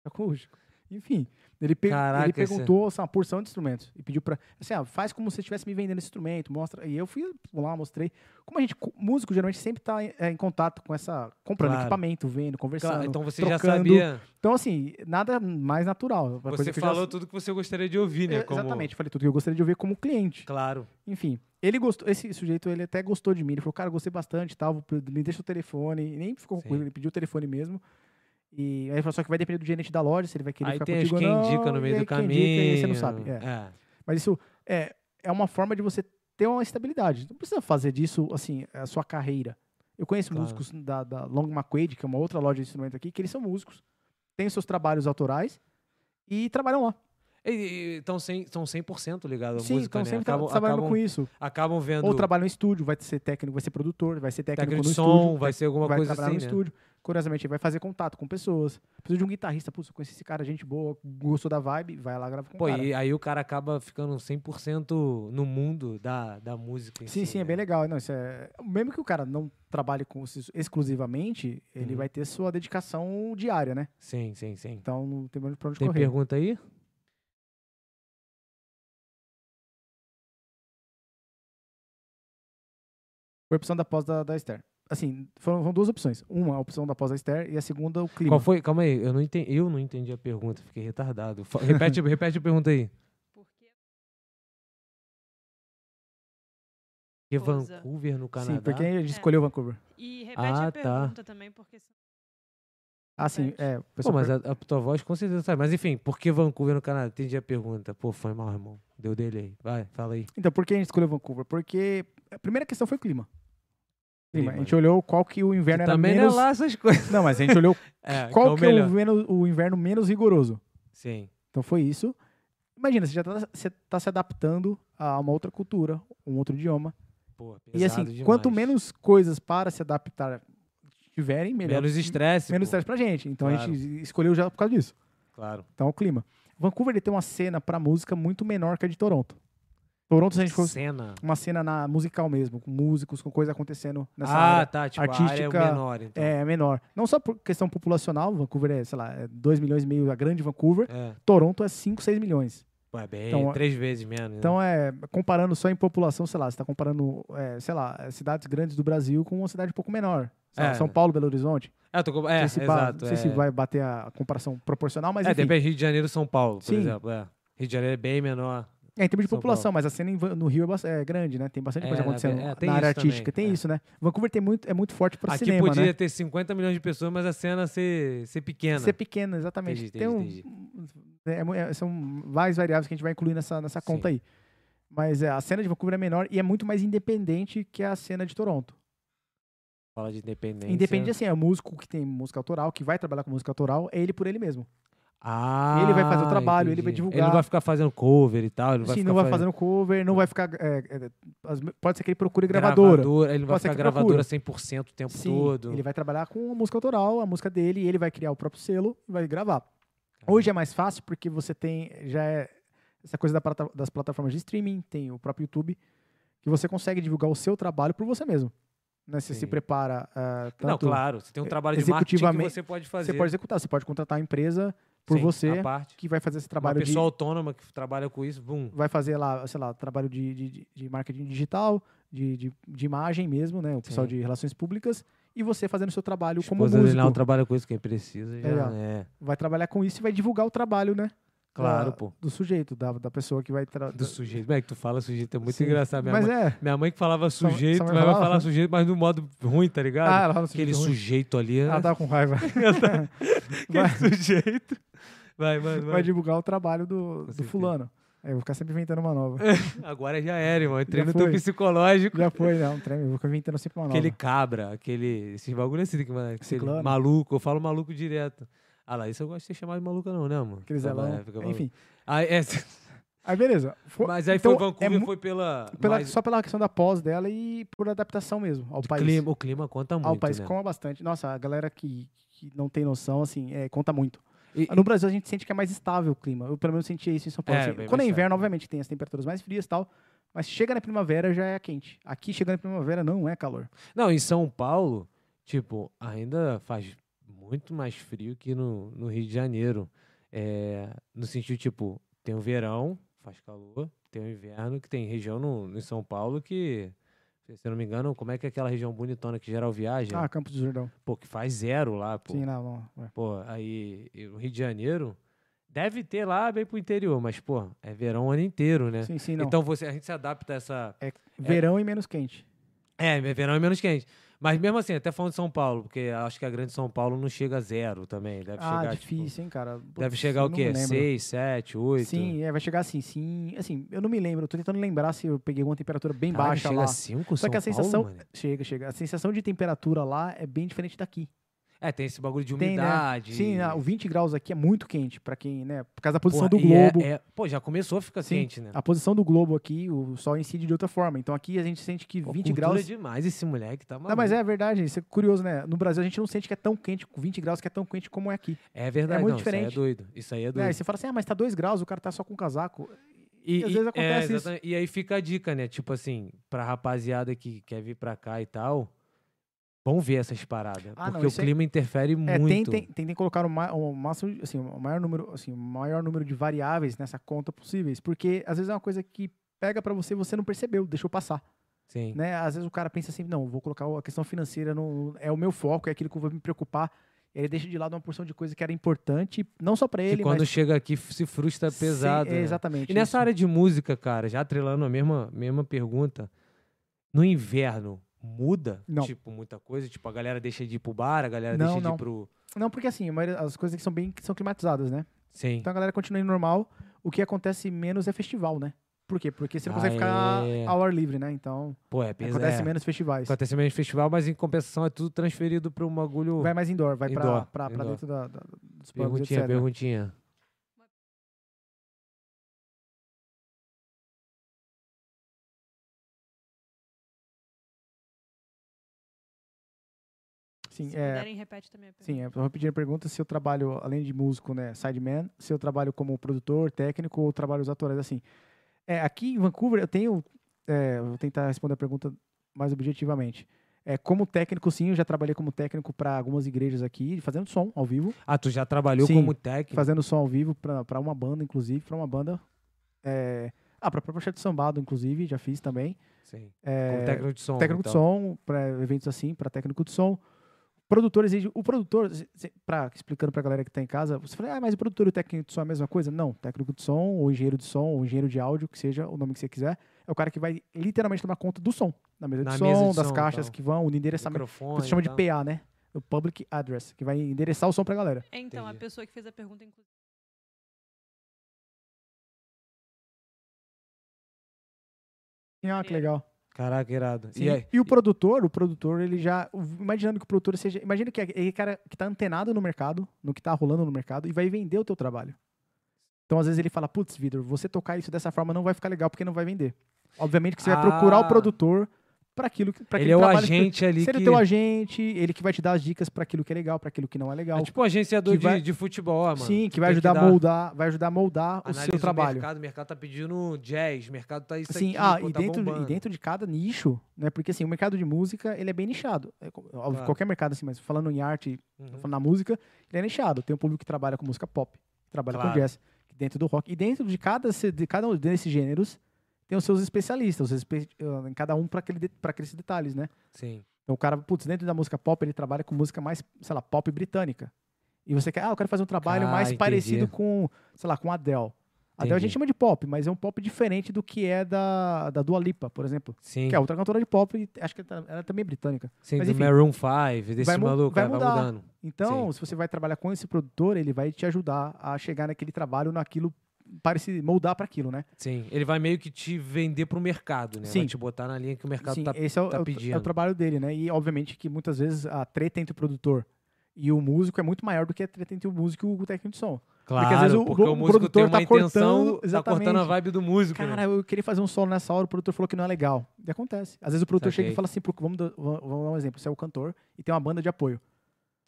acústico. Enfim, ele, pe-
Caraca,
ele
esse- é
perguntou assim, uma porção de instrumentos e pediu pra. Assim, ah, faz como se você estivesse me vendendo esse instrumento, mostra. E eu fui lá, mostrei. Como a gente, co- músico, geralmente sempre tá em, é, em contato com essa. comprando
Claro.
equipamento, vendo, conversando.
Claro, então você já
trocando.
sabia.
Então, assim, nada mais natural. é Uma
Você
coisa que eu já-
falou tudo que você gostaria de ouvir, né?
Eu-
como-
Exatamente, falei tudo que eu gostaria de ouvir como cliente.
Claro.
Enfim, ele gostou, esse sujeito, ele até gostou de mim. Ele falou, cara, gostei bastante e tal, vou- me deixa o telefone. E nem ficou com
Sim.
coisa, ele pediu o telefone mesmo. E aí ele falou, só que vai depender do gerente da loja, se ele vai querer
Aí
ficar
tem as
contigo
quem
ou não.
indica no
e
meio
aí
do
quem
caminho.
indica, e aí você não sabe. É.
É.
Mas isso é, é uma forma de você ter uma estabilidade. Não precisa fazer disso, assim, a sua carreira. Eu conheço
Claro.
músicos da, da Long McQuaid, que é uma outra loja de instrumento aqui, que eles são músicos, têm seus trabalhos autorais e trabalham lá.
E- e- Então sem- estão 100% ligados à
Sim,
música,
estão
né?
sempre tra-
acabam,
trabalhando
acabam,
com isso.
acabam vendo
Ou trabalha no estúdio, vai ser técnico, vai ser produtor, vai ser técnico,
técnico
no
de som,
estúdio,
vai ser alguma
vai
coisa
trabalhar
assim,
no
né?
estúdio. Curiosamente, vai fazer contato com pessoas. Precisa de um guitarrista. Putz, eu conheci esse cara, gente boa, gostou da vibe, vai lá grava com
Pô,
o cara.
e é aí o cara acaba ficando 100% no mundo da, da música. em
Sim,
si,
sim, é
né?
bem legal. Não, isso é... Mesmo que o cara não trabalhe com isso exclusivamente, ele
Uhum.
vai ter sua dedicação diária, né?
Sim, sim, sim.
Então não tem pra onde
Tem
correr.
pergunta aí?
Foi a opção da pós da, da Esther. Assim, foram, foram duas opções. Uma, a opção da pós da Esther, e a segunda, o clima.
Qual foi? Calma aí, eu não entendi, eu não entendi a pergunta, fiquei retardado. Fa- Repete, repete a pergunta aí.
Porque
Porque
Coisa.
Vancouver no Canadá.
Sim, porque a gente
É.
escolheu Vancouver.
E repete
Ah, tá.
a pergunta também, porque se-
Ah, sim,
Verdade.
é. o
Pô,
pessoal
mas a, a tua voz com certeza sabe. Mas enfim, por que Vancouver no Canadá? Entendi a pergunta. Pô, foi mal, irmão. Deu delay. Vai, fala aí.
Então, por que a gente escolheu Vancouver? Porque a primeira questão foi o clima. Clima.
Clima, né?
A gente olhou qual que o inverno
Que
era
também
menos...
não é lá essas coisas.
Não, mas a gente olhou
É,
qual
é o
que é
melhor.
o, menos- o inverno menos rigoroso.
Sim.
Então foi isso. Imagina, você já tá, você tá se adaptando a uma outra cultura, um outro idioma.
Pô,
e assim,
pesado
quanto
demais.
menos coisas para se adaptar tiverem, melhor.
Menos estresse.
Menos
pô.
estresse pra gente. Então a
Claro.
gente escolheu já por causa disso.
Claro.
Então o clima. Vancouver ele tem uma cena pra música muito menor que a de Toronto. Toronto, se a gente fosse
Cena.
uma cena na musical mesmo, com músicos, com coisa acontecendo nessa
ah,
área.
tá. Tipo, a área
artística,
é menor, então.
É, é menor. Não só por questão populacional, Vancouver é, sei lá, 2 milhões e meio a grande Vancouver,
É.
Toronto é 5, 6 milhões.
Pô, é bem,
Então, ó,
três vezes menos. Então,
Então, é, comparando só em população, sei lá, você tá comparando, é, sei lá, cidades grandes do Brasil com uma cidade um pouco menor. Sei lá,
É.
São Paulo, Belo Horizonte.
é, eu tô com- é
não sei se, ba-
exato.
não sei
é.
se vai bater a comparação proporcional, mas
é,
enfim,
depende Rio de Janeiro e São Paulo, por
Sim.
exemplo. é. Rio de Janeiro é bem menor.
é em termos de
São
população, mas a cena em Van- no Rio é, bas- é grande, né? Tem bastante coisa
É,
acontecendo
é, tem
na área
isso também,
artística. Tem
é.
isso, né? Vancouver tem muito, é muito forte para
Aqui
cinema,
podia
né?
ter 50 milhões de pessoas, mas a cena é ser, ser pequena.
Ser pequeno, exatamente.
Entendi,
tem um,
entendi,
é mu- é- são várias variáveis que a gente vai incluir nessa, nessa conta aí. Mas é, a cena de Vancouver é menor e é muito mais independente que a cena de Toronto.
Fala de independência.
Independente, assim, é o músico que tem música autoral, que vai trabalhar com música autoral, é ele por ele mesmo.
Ah,
Ele vai fazer o trabalho, ele vai
entendi.
divulgar.
Ele não vai ficar fazendo cover e tal. Ele vai
Assim,
ficar
não vai
fazendo
fazendo cover, não vai ficar. é, é, as- pode ser que ele procure gravadora.
Ele não vai
Pode ser
ficar
que
gravadora
procura.
100% o tempo
Sim,
todo.
ele vai trabalhar com a música autoral, a música dele, e ele vai criar o próprio selo e vai gravar. Hoje é mais fácil porque você tem já é essa coisa da plata- das plataformas de streaming, tem o próprio YouTube, que você consegue divulgar o seu trabalho por você mesmo. Né? Você
Sim.
se prepara ah,
Não,
tanto-
claro. Você tem um trabalho de marketing que
executivamente,
você pode fazer.
Você pode executar, você pode contratar a empresa por
Sim,
você
à parte.
que vai fazer esse
Uma
trabalho de
pessoa autônoma que trabalha com isso, bum.
vai fazer lá, sei lá, trabalho de, de- de, de marketing digital, de, de, de imagem mesmo, né? O pessoal
Sim.
de relações públicas e você fazendo seu trabalho como
Esposa dele não
músico.
trabalha um com isso, quem precisa já
Legal.
é.
Vai trabalhar com isso e vai divulgar o trabalho, né?
Claro,
da-
pô.
Do sujeito, da, da pessoa que vai... Tra...
Do sujeito. Como é que tu fala sujeito? É muito
Sim.
engraçado. Minha,
Mas
mãe,
é...
minha mãe que falava
Sua- sua
sujeito,
mãe
mas vai
falava?
falar sujeito, mas no modo ruim, tá ligado?
Ah, ela fala sujeito
Aquele
ruim.
sujeito ali. né?
Ela tava com raiva.
Aquele sujeito. Vai, vai, vai.
Vai divulgar o trabalho do, do
certeza.
fulano. Aí eu vou ficar sempre inventando uma nova.
Agora já era, irmão. Entrei
Já
no teu
foi.
psicológico.
Já foi, não, treme. Eu vou ficar inventando sempre uma nova.
Aquele cabra, aquele. Esses bagulho assim, que, mano, aquele
Ciclano.
maluco, eu falo maluco direto. Ah lá, isso eu gosto de ser chamado de maluca, não, né, mano?
Aquele
Tá bom,
zelão.
é, fica maluco.
Enfim.
Ah, é,
Aí beleza. Fo-
mas aí
então,
foi Vancouver,
é mu-
foi pela.
pela-
mais-
Só pela questão da pós dela e por adaptação mesmo ao
do
país.
clima, o clima conta muito.
ao país
né?
como bastante. Nossa, a galera que, que não tem noção, assim, é, conta muito.
E-
No Brasil a gente sente que é mais estável o clima. Eu pelo menos sentia isso em São Paulo.
É,
assim,
bem
quando é
mais
inverno,
estável.
obviamente, tem as temperaturas mais frias e tal. Mas chega na primavera já é quente. Aqui chegando na primavera não é calor.
Não, em São Paulo, tipo, ainda faz muito mais frio que no, no Rio de Janeiro. É, no sentido, tipo, tem o verão, faz calor, tem o inverno, que tem região no, no São Paulo que, se eu não me engano, como é que é aquela região bonitona que geral viaja?
Ah, Campos do Jordão.
Pô, que faz zero lá, pô.
Sim, não, não. é.
Pô, aí e o Rio de Janeiro deve ter lá bem pro interior, mas, pô, é verão o ano inteiro, né?
Sim, sim, não.
Então é você, a gente se adapta a essa.
Verão e menos quente.
É, verão é menos quente. Mas mesmo assim, até falando de São Paulo, porque acho que a grande São Paulo não chega a zero também. Deve
ah,
chegar, tipo,
difícil, hein, cara.
deve
Putz,
chegar
eu
o
não
quê?
lembro.
6, 7, 8?
Sim, é, vai chegar assim, sim. Assim, eu não me lembro. Eu tô tentando lembrar se eu peguei alguma temperatura bem
Caraca,
baixa
chega assim.
lá.
a 5,
Só que a
São Paulo,
sensação.
mano?
chega, chega. A sensação de temperatura lá é bem diferente daqui.
É, tem esse bagulho de
Tem, né?
umidade.
Sim, ah, o 20 graus aqui é muito quente pra quem, né? Por causa da posição
Porra,
do
e é-
globo.
é- pô, já começou a ficar
Sim.
quente, né?
A posição do globo aqui, o sol incide de outra forma. Então aqui a gente sente que
Pô,
20
cultura
graus.
demais esse moleque, tá maluco.
Não, mas é verdade, isso é curioso, né? No Brasil a gente não sente que é tão quente, com 20 graus que é tão quente como é aqui.
É verdade,
muito
não,
diferente.
Isso aí é doido. Isso aí é doido.
Né? Aí você fala assim, ah, mas tá 2 graus, o cara tá só com casaco.
E,
às
e-
vezes
é,
acontece isso.
exatamente. E aí fica a dica, né? Tipo assim, pra rapaziada que quer vir pra cá e tal, vão ver essas paradas.
Ah, não,
porque o
isso é-
clima interfere
É,
muito.
tem, tem, tem que colocar o, ma- o máximo, de- assim, o maior número, assim, o maior número de variáveis nessa conta possíveis, porque às vezes é uma coisa que pega pra você e você não percebeu, deixou passar,
Sim.
né? Às vezes o cara pensa assim, não, vou colocar a questão financeira no é o meu foco, é aquilo que eu vou me preocupar. E Ele deixa de lado uma porção de coisa que era importante, não só pra
Que
ele,
quando
mas
chega aqui f- se frustra
se-
pesado.
é,
né?
exatamente.
E nessa
isso.
área de música, cara, já atrelando a mesma, mesma pergunta, no inverno muda,
Não.
tipo, muita coisa? Tipo, a galera deixa de ir pro bar, a galera
Não,
deixa de
não.
ir pro...
Não, porque assim, a maioria- as coisas que são bem que são climatizadas, né?
Sim.
Então a galera continua indo normal. O que acontece menos é festival, né? Por quê? Porque você não
Ah,
consegue ficar
é.
ao ar livre, né? Então,
Pô, é pesado.
acontece menos festivais.
Acontece menos festival, mas em compensação é tudo transferido pra um bagulho...
Vai um mais indoor, vai
Indoor,
pra, pra, pra
indoor.
dentro da, da- dos bancos,
Perguntinha,
etc.
perguntinha.
Sim,
Se
é,
puderem, repete também a pergunta.
sim, é, tô repetindo a pergunta se eu trabalho, além de músico, né, sideman, se eu trabalho como produtor, técnico ou trabalho os atores, assim. É, aqui em Vancouver eu tenho, é, vou tentar responder a pergunta mais objetivamente. É, como técnico, sim, eu já trabalhei como técnico para algumas igrejas aqui, fazendo som ao vivo.
Ah, tu já trabalhou
Sim.
como técnico?
fazendo som ao vivo pra pra uma banda, inclusive, pra uma banda. É, ah, pra própria Chá de Sambado, inclusive, já fiz também.
Sim.
É,
Como técnico de som.
técnico
então.
de som, pra eventos assim, pra técnico de som. Produtor exige. O produtor, se- se- pra, explicando pra galera que tá em casa, você fala, ah, mas o produtor e o técnico de som é a mesma coisa? Não, técnico de som, ou engenheiro de som, ou engenheiro de áudio, que seja o nome que você quiser, é o cara que vai literalmente tomar conta do som, da mesa de
Na
som,
mesa de
das
som,
caixas
tal.
que vão, do endereçamento.
Microfone. então.
Você chama de
e tal.
PA, né? O Public Address, que vai endereçar o som pra galera.
É, Então, a
Entendi.
pessoa que fez a pergunta, inclusive.
Ah, que legal.
Caraca, irado.
Sim,
E é
E,
aí?
o produtor, o produtor, ele já. o- Imaginando que o produtor seja. Imagina que é aquele cara que tá antenado no mercado, no que tá rolando no mercado, e vai vender o teu trabalho. Então, às vezes, ele fala, putz, Vitor, você tocar isso dessa forma não vai ficar legal porque não vai vender. Obviamente que você vai procurar
Ah.
o produtor para aquilo que. Pra
Ele
aquele
é o
trabalho que-
agente ali
Se
que...
ele é teu agente, ele que vai te dar as dicas para aquilo que é legal, para aquilo que não é legal.
É tipo um agenciador
que
de,
vai-
de futebol, ó, mano.
Sim,
Tu
que vai
tem
ajudar
dar-
a moldar, vai ajudar a moldar o
analisa
seu trabalho.
mercado, o mercado tá pedindo jazz, o mercado tá isso
Sim,
aqui,
ah,
pô,
e,
tá
dentro, e
bombando.
dentro de cada nicho, né? Porque assim, o mercado de música, ele é bem nichado. É, co- óbvio,
Claro.
qualquer mercado assim, mas falando em arte,
Uhum.
falando na música, ele é nichado. Tem um público que trabalha com música pop, que trabalha
Claro.
com jazz, que dentro do rock. E dentro de cada, se- de cada um desses gêneros, tem os seus especialistas, os espe- ah, em cada um para aquele de- pra aqueles detalhes, né?
Sim.
Então o cara, putz, dentro da música pop, ele trabalha com música mais, sei lá, pop britânica. E você quer, ah, eu quero fazer um trabalho
Ah,
mais
entendi.
parecido com, sei lá, com Adele. Adele a
Entendi.
gente chama de pop, mas é um pop diferente do que é da, da Dua Lipa, por exemplo.
Sim.
Que é outra cantora de pop, e acho que ela ela também é britânica.
Sim,
mas
do
enfim.
Maroon 5, desse
Vai mu-
maluco,
vai
aí vai
mudar.
mudando.
Então, se você vai trabalhar com esse produtor, ele vai te ajudar a chegar naquele trabalho, naquilo, parece moldar para aquilo, né?
Sim, ele vai meio que te vender pro mercado, né? Vai
Sim.
te botar na linha que o mercado
Sim,
tá...
esse é o,
tá
é o- é o
pedindo.
trabalho dele, né? E obviamente que muitas vezes a treta entre o produtor e o músico é muito maior do que a treta entre o músico e o técnico de som.
Claro,
às vezes o-
porque o,
o
músico tem
produtor
uma
tá cortando-
intenção, tá cortando a
exatamente.
vibe do músico, né?
Cara, eu queria fazer um solo nessa hora, o produtor falou que não é legal. E acontece. Às vezes o produtor chega
Saquei.
e fala assim, pro- vamos, dar- vamos vamos dar um exemplo, você é o cantor e tem uma banda de apoio.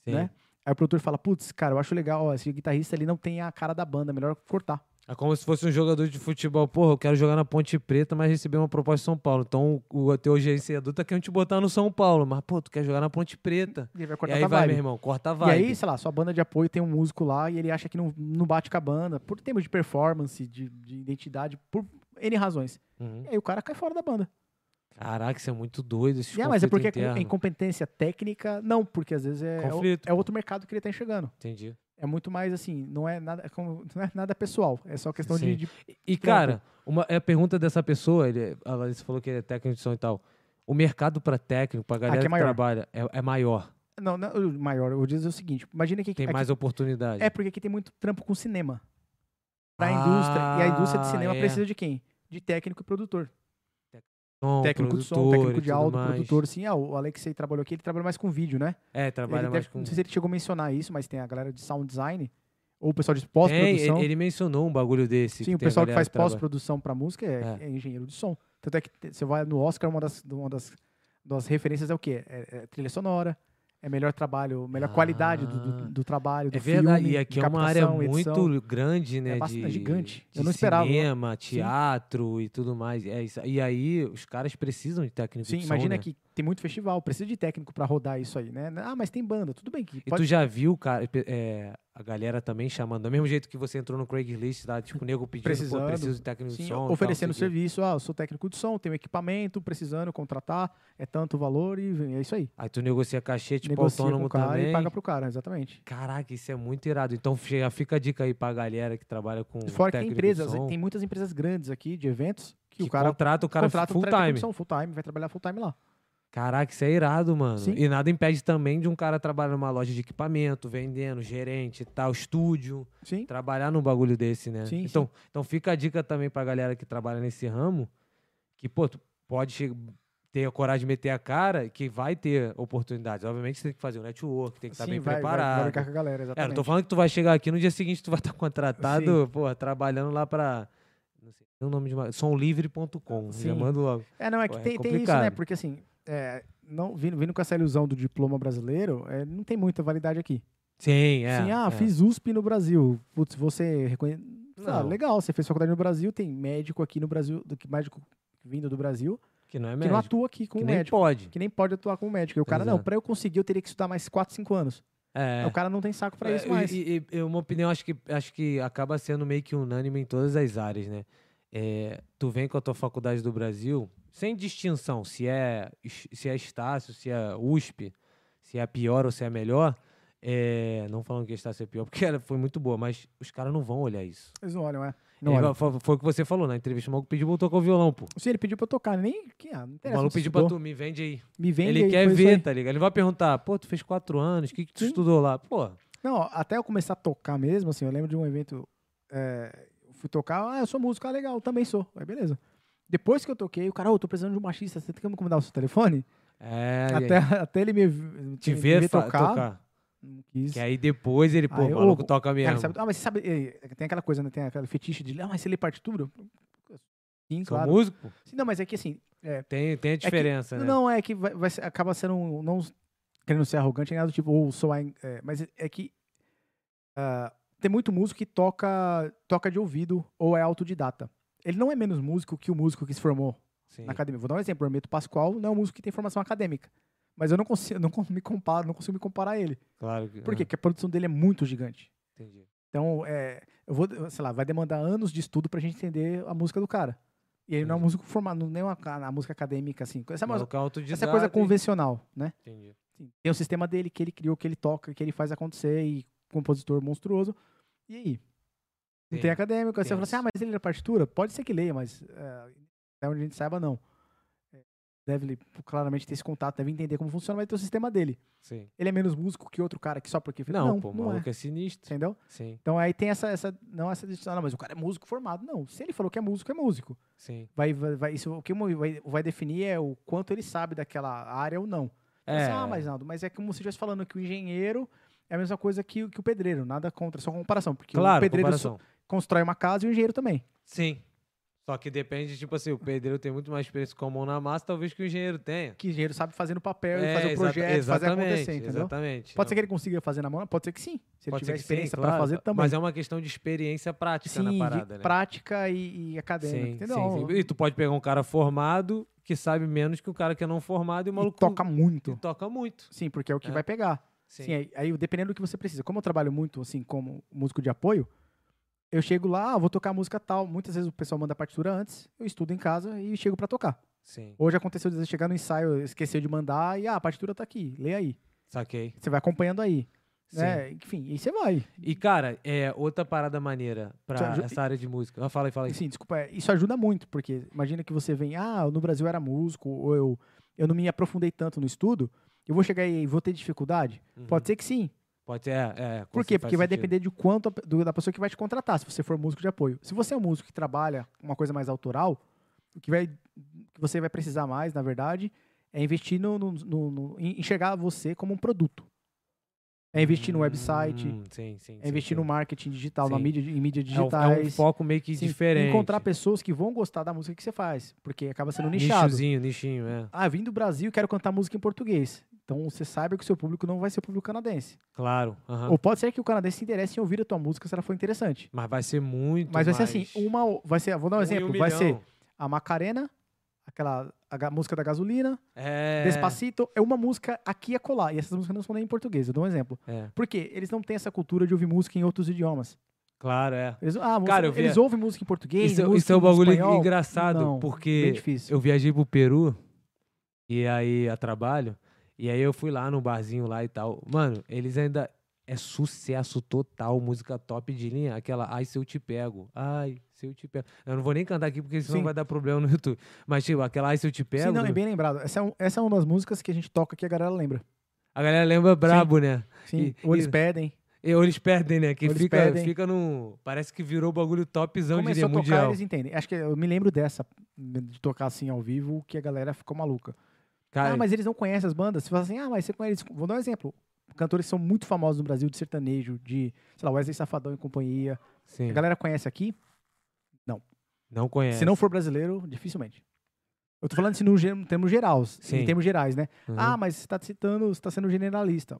Sim.
né? Aí o produtor fala, putz, cara, eu acho legal, ó, esse guitarrista ali não tem a cara da banda, melhor cortar.
É como se fosse um jogador de futebol. Porra, eu quero jogar na Ponte Preta, mas recebi uma proposta de São Paulo. Então o, o teu gerenciador tá querendo te botar no São Paulo. Mas, pô, tu quer jogar na Ponte Preta.
E ele vai
E
cortar
aí
a
vai, meu
vibe.
irmão, corta a
e
vibe.
aí, sei lá, sua banda de apoio tem um músico lá e ele acha que não, não bate com a banda, por termos de performance, de, de identidade, por N razões.
Uhum.
E aí o cara cai fora da banda.
Caraca, isso é muito doido. Esse
E, ah, mas é porque é
interno.
com- é incompetência técnica? Não, porque às vezes é, é o-
Conflito.
é outro mercado que ele tá enxergando.
Entendi.
É muito mais assim, não é nada, é como- não é nada pessoal, é só questão
Sim.
de, de
E, e, cara, uma, é a pergunta dessa pessoa, ele, a Larissa falou que ele é técnico de som e tal. O mercado pra técnico, pra galera
Aqui é
que,
maior.
trabalha, é, é maior.
Não, não, o maior, eu vou dizer o seguinte: imagina que
Tem
aqui-
mais oportunidade.
É porque aqui tem muito trampo com cinema. Pra indústria. E a indústria de
Ah,
cinema
é.
precisa de quem? De técnico e produtor.
som,
técnico de som,
produtor e
técnico de
tudo
áudio,
mais.
produtor, sim. Ah, o Alexei trabalhou aqui, ele trabalha mais com vídeo, né?
É,
Ele
trabalha
deve-
mais com.
Não sei se ele chegou a mencionar isso, mas tem a galera de sound design, ou o pessoal de
Tem,
pós-produção.
ele, ele mencionou um bagulho desse.
Sim, o
tem a
pessoal que
galera
faz pós-produção pra música é,
É.
é engenheiro de som. Tanto é que te- você vai no Oscar, uma das, uma das, das referências é o quê? É, é trilha sonora, é melhor trabalho, melhor qualidade do,
Ah.
do, do trabalho, do
É verdade,
filme,
e
de
aqui é uma área
captação,
muito
edição.
grande, né?
bastante-
de,
é gigante. Eu
de
não esperava, né?
Cinema, teatro e tudo mais. É isso. E aí, os caras precisam de técnico
Sim,
de som,
imagina
né?
que tem muito festival, precisa de técnico pra rodar isso aí, né? Ah, mas tem banda, tudo bem que
E
pode...
tu já viu, cara, pe- é, a galera também chamando, do mesmo jeito que você entrou no Craigslist, tá? Tipo, o nego pedindo, pô,
Precisando.
preciso de técnico de
Sim,
som. e tal,
oferecendo
não sei o quê.
serviço, ah, eu sou técnico de som, tenho equipamento, precisando contratar, é tanto o valor e é isso aí.
Aí tu negocia cachê, tipo,
Negocia com
autônomo
o cara
também.
e paga pro cara, exatamente.
Caraca, isso é muito irado. Então chega- fica a dica aí pra galera que trabalha com
Fora que tem
técnico de
empresas,
som,
tem muitas empresas grandes aqui de eventos que,
que
o cara
contrata o cara
contrata um
full
técnico de
time.
som full time, vai trabalhar full time lá.
Caraca, isso é irado, mano.
Sim.
E nada impede também de um cara trabalhar numa loja de equipamento, vendendo, gerente e tal, estúdio,
Sim.
trabalhar num bagulho desse, né?
Sim,
então, então fica a dica também pra galera que trabalha nesse ramo, que, pô, tu pode che- ter a coragem de meter a cara, que vai ter oportunidades. Obviamente você tem que fazer um network, tem que estar
Sim,
bem
vai, vai,
preparado.
vai brincar com a galera,
É, eu
exatamente.
não tô falando que tu vai chegar aqui no dia seguinte tu vai estar contratado, pô, trabalhando lá pra. Não sei o nome de uma. Somlivre.com. Já
Sim.
mando logo.
É, não, é
Pô,
que
é
tem, tem isso, né?
complicado.
Porque assim, é, não, vindo, vindo com essa ilusão do diploma brasileiro, é, não tem muita validade aqui.
Sim, é.
Sim, ah,
é.
fiz USP no Brasil. Putz, você reconhece. Ah,
Não.
legal, você fez faculdade no Brasil, tem médico aqui no Brasil, do que médico vindo do Brasil,
Que não é
que não
médico.
atua aqui com
Que,
o
nem é.
médico.
pode.
Que nem pode atuar com o médico. E o cara, não,
Exato.
pra eu conseguir, eu teria que estudar mais 4, 5 anos.
É.
O cara não tem saco pra
É,
isso mais.
E, e- e uma opinião, acho que, acho que acaba sendo meio que unânime em todas as áreas, né? É, tu vem com a tua faculdade do Brasil, sem distinção se é, es- se é Estácio, se é USP, se é a pior ou se é a melhor. É, não falando que a Estácio é pior, porque ela foi muito boa, mas os caras não vão olhar isso.
Eles não olham, é.
Ele
Não olham.
fa- foi o que você falou na entrevista. O maluco pediu pra eu tocar o violão, pô.
Se ele pediu pra eu tocar, nem. Que, ah, não
O
interessa.
maluco
você
pediu pra
estudou.
tu, me vende aí.
Me vende
ele
aí,
quer
foi isso
ver,
aí.
tá ligado? Ele vai perguntar, pô, tu fez quatro anos, o que, que tu
Sim.
estudou lá? Pô,
Não, até eu começar a tocar mesmo, assim, eu lembro de um evento. É, eu fui tocar, ah, eu sou músico, ah, legal, também sou. Aí, beleza. Depois que eu toquei, o cara, ô, tô precisando de um baixista, você tem como me dar o seu telefone?
é. e aí?
Até, assim, até ele me,
te
me
ver
ver
fa- tocar.
Não quis.
Que aí depois ele, pô,
Aí,
o maluco
ô,
toca mesmo.
Cara, sabe- ah, mas você sabe, eh, tem aquela coisa, né? Tem aquela fetiche de, ah, mas você lê partitura? Sim,
Sou
claro.
é músico, pô.
Sim, não, mas é que assim,
tem, tem a diferença, né?
Não, é que vai, vai ser- acaba sendo. um- Não querendo ser arrogante, nem nada do tipo, ou soar. en- é, mas é- é que. ah, tem muito músico que toca, toca de ouvido ou é autodidata. Ele não é menos músico que o músico que se formou
Sim.
na academia. Vou dar um exemplo. O Hermeto Pascoal não é um músico que tem formação acadêmica. Mas eu não consigo, não con- me comparo, não consigo me comparar a ele.
Claro que.
Por
ah,
quê? Porque a produção dele é muito gigante.
entendi.
Então, é, eu vou, sei lá, vai demandar anos de estudo pra gente entender a música do cara. E ele não é um
Entendi.
músico formado, nem uma, a música acadêmica, assim. Essa,
O maluco é
essa
autodidata
coisa
e-
convencional, né?
Entendi.
Sim, Tem o sistema dele que ele criou, que ele toca, que ele faz acontecer, e compositor monstruoso. E aí? Não tem,
Tem,
acadêmico. Aí você
tem
fala assim,
isso.
ah, mas ele lê partitura? Pode ser que leia, mas é, até onde a gente saiba, não. É, Deve ele, claramente ter esse contato, deve entender como funciona, mas tem o sistema dele.
Sim.
Ele é menos músico que outro cara que só porque... fez-
Não, pô, o
não é.
maluco é, sinistro.
Entendeu?
Sim,
Então aí tem essa, essa não essa distinção, "Ah, mas o cara é músico formado. Não, se ele falou que é músico, é músico.
sim.
Vai, vai, vai- isso, o que mo- vai, vai definir é o quanto ele sabe daquela área ou não.
É,
Mas, ah, mas Naldo, mas é como se estivesse falando que o engenheiro é a mesma coisa que, o- que o pedreiro, nada contra, só comparação. Porque
claro,
o pedreiro só
comparação.
constrói uma casa e o engenheiro também.
Sim. Só que depende, tipo assim, o pedreiro tem muito mais experiência com a mão na massa, talvez que o engenheiro tenha.
Que o engenheiro sabe fazer no papel e
É,
fazer o
exata-
projeto, fazer
exatamente,
acontecer, entendeu?
Exatamente. É
Pode ser
não.
que ele consiga fazer na mão, pode ser que sim. Se ele
Pode ser
tiver
que sim,
experiência pra
claro,
fazer também.
Mas é uma questão de experiência prática
sim,
na
de
parada, né?
prática né? e, e acadêmica,
Sim,
entendeu?
sim, sim. E tu pode pegar um cara formado que sabe menos que o cara que é não formado e o
E
maluco
toca muito.
e toca muito.
Sim, porque é o que
É.
vai pegar.
Sim.
Sim. é. aí, aí dependendo do que você precisa. Como eu trabalho muito, assim, como músico de apoio, eu chego lá, ah, vou tocar música tal. Muitas vezes o pessoal manda a partitura antes, eu estudo em casa e chego pra tocar.
sim.
Hoje aconteceu de você chegar no ensaio, esqueceu de mandar e, ah, a partitura tá aqui, lê aí.
Saquei.
Você vai acompanhando aí,
Sim.
né? Enfim, e você vai.
E, cara, é outra parada maneira pra
Ju-
essa área de música. Ah, fala aí, fala aí.
Assim, desculpa, é, isso ajuda muito, porque imagina que você vem, ah, no Brasil eu era músico, ou eu, eu não me aprofundei tanto no estudo, eu vou chegar aí e vou ter dificuldade?
Uhum.
Pode ser que sim,
Pode ser, é, é.
Por quê? Porque vai depender de quanto a pe- do- da pessoa que vai te contratar, se você for músico de apoio. Se você é um músico que trabalha uma coisa mais autoral, o que vai, o que vai você vai precisar mais, na verdade, é investir no, no- no- no- em enxergar você como um produto. É investir no website,
Hum, Sim, sim.
é investir no marketing digital, na
Sim.
mídia, em mídias
É um- É um,
digitais.
foco meio que
Sim,
diferente.
Encontrar pessoas que vão gostar da música que você faz, porque acaba sendo nichado.
Nichozinho, nichinho, é.
Ah, vim do Brasil e quero cantar música em português. Então você saiba que o seu público não vai ser o público canadense.
Claro. aham.
Ou pode ser que o canadense se interesse em ouvir a tua música se ela for interessante.
Mas vai ser muito.
Mas vai
mais...
ser assim, uma vai ser, vou dar um,
em
exemplo, vai ser
milhão.
a Macarena, aquela a ga- música da gasolina,
É.
Despacito, é uma música aqui a colar. E essas músicas não são nem em português, eu dou um exemplo.
É,
Porque eles não têm essa cultura de ouvir música em outros idiomas.
claro, é.
Eles, ah, música-
Cara, eu vi-
eles ouvem música em português,
Isso, é-
música
isso é um
em
bagulho
espanhol.
engraçado,
Não,
porque
bem difícil.
eu viajei pro Peru e aí a trabalho, e aí eu fui lá no barzinho lá e tal. Mano, eles ainda. É sucesso total, música top de linha, aquela Ai se eu te pego, ai se eu te pego. Eu não vou nem cantar aqui porque senão
Sim.
vai dar problema no YouTube. Mas tipo, aquela Ai se eu te pego, né?
Sim, não, é bem lembrado. Essa é, um- essa é uma das músicas que a gente toca que a galera lembra.
a galera lembra brabo, né?
Sim,
E-
ou eles
e-
pedem.
E ou eles perdem, né? Que
Ou eles
fica,
perdem.
fica no. Parece que virou bagulho topzão de
Começou
linha
a tocar,
Então, mundial.
eles entendem. Acho que eu me lembro dessa, de tocar assim ao vivo, que a galera ficou maluca.
Cara,
Ah, mas eles não conhecem as bandas? Você fala assim, ah, mas você conhece... Vou dar um exemplo. Cantores que são muito famosos no Brasil de sertanejo, de, sei lá, Wesley Safadão e companhia.
sim,
A galera conhece aqui.
não conhece.
Se não for brasileiro, dificilmente. Eu tô falando assim no, gê- em termos gerais,
Sim.
em termos gerais, né?
Uhum.
Ah, mas você tá citando, você tá sendo generalista.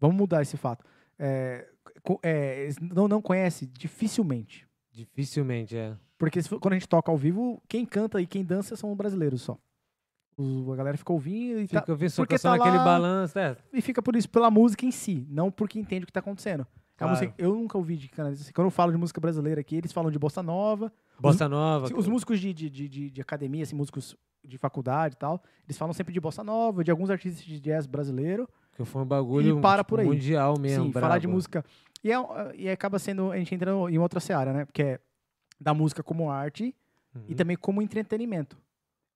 Vamos mudar esse fato. É, co- é, eles não, não conhece dificilmente.
Dificilmente, é.
Porque se for- quando a gente toca ao vivo, quem canta e quem dança são brasileiros só. O- a galera fica ouvindo e, tá-
Fica ouvindo só,
porque
só
tá
naquele
lá-
balanço, é.
e fica por isso, pela música em si, não porque entende o que tá acontecendo. É uma
Claro.
música- eu nunca ouvi de canadense. Quando eu falo de música brasileira aqui, eles falam de bossa nova.
Bossa nova.
Os músicos de, de, de, de- de academia, assim, músicos de faculdade e tal, eles falam sempre de bossa nova, de alguns artistas de jazz brasileiro.
Que foi um bagulho
E para
tipo,
por aí.
mundial mesmo.
Sim, falar de
brabo.
música. E, é, e acaba sendo, a gente entra em outra seara, né? Porque é da música como arte
Uhum.
e também como entretenimento.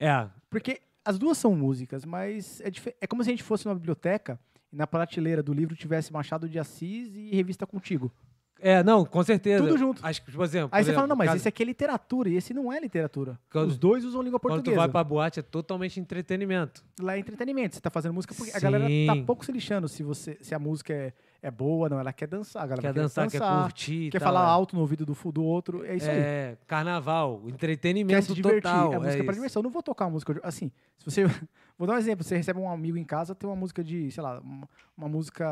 É,
Porque as duas são músicas, mas é, dife- é como se a gente fosse numa biblioteca e na prateleira do livro tivesse Machado de Assis e Revista Contigo.
é, não, com certeza.
Tudo junto.
Acho que, por exemplo.
Aí
por
você fala,
exemplo,
não, mas
cada-
esse aqui é literatura e esse não é literatura.
Quando-
Os dois usam língua
Quando tu
portuguesa.
vai pra boate é totalmente entretenimento.
Lá é entretenimento, você tá fazendo música porque a galera
Sim.
tá pouco se lixando se, você, se a música é, é boa, não. Ela quer dançar, a galera
Quer
quer
dançar, quer curtir. e
quer
tal,
falar
é.
alto no ouvido do, fu- do outro, é isso aí.
É, carnaval,
quer
entretenimento
se divertir.
total.
é música pra
isso.
diversão. Eu não vou tocar uma música. de- Assim, se você. Vou dar um exemplo. Você recebe um amigo em casa, tem uma música de, sei lá, uma, uma música.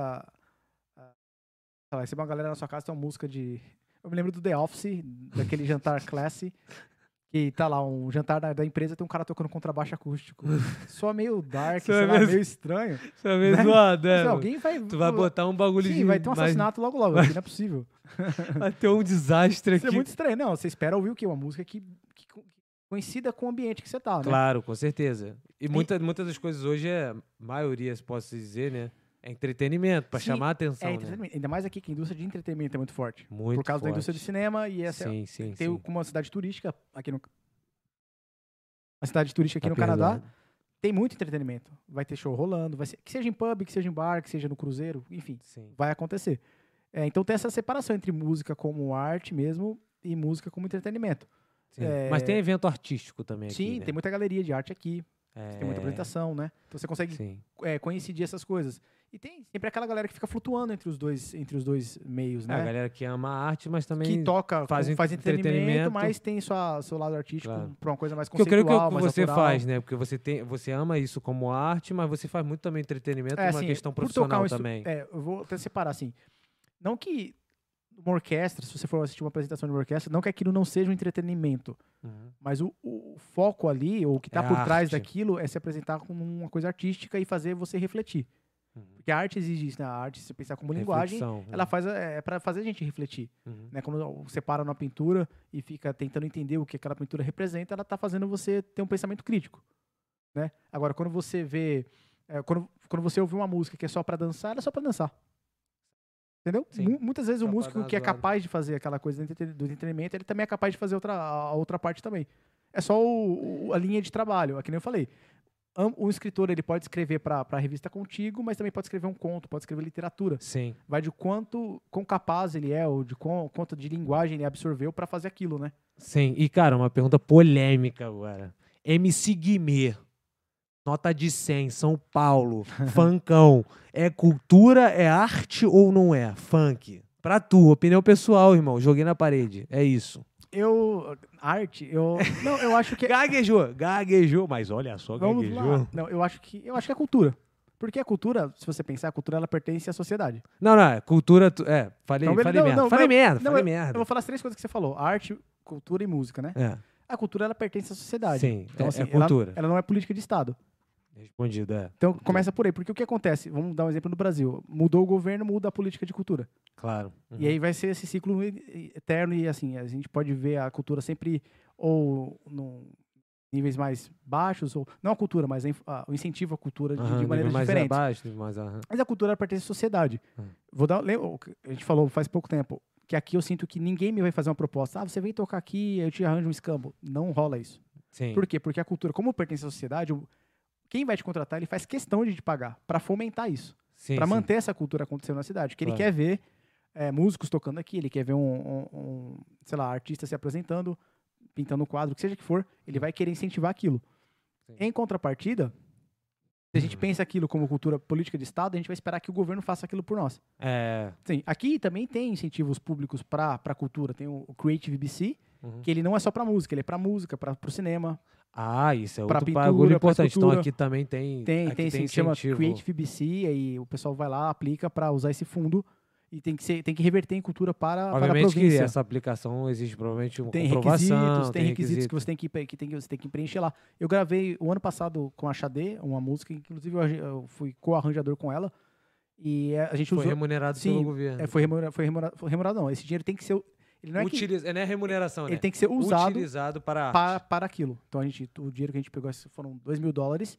ah, Sei lá, recebe uma galera na sua casa, tem uma música de. Eu me lembro do The Office, daquele jantar classe. Que tá lá, um jantar da, da empresa, tem um cara tocando contrabaixo acústico. Só meio dark,
Isso é
sei lá,
mesmo.
meio estranho.
Isso é meio
né?
zoado, é,
Mas,
mano.
alguém vai.
Tu vai botar um bagulho de.
Sim, vai ter um
mais-
assassinato logo logo, aqui, não é possível.
Vai ter um desastre
Isso
aqui.
é muito estranho. Não, você espera ouvir o quê? Uma música que, que co- coincida com o ambiente que você tá, né?
Claro, com certeza. E muita, muitas das coisas hoje é, maioria, se posso dizer, né? É entretenimento, pra
Sim,
chamar a atenção,
É,
né?
entretenimento. Ainda mais aqui que a indústria de entretenimento é muito forte.
Muito
por causa da
forte.
indústria do cinema e essa
Sim, sim,
tem
sim.
como uma cidade turística aqui no uma cidade turística aqui
Tá
no Canadá
perdoado.
tem muito entretenimento. Vai ter show rolando, vai ser, que seja em pub, que seja em bar, que seja no cruzeiro, enfim,
Sim.
vai acontecer. É, então tem essa separação entre música como arte mesmo e música como entretenimento.
sim.
é-
Mas tem evento artístico também aqui,
Sim,
né?
tem muita galeria de arte aqui,
É,
tem muita apresentação, né? Então você consegue
Sim.
é, coincidir essas coisas. E tem sempre aquela galera que fica flutuando entre os dois, entre os dois meios,
É,
né?
A galera que ama a arte, mas
que
também...
toca,
faz
faz,
en-
faz entretenimento,
entretenimento.
mas tem sua, seu lado artístico
Claro.
pra uma coisa mais
Porque eu
conceitual,
creio que é o que
mais
você
autoral.
faz, né? Porque você, tem, você ama isso como arte, mas você faz muito também entretenimento,
É,
uma
assim,
questão
por
profissional
tocar um instru-
também.
É, eu vou até separar, assim. Não que uma orquestra, se você for assistir uma apresentação de uma orquestra, não que aquilo não seja um entretenimento,
Uhum.
mas o, o foco ali, ou o que tá
É
por
a arte.
trás daquilo, é se apresentar como uma coisa artística e fazer você refletir.
Uhum.
Porque a arte exige isso, né? A arte, se você pensar como linguagem,
Reflexão, né?
ela faz, é, é para fazer a gente refletir.
uhum.
né? Quando você para numa pintura e fica tentando entender o que aquela pintura representa, ela tá fazendo você ter um pensamento crítico, né? Agora, quando você vê, é, quando, quando você ouve uma música que é só para dançar, ela é só para dançar. Entendeu?
Sim.
Mu- muitas vezes
Só
o
pra
músico
dar
que é
zoada.
capaz de fazer aquela coisa do entreten- do entretenimento, ele também é capaz de fazer outra, a a outra parte também. É só o- o- a linha de trabalho, é que nem eu falei. Am- O escritor ele pode escrever para a revista Contigo, mas também pode escrever um conto, pode escrever literatura
Sim.
vai de quanto quão capaz ele é ou de quão, quanto de linguagem ele absorveu pra fazer aquilo, né?
Sim, e cara, uma pergunta polêmica agora. MC Guimê. Nota de 100, São Paulo, funkão. É cultura, é arte ou não é? Funk. Pra tu, opinião pessoal, irmão. Joguei na parede. É isso.
Eu. Arte, eu. Não, eu acho que.
Gaguejou, gaguejou. Mas olha só,
Vamos
gaguejou.
lá. Não, eu acho que. Eu acho que é cultura. Porque a cultura, se você pensar, a cultura ela pertence à sociedade.
Não, não, é cultura. tu- É, falei,
Então,
falei
beleza. Não,
merda.
não,
falei
não,
merda,
não,
falei
Eu
merda.
vou falar as três coisas que você falou: arte, cultura e música, né?
É,
A cultura ela pertence à sociedade.
sim,
Então,
é,
assim,
é
ela-
cultura.
Ela não é política de Estado.
Respondido, é.
Então começa por aí. Porque o que acontece? Vamos dar um exemplo no Brasil. Mudou o governo, muda a política de cultura.
Claro. Uhum.
E aí vai ser esse ciclo e- e- eterno e assim, a gente pode ver a cultura sempre ou num níveis mais baixos, ou não a cultura, mas a inf- a- o incentivo à cultura de,
Aham,
de
nível
maneiras
mais
diferentes.
abaixo, nível mais aham.
Mas a cultura ela pertence à sociedade.
Hum.
Vou dar, lembra, o que a gente falou faz pouco tempo que aqui eu sinto que ninguém me vai fazer uma proposta. Ah, você vem tocar aqui, eu te arranjo um escambo. Não rola isso.
Sim.
Por quê? Porque a cultura, como pertence à sociedade, o- quem vai te contratar, ele faz questão de te pagar para fomentar isso
sim,
para
sim.
manter essa cultura acontecendo na cidade. Que ele
Claro.
quer ver é, músicos tocando aqui, ele quer ver um, um- um, sei lá, artista se apresentando, pintando um quadro, o que seja que for, ele vai querer incentivar aquilo.
Sim.
Em contrapartida, se a gente
Uhum.
pensa aquilo como cultura política de Estado, a gente vai esperar que o governo faça aquilo por nós.
É.
Sim, aqui também tem incentivos públicos para a cultura. Tem o o Creative BC,
uhum.
que ele não é só para música, ele é para música, para o cinema.
Ah, isso é
pra
outro
pintura,
bagulho
pra
importante. Então
escultura.
aqui também tem.
Tem,
aqui
tem, esse que chama Creative BC, aí o pessoal vai lá, aplica para usar esse fundo e tem que, ser, tem que reverter em cultura para, para a
Obviamente que
província.
essa aplicação exige provavelmente uma
tem
comprovação.
requisitos, tem requisitos que
requisito.
você tem que, pre- que tem que- você tem que preencher lá. Eu gravei o ano passado com a Xadê, uma música, inclusive eu arran- eu fui co-arranjador com ela, e é, a gente
Foi
usou...
remunerado
Sim,
pelo governo.
é, foi remunerado, foi remora- foi remunerado não, esse dinheiro tem que ser... Ele não é, que,
Utiliza- é, não é remuneração,
ele
né?
tem que ser usado
Utilizado para. a
para,
arte.
para aquilo. Então a gente, o dinheiro que a gente pegou esse- foram 2 mil dólares,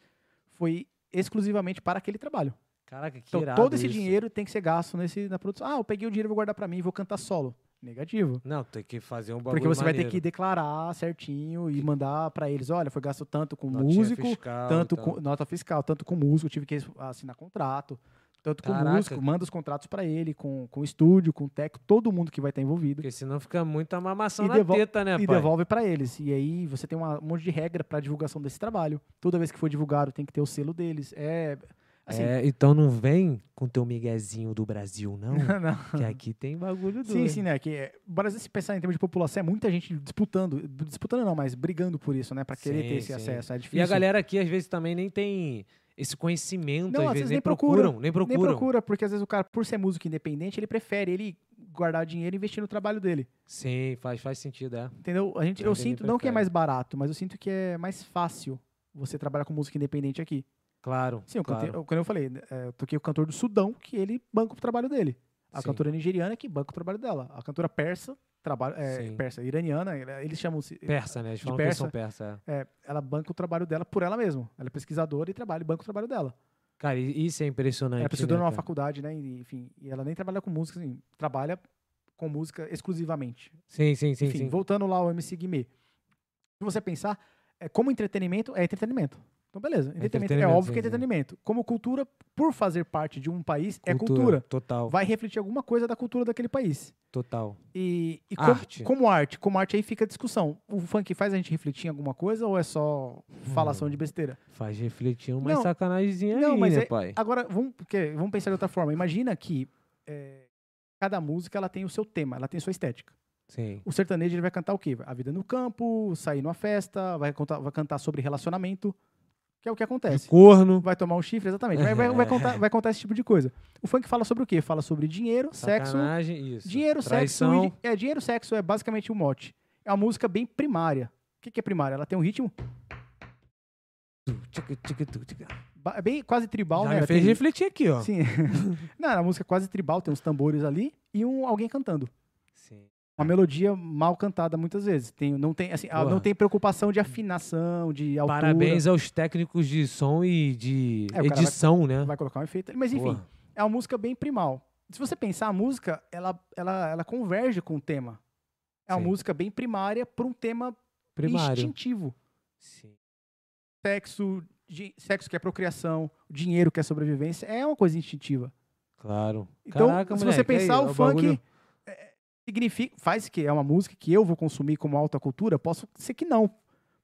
foi exclusivamente para aquele trabalho.
Caraca, que
Então,
irado
todo esse
isso.
dinheiro tem que ser gasto nesse, na produção. Ah, eu peguei o dinheiro, vou guardar pra mim, vou cantar solo. Negativo.
Não, tem que fazer um bagulho.
Porque você vai ter que
maneiro.
declarar certinho e mandar pra eles, olha, foi gasto tanto com
Notinha
músico,
fiscal, e
tanto
tal.
com nota fiscal, tanto com músico, tive que assinar contrato, tanto com
Caraca.
músico, manda os contratos pra ele, com, com estúdio, com técnico, todo mundo que vai estar envolvido.
Porque senão fica muita mamação
E
na
devol-
teta, né,
e
pai?
devolve pra eles. E aí você tem uma- um monte de regra pra divulgação desse trabalho. Toda vez que for divulgado, tem que ter o selo deles. É assim,
É, então não vem com teu miguezinho do Brasil, não.
não.
que aqui tem bagulho doido.
Sim, sim, né? Que é, o Brasil, se pensar em termos de população, é muita gente disputando, disputando não, mas brigando por isso, né? Pra querer
Sim,
ter esse
sim.
acesso. É difícil.
E a galera aqui, às vezes, também nem tem esse conhecimento,
Não,
às
às
vezes
vezes
nem
nem procura,
procuram, nem procuram.
nem procura, porque às vezes o cara, por ser músico independente, ele prefere ele guardar dinheiro e investir no trabalho dele.
Sim, faz, faz sentido, é.
Entendeu? A gente,
Ele
eu sinto, não que é
prefere.
mais barato, mas eu sinto que é mais fácil você trabalhar com música independente aqui.
Claro.
Sim, eu
claro.
cantei- eu- quando eu falei, né, é, eu toquei o cantor do Sudão, que ele banca o trabalho dele. A
Sim.
cantora nigeriana que banca o trabalho dela. A cantora persa, trabalho, é,
Sim.
persa, iraniana, eles chamam-se.
Persa, né? Eles
de
falam que são persa. é.
é, ela banca o trabalho dela por ela mesma. Ela é pesquisadora e trabalha e banca o trabalho dela.
Cara, e- isso é impressionante.
ela é
né,
pesquisadora numa
cara?
faculdade, né? e- Enfim, e ela nem trabalha com música, assim, trabalha com música exclusivamente.
Sim, sim, sim.
enfim,
sim.
voltando lá ao MC Guimê. Se você pensar, é, como entretenimento, é entretenimento. Então, beleza. Entretenimento, é
entretenimento,
óbvio que é
sim, sim.
entretenimento. Como cultura, por fazer parte de um país, é cultura.
Total,
Vai refletir alguma coisa da cultura daquele país.
total.
E, e como-
Arte.
Como, arte. Como arte aí fica a discussão. O funk faz a gente refletir em alguma coisa ou é só
Hum.
falação de besteira?
Faz refletir uma
Não,
sacanagemzinha
não,
aí,
mas
né,
é-
pai?
Agora, vamos, porque- vamos pensar de outra forma. Imagina que eh, cada música ela tem o seu tema, ela tem sua estética.
Sim.
O sertanejo ele vai cantar o quê? A vida no campo, sair numa festa, vai, contar, vai cantar sobre relacionamento, que é o que acontece.
Corno,
Vai tomar um chifre, exatamente. Vai, vai, vai contar, vai contar esse tipo de coisa. O funk fala sobre o quê? Fala sobre dinheiro, sexo.
sacanagem, isso.
Dinheiro,
Traição.
sexo. e- É, dinheiro, sexo é basicamente o mote. É uma música bem primária. O que, que é primária? Ela tem um ritmo
Tchica, tchica, tu, tchica.
ba- é bem quase tribal,
Já
né?
me
Ela
fez
tem-
refletir aqui, ó.
Sim. Não, a música é quase tribal, tem uns tambores ali e um alguém cantando.
Sim.
Uma melodia mal cantada muitas vezes. Tem, não, tem, assim, ah,
Porra.
não tem preocupação de afinação, de altura.
Parabéns aos técnicos de som e de
É, o cara vai-
edição, né?
Vai colocar um efeito. ali, Mas enfim,
Porra.
é uma música bem primal. Se você pensar, a música, ela, ela, ela converge com o tema. É uma
Sim.
música bem primária para um tema
Primário.
instintivo.
Sim.
Sexo, di- sexo que é procriação, dinheiro que é sobrevivência, é uma coisa instintiva.
Claro.
Então,
Caraca,
se
moleque,
você pensar,
aí,
o
ó,
funk
bagulho-
é, significa, faz que é uma música que eu vou consumir como alta cultura? Posso ser que não.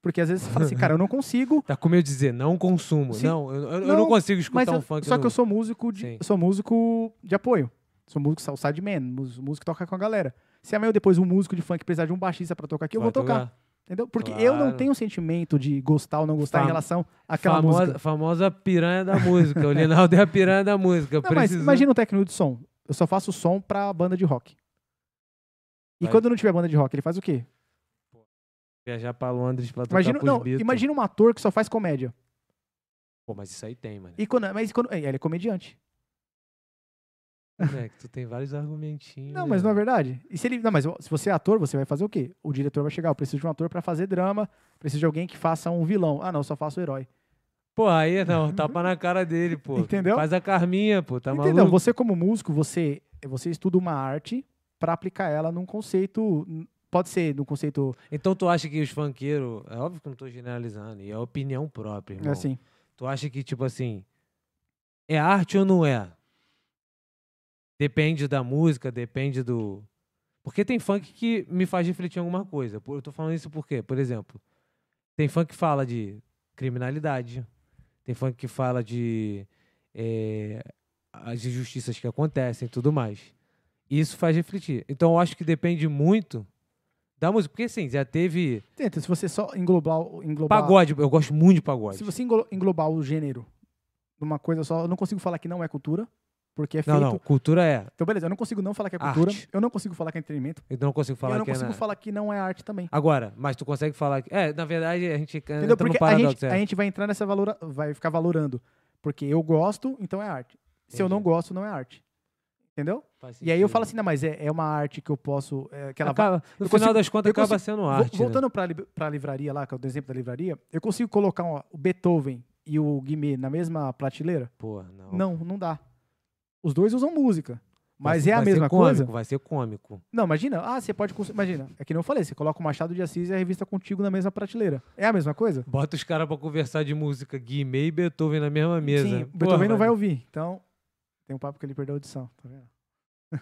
Porque às vezes você fala assim, cara, eu não consigo,
Tá com medo de dizer, não consumo.
Sim.
Não, eu, eu- eu não,
Não,
consigo
mas
escutar
eu-
um funk.
só
no-
que eu sou músico de,
Sim.
eu sou músico de apoio. Sou músico Southside Man, mús- músico que toca com a galera. Se amanhã ou depois um músico de funk precisar de um baixista pra tocar aqui, eu
Vai
vou tocar. Entendeu? Porque eu não
Claro.
tenho sentimento de gostar ou não gostar em
Fam-
relação àquela
Famosa,
música.
famosa piranha da música. O Linaldo é a piranha da música.
Não, mas
precisando-
imagina um técnico de som. Eu só faço som pra banda de rock. E
Vai.
quando não tiver banda de rock, ele faz o quê?
Viajar pra Londres pra tocar
Imagina,
pros
não,
Beatles.
imagina um ator que só faz comédia.
Pô, mas isso aí tem, mano.
E quando, mas quando, ele é comediante.
É, que tu tem vários argumentinhos.
Não,
né,
mas não é
mano?
verdade. E se ele, não, mas se você é ator, você vai fazer o quê? O diretor vai chegar, eu preciso de um ator pra fazer drama, preciso de alguém que faça um vilão. Ah, não, eu só faço o herói.
Pô, aí não, tapa na cara dele, pô.
Entendeu?
Faz a Carminha, pô, tá
Entendeu?
maluco?
Você como músico, você você estuda uma arte pra aplicar ela num conceito, n- pode ser num conceito
Então tu acha que os funkeiros. É óbvio que eu não tô generalizando, e é opinião própria, irmão.
assim.
Tu acha que, tipo assim, é arte ou não é? Depende da música, depende do. Porque tem funk que me faz refletir em alguma coisa. Pô, Eu tô falando isso porque, por exemplo, tem funk que fala de criminalidade, tem funk que fala de eh, as injustiças que acontecem e tudo mais. Isso faz refletir. Então eu acho que depende muito da música. Porque assim, já teve.
Tenta, se você só englobar, o- englobar
Pagode, eu gosto muito de pagode.
Se você englo- englobar o gênero numa coisa só, eu não consigo falar que não é cultura, porque é feito.
Não, não, cultura é.
Então, beleza, eu não consigo não falar que é cultura,
Arte.
eu não consigo falar que é entretenimento,
Eu não consigo falar
e eu não
que é
consigo
na-
falar que não é arte também.
Agora, mas tu consegue falar. que- É, na verdade, a gente entra
Entendeu? Porque
no
a
paradoxo.
gente,
é.
a gente vai entrar nessa valora, vai ficar valorando. Porque eu gosto, então é arte. Se eu
Entendi.
não gosto, não é arte. Entendeu?
Faz
E aí eu
sentido.
falo assim, não, mas é, é uma arte que eu posso. É, que é ela vai-
Acaba- no final
eu consigo-
das contas,
eu
acaba
consigo-
sendo
Vo-
arte. né?
Voltando pra li- pra livraria lá, que é o exemplo da livraria, eu consigo colocar ó, o Beethoven e o Guimê na mesma prateleira?
Porra, não.
Não, não dá. Os dois usam música.
Vai
Mas
ser-
é a
vai ser
mesma
cômico,
coisa?
Vai ser cômico.
Não, imagina. Ah, você pode. cons- Imagina. É que nem eu falei, você coloca o Machado de Assis e a revista contigo na mesma prateleira. É a mesma coisa?
Bota os caras pra conversar de música. Guimê e Beethoven na mesma mesa.
Sim, o
Porra,
Beethoven não vai
mano.
ouvir. Então, tem um papo que ele perdeu a audição. Tá vendo?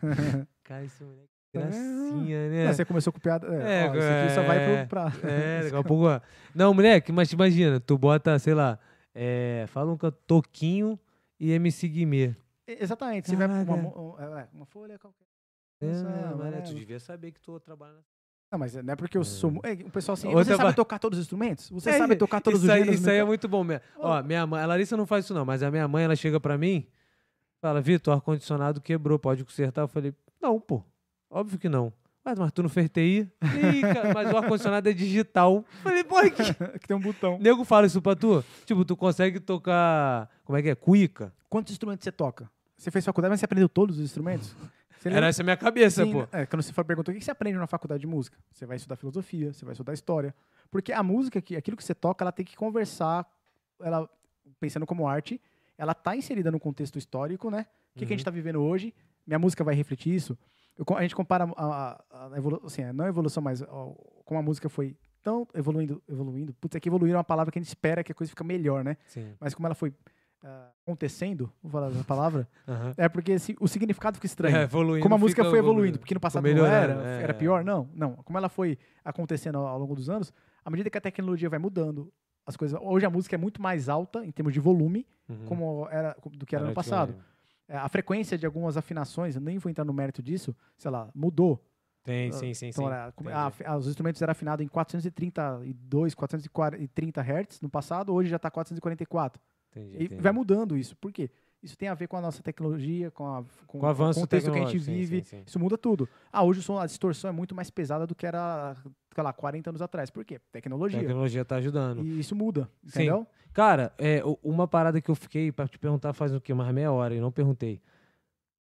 Cara, esse moleque é
É.
gracinha, né?
Não, você começou com piada. É,
É,
ó, isso aqui só vai
é,
pro, pra.
É,
um
daqui a pouco. ó. Não, moleque, mas imagina, tu bota, sei lá, é, fala um can- Toquinho e MC Guimê.
Exatamente. Você vai pra uma,
Caraca.
mo- um- é, uma folha qualquer.
É,
Isso é,
mano,
mano, é-
tu devia saber que tu trabalha na
Não, mas não é porque eu
É.
sou. mu- é, o pessoal assim,
Outra
você sabe
ba-
tocar todos os instrumentos? Você
É,
sabe tocar Tá todos
isso
os
aí,
gêneros?
Isso aí é
musica-
muito bom. Minha, ó, minha mãe, a Larissa não faz isso não, mas a minha mãe, ela chega pra mim, fala, Vitor, o ar-condicionado quebrou, pode consertar? Eu falei, não, pô, óbvio que não. Mas, mas tu não fez TI? Ih, cara, mas o ar-condicionado é digital. Eu Falei, pô, que...
que tem um botão.
Nego fala isso pra tu? Tipo, tu consegue tocar, como é que é, cuíca?
Quantos instrumentos você toca? Você fez faculdade, mas você aprendeu todos os instrumentos? Você
Era
lembra-
essa a minha cabeça,
Sim,
pô.
É, quando você for perguntar o que que você aprende na faculdade de música, você vai estudar filosofia, você vai estudar história. Porque a música, que- aquilo que você toca, ela tem que conversar, ela, pensando como arte, ela tá inserida no contexto histórico, né? O que, que a gente
Uhum.
tá vivendo hoje? Minha música vai refletir isso. Eu co- a gente compara a, a, evolução, assim, é, não a evolução, mas ó, como a música foi tão evoluindo, evoluindo. Putz, é que evoluir é uma palavra que a gente espera que a coisa fica melhor, né?
Sim.
Mas como ela foi ah, acontecendo, vou falar a palavra,
Aham.
é porque esse- o significado fica estranho.
É, evoluindo,
Como a música
fica
foi evoluindo, porque no passado não
melhorando,
era,
é.
era pior, não, não. Como ela foi acontecendo ao, ao longo dos anos, à medida que a tecnologia vai mudando, as coisas. Hoje a música é muito mais alta em termos de volume,
Uhum.
como era do que era no
Era
passado.
antigamente.
É, A frequência de algumas afinações, eu nem vou entrar no mérito disso, sei lá, mudou.
Tem, sim, sim, sim.
Então, era-
entendi.
a- a- os instrumentos eram afinados em 432, 430 Hz no passado, hoje já tá está 444.
Entendi,
E
entendi.
vai mudando isso. Por quê? Isso tem a ver com a nossa tecnologia, com, a, com,
o avanço
contexto que a gente
tecnológico, sim,
vive.
sim, sim.
Isso muda tudo. Ah, hoje o som, a distorção é muito mais pesada do que era, sei lá, 40 anos atrás. Por quê?
A
Tecnologia.
tecnologia tá ajudando.
E isso muda,
Sim.
entendeu?
Cara, é, u- uma parada que eu fiquei pra te perguntar faz o quê? Mais meia hora e não perguntei.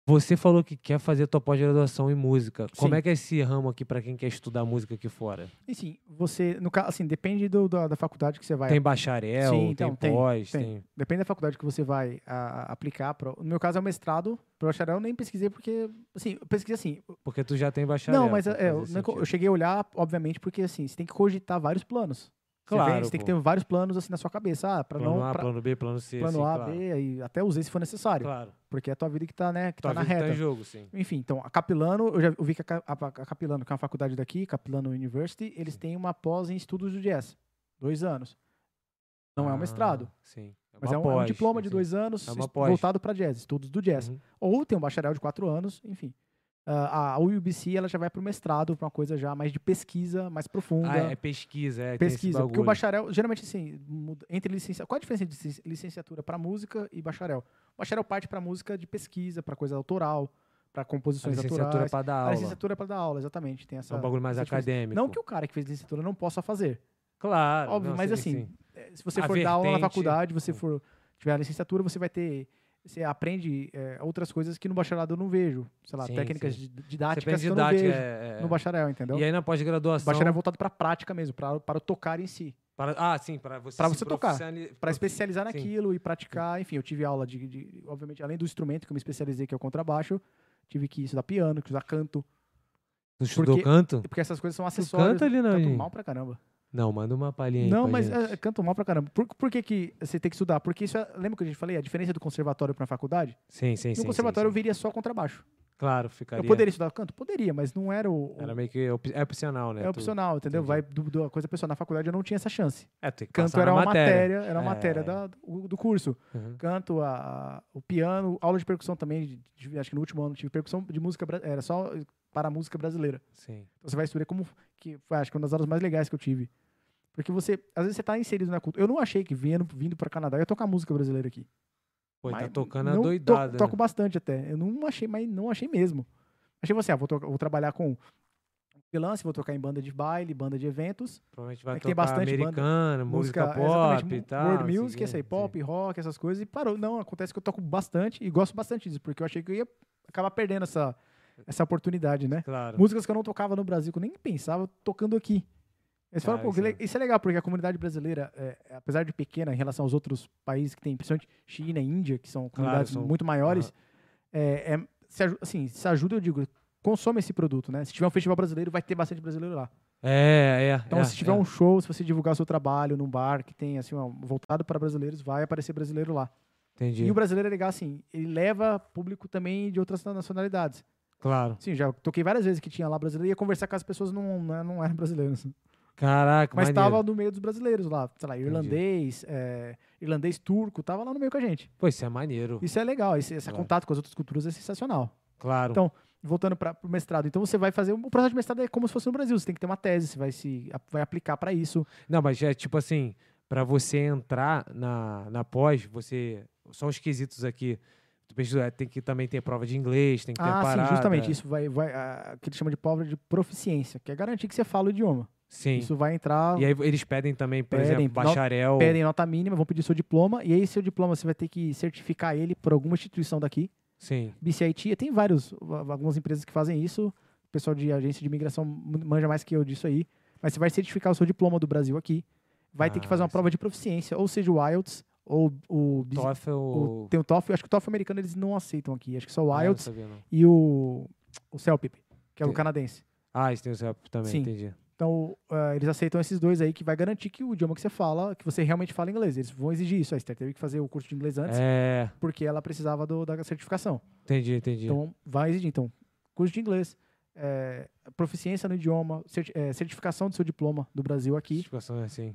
Você falou que quer fazer tua pós-graduação em música. Como
Sim.
é que é esse ramo aqui pra quem quer estudar música aqui fora?
E sim, você, no caso, assim, depende do- da, da faculdade que você vai.
Tem bacharel,
Sim,
tem
então, tem,
pós, tem.
tem. Depende da faculdade que você vai a- a- aplicar. pra- no meu caso é o mestrado. Pro bacharel eu nem pesquisei porque, assim, eu pesquisei assim.
Porque tu já tem bacharel.
não, mas
então
é, eu,
faz
não- eu
sentido.
cheguei a olhar, obviamente, porque assim, você tem que cogitar vários planos. Você vem,
Claro,
você tem que
pô.
ter vários planos assim na sua cabeça, ah, para
plano
não
A,
pra-
plano B, plano C.
plano
sim,
A,
claro.
B e até usei se for necessário,
Claro.
porque é a tua vida que tá, né, que
Tua
tá na
vida
reta.
tá em jogo, sim.
Enfim, então, a Capilano, eu já ouvi que a, Ca- a- a Capilano, que é uma faculdade daqui, Capilano University, eles têm uma pós em estudos do jazz. Dois anos. Não é um mestrado.
Ah, Sim. É
Mas
uma
é um, é um
pós,
diploma de
assim.
dois anos
É uma
es-
pós.
voltado para jazz, estudos do jazz.
Uhum.
Ou tem um bacharel de quatro anos, enfim. Ah, a UBC ela já vai para o mestrado, para uma coisa já mais de pesquisa, mais profunda.
Ah, é pesquisa, é. tem esse
um pesquisa. Porque o
bagulho.
bacharel, geralmente assim, muda- entre licenciatura. Qual a diferença de licenci- licenciatura para música e bacharel? O bacharel parte para música de pesquisa, para coisa autoral, para
A
composições
licenciatura
autorais.
pra dar
A
aula.
licenciatura é para dar aula, exatamente. Tem essa,
é um bagulho mais
essa diferença.
acadêmico.
Não que o cara que fez licenciatura não possa fazer.
Claro.
óbvio,
não,
mas
sim,
assim,
sim.
eh, se você
A
for dar aula na
vertente-
faculdade, você
Hum.
for tiver a licenciatura, você vai ter. Você aprende eh, outras coisas que no bacharelado eu não vejo. Sei lá,
Sim,
técnicas
sim.
di-
Você
didáticas
aprende
que eu não vejo
didática. é, é.
no bacharel, entendeu?
E aí na pós-graduação.
o bacharel é voltado para a prática mesmo, pra- para o tocar em si.
para- Ah, sim, para você.
Pra
se
você tocar,
profissionali-
Pra
profi-
especializar
Sim.
naquilo e praticar. Enfim, eu tive aula de, de- obviamente, além do instrumento que eu me especializei, que é o contrabaixo, tive que estudar piano, que estudar canto,
Tu estudou
porque-
canto?
porque essas coisas são acessórios.
canta, Lina,
Canto
hein?
mal pra caramba.
Não, manda uma palhinha aí.
Não,
pra
mas
gente.
é, canto mal pra caramba. Por, por que, que você tem que estudar? Porque isso, é, lembra que a gente falei? A diferença do conservatório pra faculdade?
Sim, sim, sim.
no conservatório
sim,
eu viria só contrabaixo.
sim. Claro,
Eu
ficaria.
poderia estudar canto? Poderia, mas não era o... o-
Era meio que op- é opcional, né?
é
tu-
opcional, entendeu?
entendi.
Vai do, do- a coisa pessoal. Na faculdade eu não tinha essa chance.
É, tem que
Canto
passar
era
na
uma matéria, era uma
É.
matéria da- do- do curso.
Uhum.
canto, a, a- o piano, aula de percussão também. de- de- acho que no último ano tive percussão de música, bra- era só eh, para a música brasileira.
Sim.
Então você vai estudar como que foi, acho que é uma das aulas mais legais que eu tive. Porque você, às vezes você tá inserido na cultura. Eu não achei que vindo, vindo para Canadá eu ia tocar música brasileira aqui.
Pô, tá
Mas
tocando a
não to-
doidada. né?
Toco bastante até. Eu não achei, mas não achei mesmo. Achei você, ah, vou, to- vou trabalhar com freelance, vou tocar em banda de baile, banda de eventos,
Provavelmente vai
É que tem
tocar
bastante banda-
americana, música,
exatamente,
pop
mu-
e tal.
World
não sei
music,
quê.
essa aí, pop, rock, essas coisas, e parou. Não, acontece que eu toco bastante e gosto bastante disso, porque eu achei que eu ia acabar perdendo essa, essa oportunidade, né?
Sim, Claro.
Músicas que eu não tocava no Brasil, que eu nem pensava, eu tocando aqui. Eles falam,
Ah,
pô,
isso
que le-
é-
isso é legal, porque a comunidade brasileira, é, apesar de pequena em relação aos outros países que tem, principalmente China e Índia, que são comunidades
são-
muito maiores, é, é- se, aju- assim, se ajuda, eu digo, consome esse produto, né? Se tiver um festival brasileiro, vai ter bastante brasileiro lá.
É, é.
Então,
é,
se tiver
é.
um show, se você divulgar seu trabalho num bar que tem, assim, ó, voltado para brasileiros, vai aparecer brasileiro lá.
Entendi.
E o brasileiro é legal, assim, ele leva público também de outras nacionalidades.
Claro.
Sim, já toquei várias vezes que tinha lá brasileiro e ia conversar com as pessoas né, não, não, não eram brasileiros.
Caraca,
assim. Mas
maneiro.
tava no meio dos brasileiros lá, sei lá,
Entendi.
irlandês, é, irlandês turco, tava lá no meio com a gente.
Pô, isso é maneiro.
Isso é legal, esse, esse
Claro.
contato com as outras culturas é sensacional.
Claro.
Então, voltando para o mestrado, então você vai fazer. O processo de mestrado é como se fosse no Brasil, você tem que ter uma tese, você vai, se, vai aplicar para isso.
Não, mas é tipo assim, pra você entrar na, na pós, você. São os quesitos aqui. Tu precisa, é, tem que também ter prova de inglês, tem que ter
Ah,
parada. é.
sim, justamente. Isso vai, vai ah, que ele chama de prova de proficiência, que é garantir que você fala o idioma.
Sim.
Isso vai entrar,
E aí eles pedem também, por
Pedem,
exemplo,
não-
bacharel.
pedem nota mínima, vão pedir seu diploma, e aí seu diploma você vai ter que certificar ele por alguma instituição daqui.
Sim.
BCIT, tem vários, a- algumas empresas que fazem isso, o pessoal de agência de imigração m- manja mais que eu disso aí, mas você vai certificar o seu diploma do Brasil aqui, vai ter que
Ah,
fazer uma
sim.
prova de proficiência, ou seja, o IELTS, ou o... bis-
TOEFL.
o- tem o TOEFL, acho que o TOEFL americano eles não aceitam aqui, acho que só o
Ah, eu não
IELTS
sabia, não.
e o, o CELPIP, que é o
Tem-
canadense.
Ah, isso tem o CEP também,
Sim.
entendi.
Então, ah, eles aceitam esses dois aí, que vai garantir que o idioma que você fala, que você realmente fala inglês. Eles vão exigir isso. A Esther teve que fazer o curso de inglês antes,
É,
porque ela precisava do- da certificação.
entendi, entendi.
Então, vai exigir. Então, curso de inglês, eh, proficiência no idioma, certi- eh, certificação do seu diploma do Brasil aqui.
Situação é assim.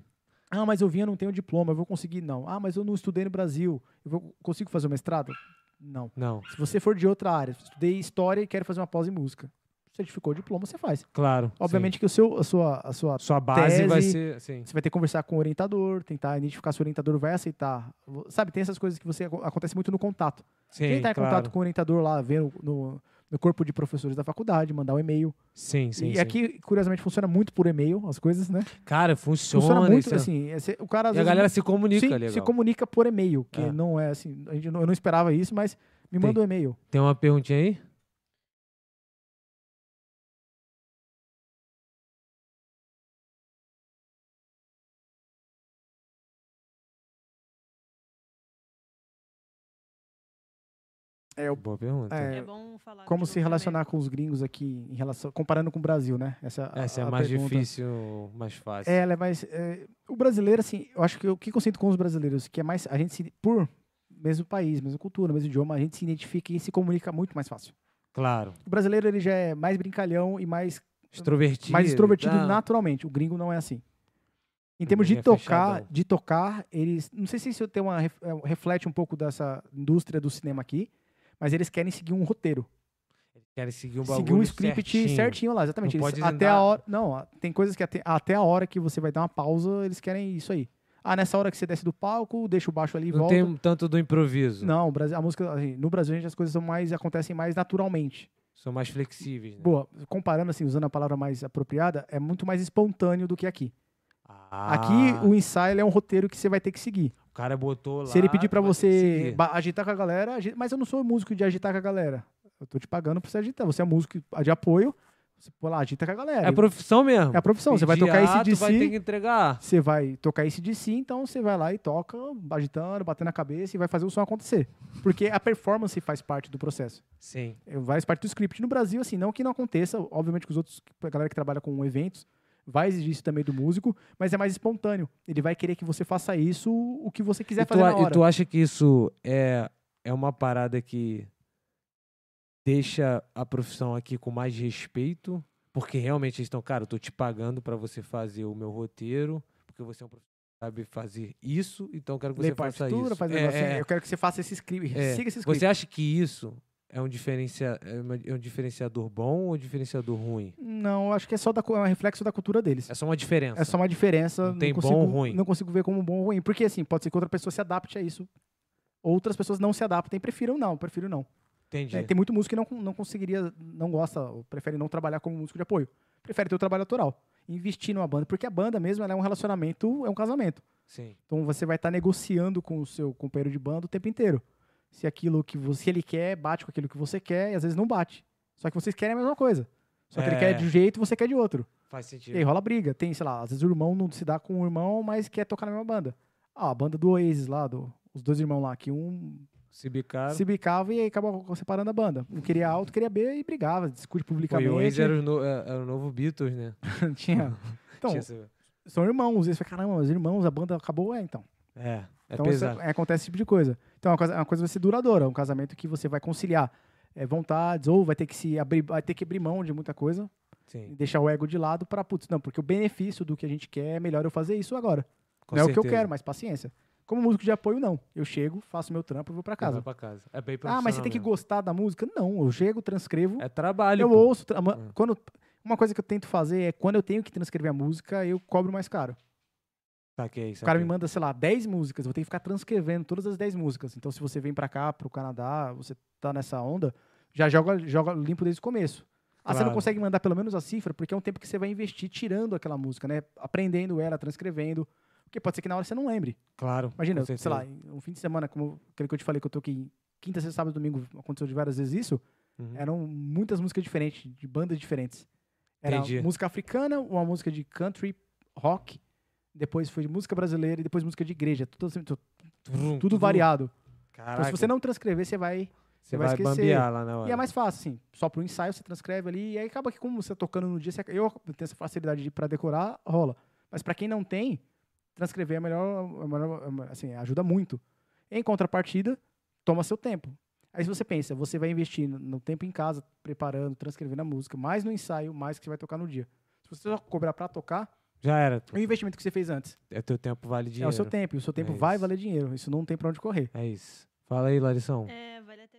Ah, mas eu vim, eu não tenho diploma, eu vou conseguir. Não. Ah, mas eu não estudei no Brasil, eu vou, consigo fazer o mestrado? Não.
Não,
Se você for de outra área, estudei história e quero fazer uma pausa em música, certificou o diploma, você faz.
claro. sim.
Obviamente que o seu, a sua, a sua
Sua base vai
tese-
ser. Sim.
Você vai ter que conversar com o orientador, tentar identificar se o orientador vai aceitar. Vo- Sabe, tem essas coisas que você aco- acontece muito no contato.
Sim,
Quem tá em
claro.
contato com o orientador lá, ver no, no- no corpo de professores da faculdade, mandar um e-mail.
Sim, sim.
e
sim.
aqui, curiosamente, funciona muito por e-mail as coisas, né?
Cara, funciona.
Funciona muito,
isso é-
assim. é cê- o cara, às
E a
vezes,
galera se comunica,
sim,
legal.
se comunica por e-mail, que
É.
não é assim. a gente não- eu não esperava isso, mas me
Tem.
manda um e-mail.
Tem uma perguntinha aí?
É, eu-
Boa pergunta.
é,
É bom falar.
Como
que
se
não
relacionar
é
com os gringos aqui, em relação, comparando com o Brasil, né? Essa, a-
Essa é
a
mais
pergunta.
difícil, mais fácil.
É, ela é mais. é, o brasileiro, assim, eu acho que o que eu sinto com os brasileiros, que é mais. A gente se. Por mesmo país, mesma cultura, mesmo idioma, a gente se identifica e se comunica muito mais fácil.
Claro.
O brasileiro, ele já é mais brincalhão e mais,
Extrovertido.
mais extrovertido
tá?
naturalmente. O gringo não é assim. Em termos de
Bem
tocar,
fechadão.
de tocar, eles. Não sei se isso tem uma, ref- é, reflete um pouco dessa indústria do cinema aqui, mas eles querem seguir um roteiro.
Querem seguir um bagulho
seguir um script certinho, lá, exatamente.
Não
Eles-
pode
até
andar-
a hora. Não, a- tem coisas que até, até a hora que você vai dar uma pausa, eles querem isso aí. Ah, nessa hora que você desce do palco, deixa o baixo ali e
Não
volta.
tem um tanto do improviso.
Não, o Brasil, a música. assim, no Brasil, gente, as coisas são mais, acontecem mais naturalmente.
São mais flexíveis, né?
Boa, comparando assim, usando a palavra mais apropriada, é muito mais espontâneo do que aqui.
Ah,
Aqui o ensaio ele é um roteiro que você vai ter que seguir.
o cara botou lá.
Se ele pedir pra
vai ter que
você
seguir.
ba- agitar com a galera, agi- mas eu não sou músico de agitar com a galera. Eu tô te pagando pra você agitar. Você é músico de apoio, você pô lá, agita com a galera.
É profissão mesmo.
É a profissão. Você vai
Pedir
tocar
A,
esse de
tu vai ter que
si.
entregar.
Você vai tocar esse de si, então você vai lá e toca, agitando, batendo a cabeça e vai fazer o som acontecer. Porque a performance faz parte do processo.
Sim.
É, Faz parte do script. No Brasil, assim, não que não aconteça, obviamente que os outros, a galera que trabalha com eventos, vai exigir isso também do músico, mas é mais espontâneo. Ele vai querer que você faça isso o que você quiser
e, tu,
fazer
a-
na
e
hora.
tu acha que isso é, é uma parada que deixa a profissão aqui com mais respeito? Porque realmente eles estão, cara, eu tô te pagando pra você fazer o meu roteiro, porque você é um profissional que sabe fazer isso, então eu quero que você
Ler
faça
partitura,
isso.
fazer
É,
negocinho.
é.
Eu quero que você faça esse script,
É.
siga esse script.
Você acha que isso é um, diferencia, é uma- é um diferenciador bom ou um diferenciador ruim?
Não, eu acho que é só da, cu- é um reflexo da cultura deles.
É só uma diferença.
É só uma diferença.
Não tem bom
consigo,
ou ruim.
Não consigo ver como bom ou ruim. Porque, assim, pode ser que outra pessoa se adapte a isso. Outras pessoas não se adaptem. Prefiram não, prefiro não.
Entendi.
É, tem muito músico que não, con- não conseguiria, não gosta, ou prefere não trabalhar como músico de apoio. Prefere ter o trabalho autoral. Investir numa banda. Porque a banda mesmo, ela é um relacionamento, é um casamento.
Sim.
Então você vai estar negociando com o seu companheiro de banda o tempo inteiro. Se aquilo que você, se ele quer bate com aquilo que você quer, e às vezes não bate. Só que vocês querem a mesma coisa. Só que ele
É.
quer de um jeito, você quer de outro.
Faz
E aí
sentido.
rola briga. Tem, sei lá, às vezes o irmão não se dá com o irmão, mas quer tocar na mesma banda. Ah, a banda do Oasis lá, do, os dois irmãos lá, que um
Se bicaram.
se bicava e aí acabava separando a banda. Um queria A, outro queria B e brigava, discute
Pô, e
publicamente.
o Waze era, o no- é- era o novo Beatles, né?
Tinha. Então,
Tinha essa-
são irmãos. Eles falam, caramba, os irmãos, a banda acabou, é então.
É, é
Então isso-
pesado.
é, acontece esse tipo de coisa. Então é uma coisa, é uma coisa que vai ser duradoura, é um casamento que você vai conciliar é, vontades ou vai ter que se abrir, vai ter que abrir mão de muita coisa,
Sim,
deixar o ego de lado para putz, não, porque o benefício do que a gente quer é melhor eu fazer isso agora.
com
não é o que eu
certeza.
quero, mas paciência. Como músico de apoio não, eu chego, faço meu trampo e vou para
Você vai
casa.
pra casa. É bem
Ah, mas você tem que
profissional
gostar da música? Não, eu chego, transcrevo,
mesmo. É trabalho.
eu
pô.
ouço, tra- ma-
Hum.
quando uma coisa que eu tento fazer é quando eu tenho que transcrever a música, eu cobro mais caro.
Saquei,
O cara
saquei.
me manda, sei lá, 10 músicas, eu vou ter que ficar transcrevendo todas as 10 músicas. Então, se você vem pra cá, pro Canadá, você tá nessa onda, já joga, joga limpo desde o começo. Ah, você não
Claro.
consegue mandar pelo menos a cifra, porque é um tempo que você vai investir tirando aquela música, né? Aprendendo ela, transcrevendo. Porque pode ser que na hora você não lembre.
Claro.
Imagina,
com
eu- sei
certeza.
lá, em um fim de semana, como aquele que eu te falei que eu toquei em quinta, sexta, sábado, domingo, aconteceu de várias vezes isso.
Uhum.
Eram muitas músicas diferentes, de bandas diferentes. Era
Entendi.
música africana, uma música de country, rock, depois foi de música brasileira e depois música de igreja. Tudo, assim, tu-
Tudo,
tudo variado. Então,
Caraca,
se você não transcrever, você vai.
você
vai
vai
esquecer.
bambear lá na hora.
E é mais fácil, assim. Só pro ensaio você transcreve ali. E aí acaba que, como você tá tocando no dia, você, eu tenho essa facilidade de, pra decorar, rola. Mas pra quem não tem, transcrever é melhor, é melhor- é melhor- assim, ajuda muito. Em contrapartida, toma seu tempo. Aí se você pensa, você vai investir no- no tempo em casa, preparando, transcrevendo a música, mais no ensaio, mais que você vai tocar no dia. Se você só cobrar pra tocar,
Já era. tu-
é o investimento que você fez antes.
É teu tempo vale dinheiro.
É o seu tempo. E o seu tempo
É
vai
isso.
valer dinheiro. Isso não tem pra onde correr.
É isso. Fala aí, Larissão.
É, vale até.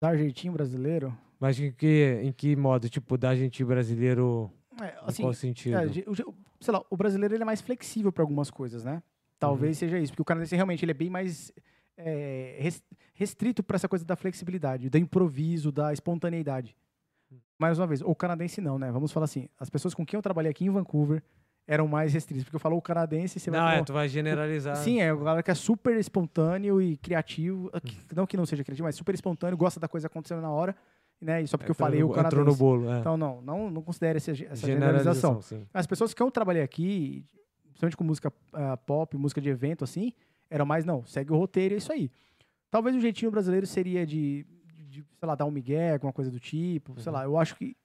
Dar jeitinho brasileiro.
Mas em que, em que modo? Tipo, da gente brasileiro,
É,
em
assim,
qual sentido?
É, ge- o ge- o- sei lá, o brasileiro ele é mais flexível para algumas coisas, né?
Uhum.
Talvez seja isso, porque o canadense realmente ele é bem mais é, res- restrito para essa coisa da flexibilidade, do improviso, da espontaneidade.
Hum.
Mais uma vez, o canadense não, né? Vamos falar assim, as pessoas com quem eu trabalhei aqui em Vancouver eram mais restritas, porque eu falo o canadense, você
não,
vai
é,
pra-
tu vai generalizar.
Sim, é o galera que é super espontâneo e criativo, ah, que-
Hum.
não que não seja criativo, mas super espontâneo, gosta da coisa acontecendo na hora, né? E só porque eu
Entrou
falei
no-
o
É, Entrou no
canadense.
bolo, é.
Então não, não, não considere essa, ge- essa generalização.
sim.
As pessoas que eu trabalhei aqui, principalmente com música ah, pop, música de evento, assim, era mais, não, segue o roteiro, é isso aí. Talvez o jeitinho brasileiro seria de, de, sei lá, dar um migué, alguma coisa do tipo, sei
Uhum.
lá. Eu acho que,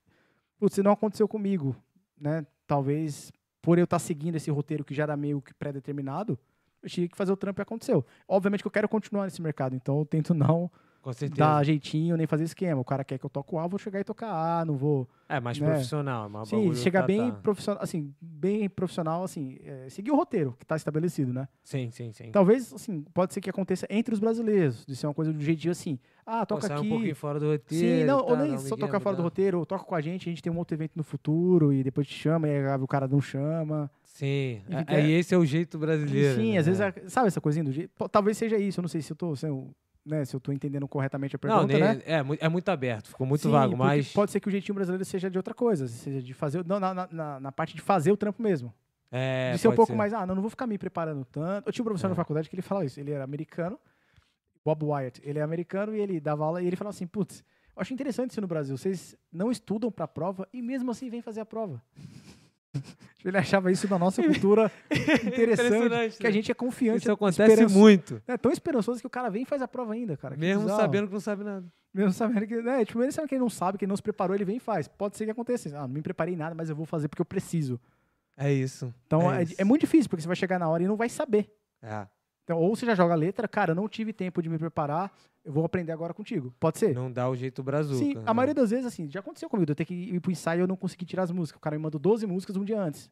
putz, isso não aconteceu comigo, né? Talvez por eu estar seguindo esse roteiro que já era meio que pré-determinado, eu tinha que fazer o trampo e aconteceu. Obviamente que eu quero continuar nesse mercado, então eu tento não
Com certeza.
dar jeitinho, nem fazer esquema. O cara quer que eu toque o A, vou chegar e tocar A, não vou.
É mais
né?
profissional. Mas o
Sim,
bagulho
chegar
tá-
bem
tá.
profissional, assim, bem profissional, assim, é, seguir o roteiro que tá estabelecido, né?
Sim, sim, sim.
Talvez, assim, pode ser que aconteça entre os brasileiros, de ser uma coisa do jeitinho assim, ah,
Pô,
toca
sai
aqui.
um pouquinho fora do roteiro.
Sim, não,
e
ou
tal,
nem
dá um
só
migué,
tocar fora do
mudar.
roteiro, ou toca com a gente, a gente tem um outro evento no futuro e depois te chama e aí o cara não chama.
Sim.
E
a-
fica-
Aí esse é o jeito brasileiro.
Sim,
né?
às vezes, a- sabe essa coisinha do jeito? Pô, Talvez seja isso, eu não sei se eu tô, se eu, né, se eu tô entendendo corretamente a pergunta,
Não, nem,
né?
é, mu- é muito aberto, ficou muito
Sim,
vago,
porque
mas.
Pode ser que o jeitinho brasileiro seja de outra coisa, seja de fazer. Não, na, na- na, na parte de fazer o trampo mesmo.
É,
de ser um
pode
pouco mais, ah, não, não vou ficar me preparando tanto. Eu tinha um professor
É.
na faculdade que ele falava isso, ele era americano, Bob Wyatt, ele é americano e ele dava aula e ele falava assim, putz, eu acho interessante isso no Brasil, vocês não estudam pra prova e mesmo assim vêm fazer a prova. Tipo, ele achava isso da nossa cultura interessante,
Impressionante,
que a
né?
gente é confiante.
Isso acontece
esperanço-
muito.
É tão esperançoso que o cara vem e faz a prova ainda, cara. que
Mesmo
bizarro.
sabendo que não sabe nada.
Mesmo sabendo que. Né, tipo, ele sabe que ele não sabe, que ele não se preparou, ele vem e faz. Pode ser que aconteça. isso. Ah, não me preparei nada, mas eu vou fazer porque eu preciso.
É isso.
Então
É
é,
isso.
é muito difícil, porque você vai chegar na hora e não vai saber.
É,
Então, ou você já joga a letra, cara, eu não tive tempo de me preparar, eu vou aprender agora contigo. Pode ser?
não dá o jeito brazuca.
Sim,
né?
a maioria das vezes, assim, já aconteceu comigo, de eu ter que ir pro ensaio e eu não consegui tirar as músicas. O cara me mandou 12 músicas um dia antes.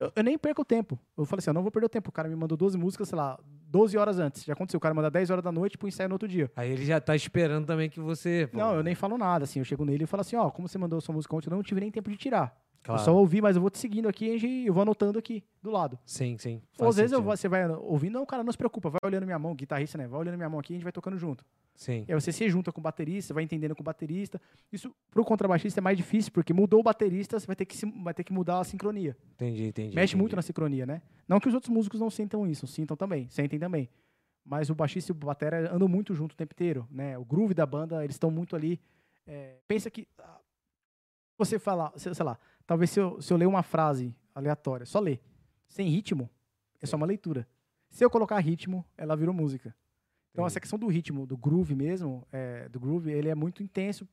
Eu, eu nem perco tempo. Eu falei assim, eu não vou perder o tempo. O cara me mandou 12 músicas, sei lá, 12 horas antes. Já aconteceu, o cara manda 10 horas da noite pro ensaio no outro dia.
Aí ele já tá esperando também que você. pô, né?
Não, eu nem falo nada, assim. Eu chego nele e falo assim, ó, como você mandou sua música ontem, eu não tive nem tempo de tirar.
Claro.
Eu só ouvi, mas eu vou te seguindo aqui e eu vou anotando aqui, do lado.
Sim, sim.
Ou
faz
às vezes eu
sentido.
vou- você vai ouvindo, não, cara, não se preocupa, vai olhando minha mão, guitarrista, né? Vai olhando minha mão aqui e a gente vai tocando junto.
Sim.
E aí você se junta com o baterista, vai entendendo com o baterista. Isso pro contrabaixista é mais difícil, porque mudou o baterista, você vai ter que, se- vai ter que mudar a sincronia.
Entendi, entendi.
Mexe muito na
entendi.
sincronia, né? Não que os outros músicos não sintam isso, sintam também, sentem também. Mas o baixista e o batera andam muito junto o tempo inteiro, né? O groove da banda, eles estão muito ali. é, pensa que ah, você falar, sei sei lá, talvez se eu, se eu ler uma frase aleatória, só ler, sem ritmo, é só uma leitura. Se eu colocar ritmo, ela virou música. Então essa questão do ritmo, do groove mesmo, é, do groove, ele é muito intenso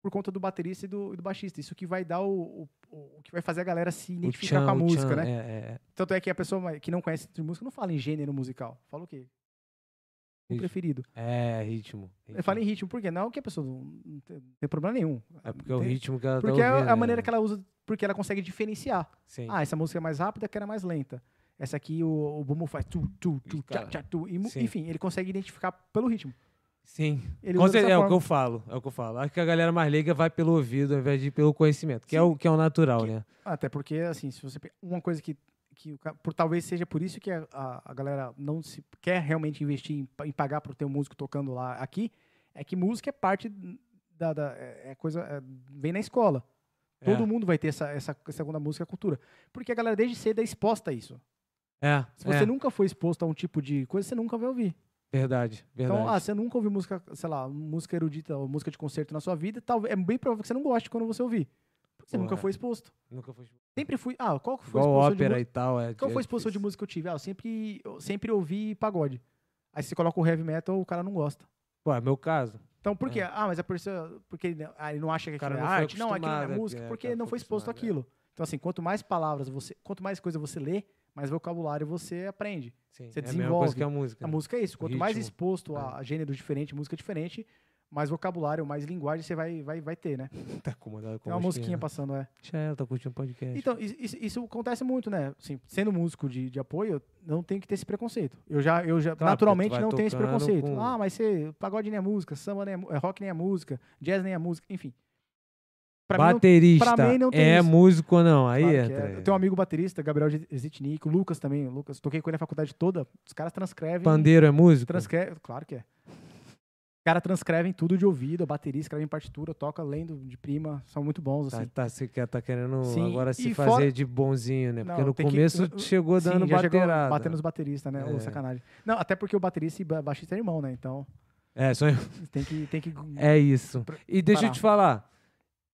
por conta do baterista e do, e do baixista. Isso que vai dar o, o, o que vai fazer a galera se
O
identificar
tchan,
com a
o
música,
tchan,
né?
É, é, é.
Tanto é que a pessoa mais- que não conhece de música não fala em gênero musical. Fala o quê? O
Ritmo.
preferido.
É, ritmo.
Ele Fala em
ritmo.
ritmo, por quê? Não é que a pessoa não, não tem, não tem problema nenhum.
É porque é o
Tem-
ritmo que ela tá
Porque é
ouvindo,
a maneira
né?
que ela usa, porque ela consegue diferenciar.
Sim.
Ah, essa música é mais rápida, que era mais lenta. Essa aqui o, o bumbo faz tu, tu, tu, tchá,
Cara,
tchá, tu. e mu-
sim.
enfim, ele consegue identificar pelo ritmo.
Sim.
Ele
Com
usa
certeza, é o
dessa
que
forma.
eu falo, é o que eu falo. Acho que a galera mais leiga vai pelo ouvido ao invés de ir pelo conhecimento, que é o que é o natural,
Que-
né?
Até porque, assim, se você. pe- Uma coisa que. que o ca- por, talvez seja por isso que a, a, a galera não se quer realmente investir em, pa- em pagar para ter um músico tocando lá aqui. É que música é parte da. da- é é coisa. é- vem na escola. Todo
é.
mundo vai ter essa, essa segunda música cultura. Porque a galera desde cedo é exposta a isso.
É,
Se você
é,
nunca foi exposto a um tipo de coisa, você nunca vai ouvir.
verdade, verdade.
Então, ah, você nunca ouviu música, sei lá, música erudita ou música de concerto na sua vida, talvez é bem provável que você não goste quando você ouvir. Porque você
Pô,
nunca
é.
foi exposto.
Nunca foi
Sempre fui. Ah, qual que foi
igual
exposição de
ópera
música?
e tal, é.
Qual
é
foi a exposição de
difícil.
música que eu tive? Ah, eu sempre, eu sempre ouvi pagode. Aí você coloca o heavy metal, o cara não gosta.
Pô, é meu caso.
Então, por
É.
quê? Ah, mas a pessoa. Porque ele não, ah, ele não acha que
O cara
aquilo é
não foi
arte. Não, aquilo não é
acostumado,
música,
é, o
porque
cara
não
foi
foi exposto
acostumado, é.
àquilo. Então, assim, quanto mais palavras você. Quanto mais coisa você lê, mais vocabulário você aprende.
Sim,
Você
é a mesma coisa
desenvolve.
que a música.
A
né?
música é isso. Quanto mais
Ritmo. É.
exposto a gêneros diferentes, música diferente, mais vocabulário, mais linguagem você vai, vai, vai ter, né?
Tá acomodado com
Tem uma
a
musiquinha
né?
passando, é.
Deixa ela, tá curtindo o podcast.
Então, is- is- isso, acontece muito, né? Assim, sendo músico de, de apoio, eu não tem que ter esse preconceito. Eu já, eu já
Claro,
naturalmente
porque tu vai
não tenho esse
tocando
preconceito.
com-
Ah, mas você, pagode nem é música, samba nem é, mu- é rock nem é música, jazz nem é música, enfim. Pra mim não-
Baterista
pra mim não tem
é
isso.
músico ou não? Aí
claro que
entra.
é.
aí.
Eu tenho um amigo baterista, Gabriel Zitnik, o Lucas também, o Lucas, toquei com ele a faculdade toda, os caras transcrevem.
Pandeiro é músico?
Transcreve, claro que é. Os caras transcrevem tudo de ouvido, a bateria escreve em partitura, toca lendo de prima, são muito bons,
Tá,
assim.
tá, se quer, tá querendo
Sim,
agora se
e
fazer
fora-
de bonzinho, né? Porque
Não,
no
tem que-
começo
eu- eu-
chegou
Sim,
dando
já chegou
baterada.
Batendo nos bateristas, né? Ô,
É.
sacanagem. Não, até porque o baterista e ba- baixista é irmão, né? Então,
É, só
tem que. Tem que
É isso.
Pra-
E deixa eu
parar.
te falar.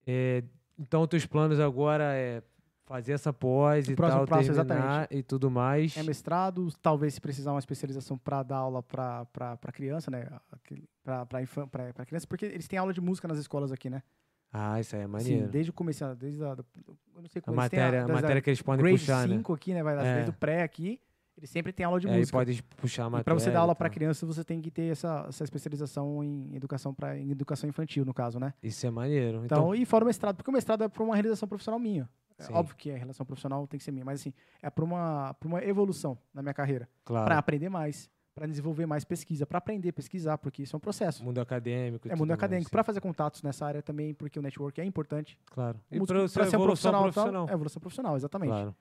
é, então, teus planos agora é fazer essa pós e
próximo
tal,
passo,
terminar e tudo mais.
é mestrado, talvez se precisar uma especialização para dar aula para criança, né? Para criança, porque eles têm aula de música nas escolas aqui, né?
Ah, isso aí é
Sim,
maneiro.
desde o começo, ah, desde a. do- Eu não sei
a
como eles têm
matéria, a
das- da
matéria que eles podem
grade
puxar, né?
5 aqui, né? Vai,
É.
Desde o pré aqui, Ele sempre tem aula de
E aí
música.
pode puxar a matéria.
E para você dar
e
aula para
tal.
criança, você tem que ter essa, essa especialização em educação para em educação infantil, no caso, né?
Isso é maneiro.
Então,
Então,
e fora o mestrado, porque o mestrado é para uma realização profissional minha. É
Sim.
Óbvio que a relação profissional tem que ser minha, mas assim, é para uma pra uma evolução na minha carreira, para
claro,
aprender mais, para desenvolver mais pesquisa, para aprender a pesquisar, porque isso é um processo.
mundo acadêmico. e
é mundo
tudo mais,
acadêmico,
sim.
para fazer contatos nessa área também, porque o network é importante.
Claro. E
Músico,
para
pra um
ser profissional,
e tal,
profissional.
é evolução profissional, exatamente.
Claro.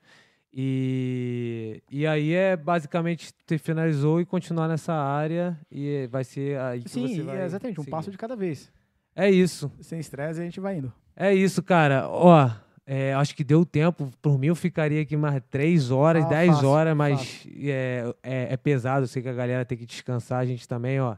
E, e aí é basicamente você finalizou e continuar nessa área e vai ser aí que você
Sim,
vai
é exatamente, um
seguir.
passo de cada vez.
É isso.
Sem estresse, a gente vai indo.
É isso, cara. Ó, é, acho que deu tempo. Por mim, eu ficaria aqui mais três horas,
Ah,
10
fácil,
horas, mas é, é, é pesado. Eu sei que a galera tem que descansar, a gente também, ó.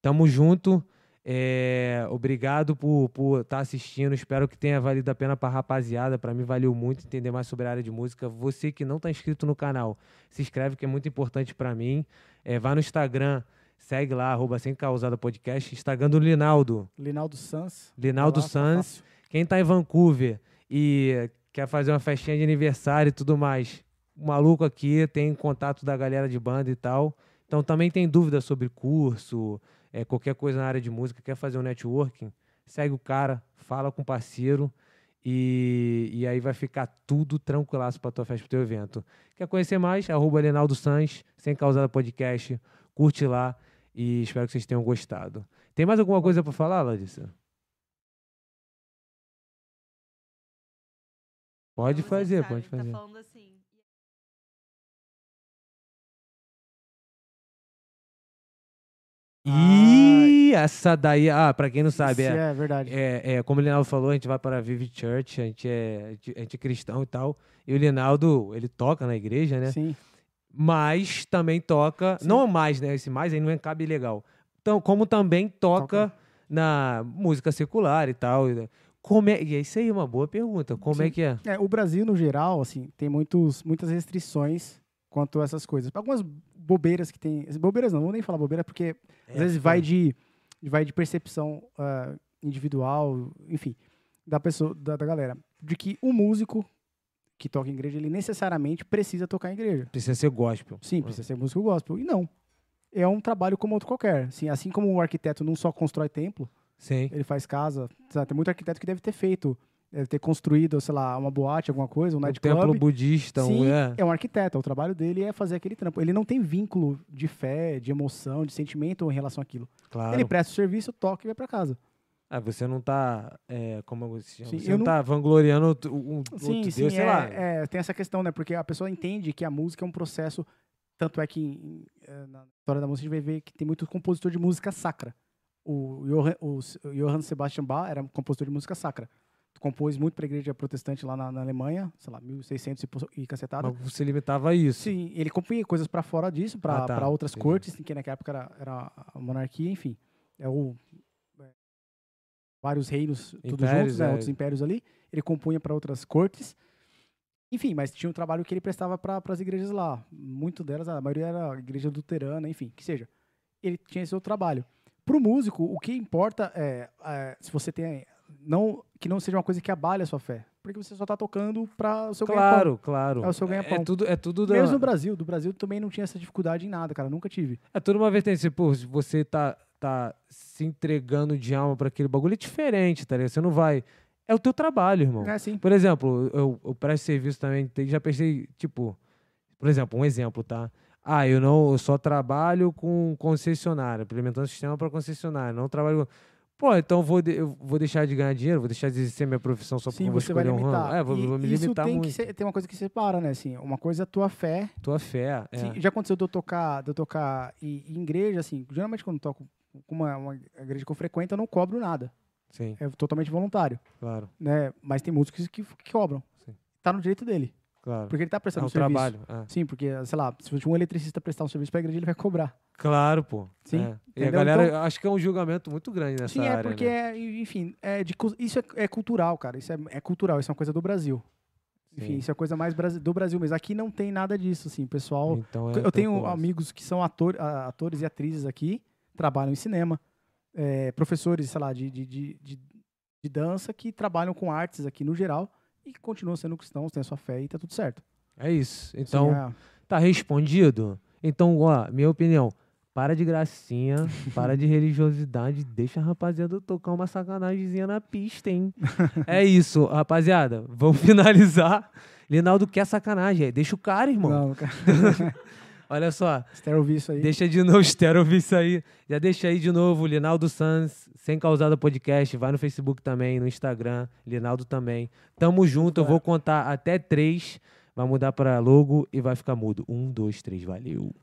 Tamo junto. É, obrigado por estar assistindo. Espero que tenha valido a pena pra rapaziada. Pra mim, valeu muito entender mais sobre a área de música. Você que não tá inscrito no canal, se inscreve que é muito importante pra mim. É, vai no Instagram, segue lá, arroba sem causada podcast. Instagram do Linaldo.
Linaldo Sanz.
Linaldo
Olá, tá
Sanz.
fácil.
Quem tá em Vancouver e quer fazer uma festinha de aniversário e tudo mais, o maluco aqui tem contato da galera de banda e tal. Então também tem dúvida sobre curso, é, qualquer coisa na área de música, quer fazer um networking, segue o cara, fala com o parceiro e, e aí vai ficar tudo tranquilaço pra tua festa, pro teu evento. Quer conhecer mais? Arroba Lenaldo Sanz, Sem Causada Podcast, curte lá e espero que vocês tenham gostado. Tem mais alguma coisa pra falar, Larissa? Pode
Então, vocês
fazer,
sabem,
pode fazer.
Tá falando assim.
Ih, essa daí, ah, pra quem não sabe,
Isso
é,
é verdade.
é, é, como o Linaldo falou, a gente vai para a Vive Church, a gente, é, a gente- a gente é cristão e tal. E o Linaldo, ele toca na igreja, né?
Sim.
Mas também toca,
Sim.
não mais, né? Esse mais aí não cabe legal. Então, como também toca,
Toca.
na música secular e tal. e- Como é, e isso aí é uma boa pergunta. Como é
Sim.
que é?
É, o Brasil, no geral, assim, tem muitos, muitas restrições quanto a essas coisas. Algumas bobeiras que tem. Bobeiras não, vou nem falar bobeira, porque
É,
às vezes vai de, vai de percepção ah, individual, enfim, da pessoa, da, da galera. De que o músico que toca em igreja, ele necessariamente precisa tocar em igreja.
Precisa ser gospel.
Sim, precisa ser músico gospel. E não. É um trabalho como outro qualquer. Assim, assim como o arquiteto não só constrói templo,
Sim.
ele faz casa. sabe? Tem muito arquiteto que deve ter feito, deve ter construído, sei lá, uma boate, alguma coisa, um
Um
nightclub.
templo budista, um-
Sim,
é.
é um arquiteto. O trabalho dele é fazer aquele trampo. Ele não tem vínculo de fé, de emoção, de sentimento em relação àquilo.
Claro.
Ele presta o serviço, toca e vai pra casa.
Ah, você não tá. é, como se chama?
Sim,
você
eu
não,
não-
tá vangloriando outro- um outro Deus, sei
é,
lá.
é, tem essa questão, né? Porque a pessoa entende que a música é um processo. Tanto é que em- eh, na história da música a gente vai ver que tem muito compositor de música sacra. O Johann, o S- o Johann Sebastian Bach era um compositor de música sacra. Compôs muito para a igreja protestante lá na, na Alemanha, sei lá, 1600 e, po- e cacetada.
Mas você limitava a isso.
Sim, ele compunha coisas para fora disso, para
Ah, tá,
outras
entendi.
cortes, que naquela época era, era a monarquia, enfim. É o, é, vários reinos, tudo
Impérios,
juntos, né,
é.
outros impérios ali. Ele compunha para outras cortes. Enfim, mas tinha um trabalho que ele prestava para as igrejas lá. Muito delas, a maioria era a igreja luterana, enfim, que seja. Ele tinha esse outro trabalho. Para o músico, o que importa é, é, se você tem. Não, que não seja uma coisa que abale a sua fé. Porque você só tá tocando para o seu ganha-pão.
Claro, claro.
É o seu ganha-pão.
tudo, é tudo da-
Mesmo no Brasil, do Brasil também não tinha essa dificuldade em nada, cara. Nunca tive.
É tudo uma vertente. Pô, se você tá, tá se entregando de alma pra aquele bagulho, é diferente, tá ligado? Você não vai. É o teu trabalho, irmão.
É assim.
Por exemplo, eu, eu presto serviço também, tem- já pensei, tipo, por exemplo, um exemplo, tá? Ah, eu não, eu só trabalho com concessionária, implementando sistema para concessionária, não trabalho com... Pô, então vou de- eu vou deixar de ganhar dinheiro, vou deixar de exercer minha profissão só porque
Sim,
eu vou
você vai
escolher um
limitar.
ramo. É, vou,
E
vou me
isso
limitar
tem
muito.
que ser- tem uma coisa que separa, né? Assim, uma coisa é a tua fé.
Tua fé, é.
Assim, já aconteceu de eu tocar, de eu tocar em, em igreja, assim, geralmente quando eu toco com uma, uma igreja que eu frequento, eu não cobro nada.
Sim,
É totalmente voluntário,
claro,
né? Mas tem músicos que, que cobram.
Sim.
Tá no direito dele.
claro.
Porque ele tá
É
prestando
um
serviço.
trabalho. é.
Sim, porque, sei lá, se um eletricista prestar um serviço pra igreja, ele vai cobrar.
Claro, pô.
Sim,
é. E a
entendeu?
galera,
Então-
acho que é um julgamento muito grande nessa
Sim, é
área,
porque,
né?
é, enfim, é de, cu- isso é, é cultural, cara. Isso é, é cultural, isso é uma coisa do Brasil. Enfim,
Sim.
isso é coisa mais brasi- do Brasil mesmo. Aqui não tem nada disso, assim, pessoal.
Então é
eu tenho
tranquilo.
amigos que são ator, a- atores e atrizes aqui, trabalham em cinema, é, professores, sei lá, de, de, de, de- de dança que trabalham com artes aqui no geral e que continuam sendo cristãos, têm a sua fé e tá tudo certo.
É isso.
Assim,
Então,
é-
Tá respondido? Então, ó, minha opinião. Para de gracinha, para de religiosidade, deixa a rapaziada tocar uma sacanagemzinha na pista, hein? É isso, rapaziada. Vamos finalizar. Linaldo quer sacanagem, é, deixa o cara, irmão.
Não, cara.
Olha só,
Estéreo visto aí.
Deixa de novo, Estero, ouvir isso aí. Já deixa aí de novo, Linaldo Sanz, Sem Causada Podcast. Vai no Facebook também, no Instagram, Linaldo também. Tamo junto, eu vou contar até três. Vai mudar pra logo e vai ficar mudo. Um, dois, três, valeu.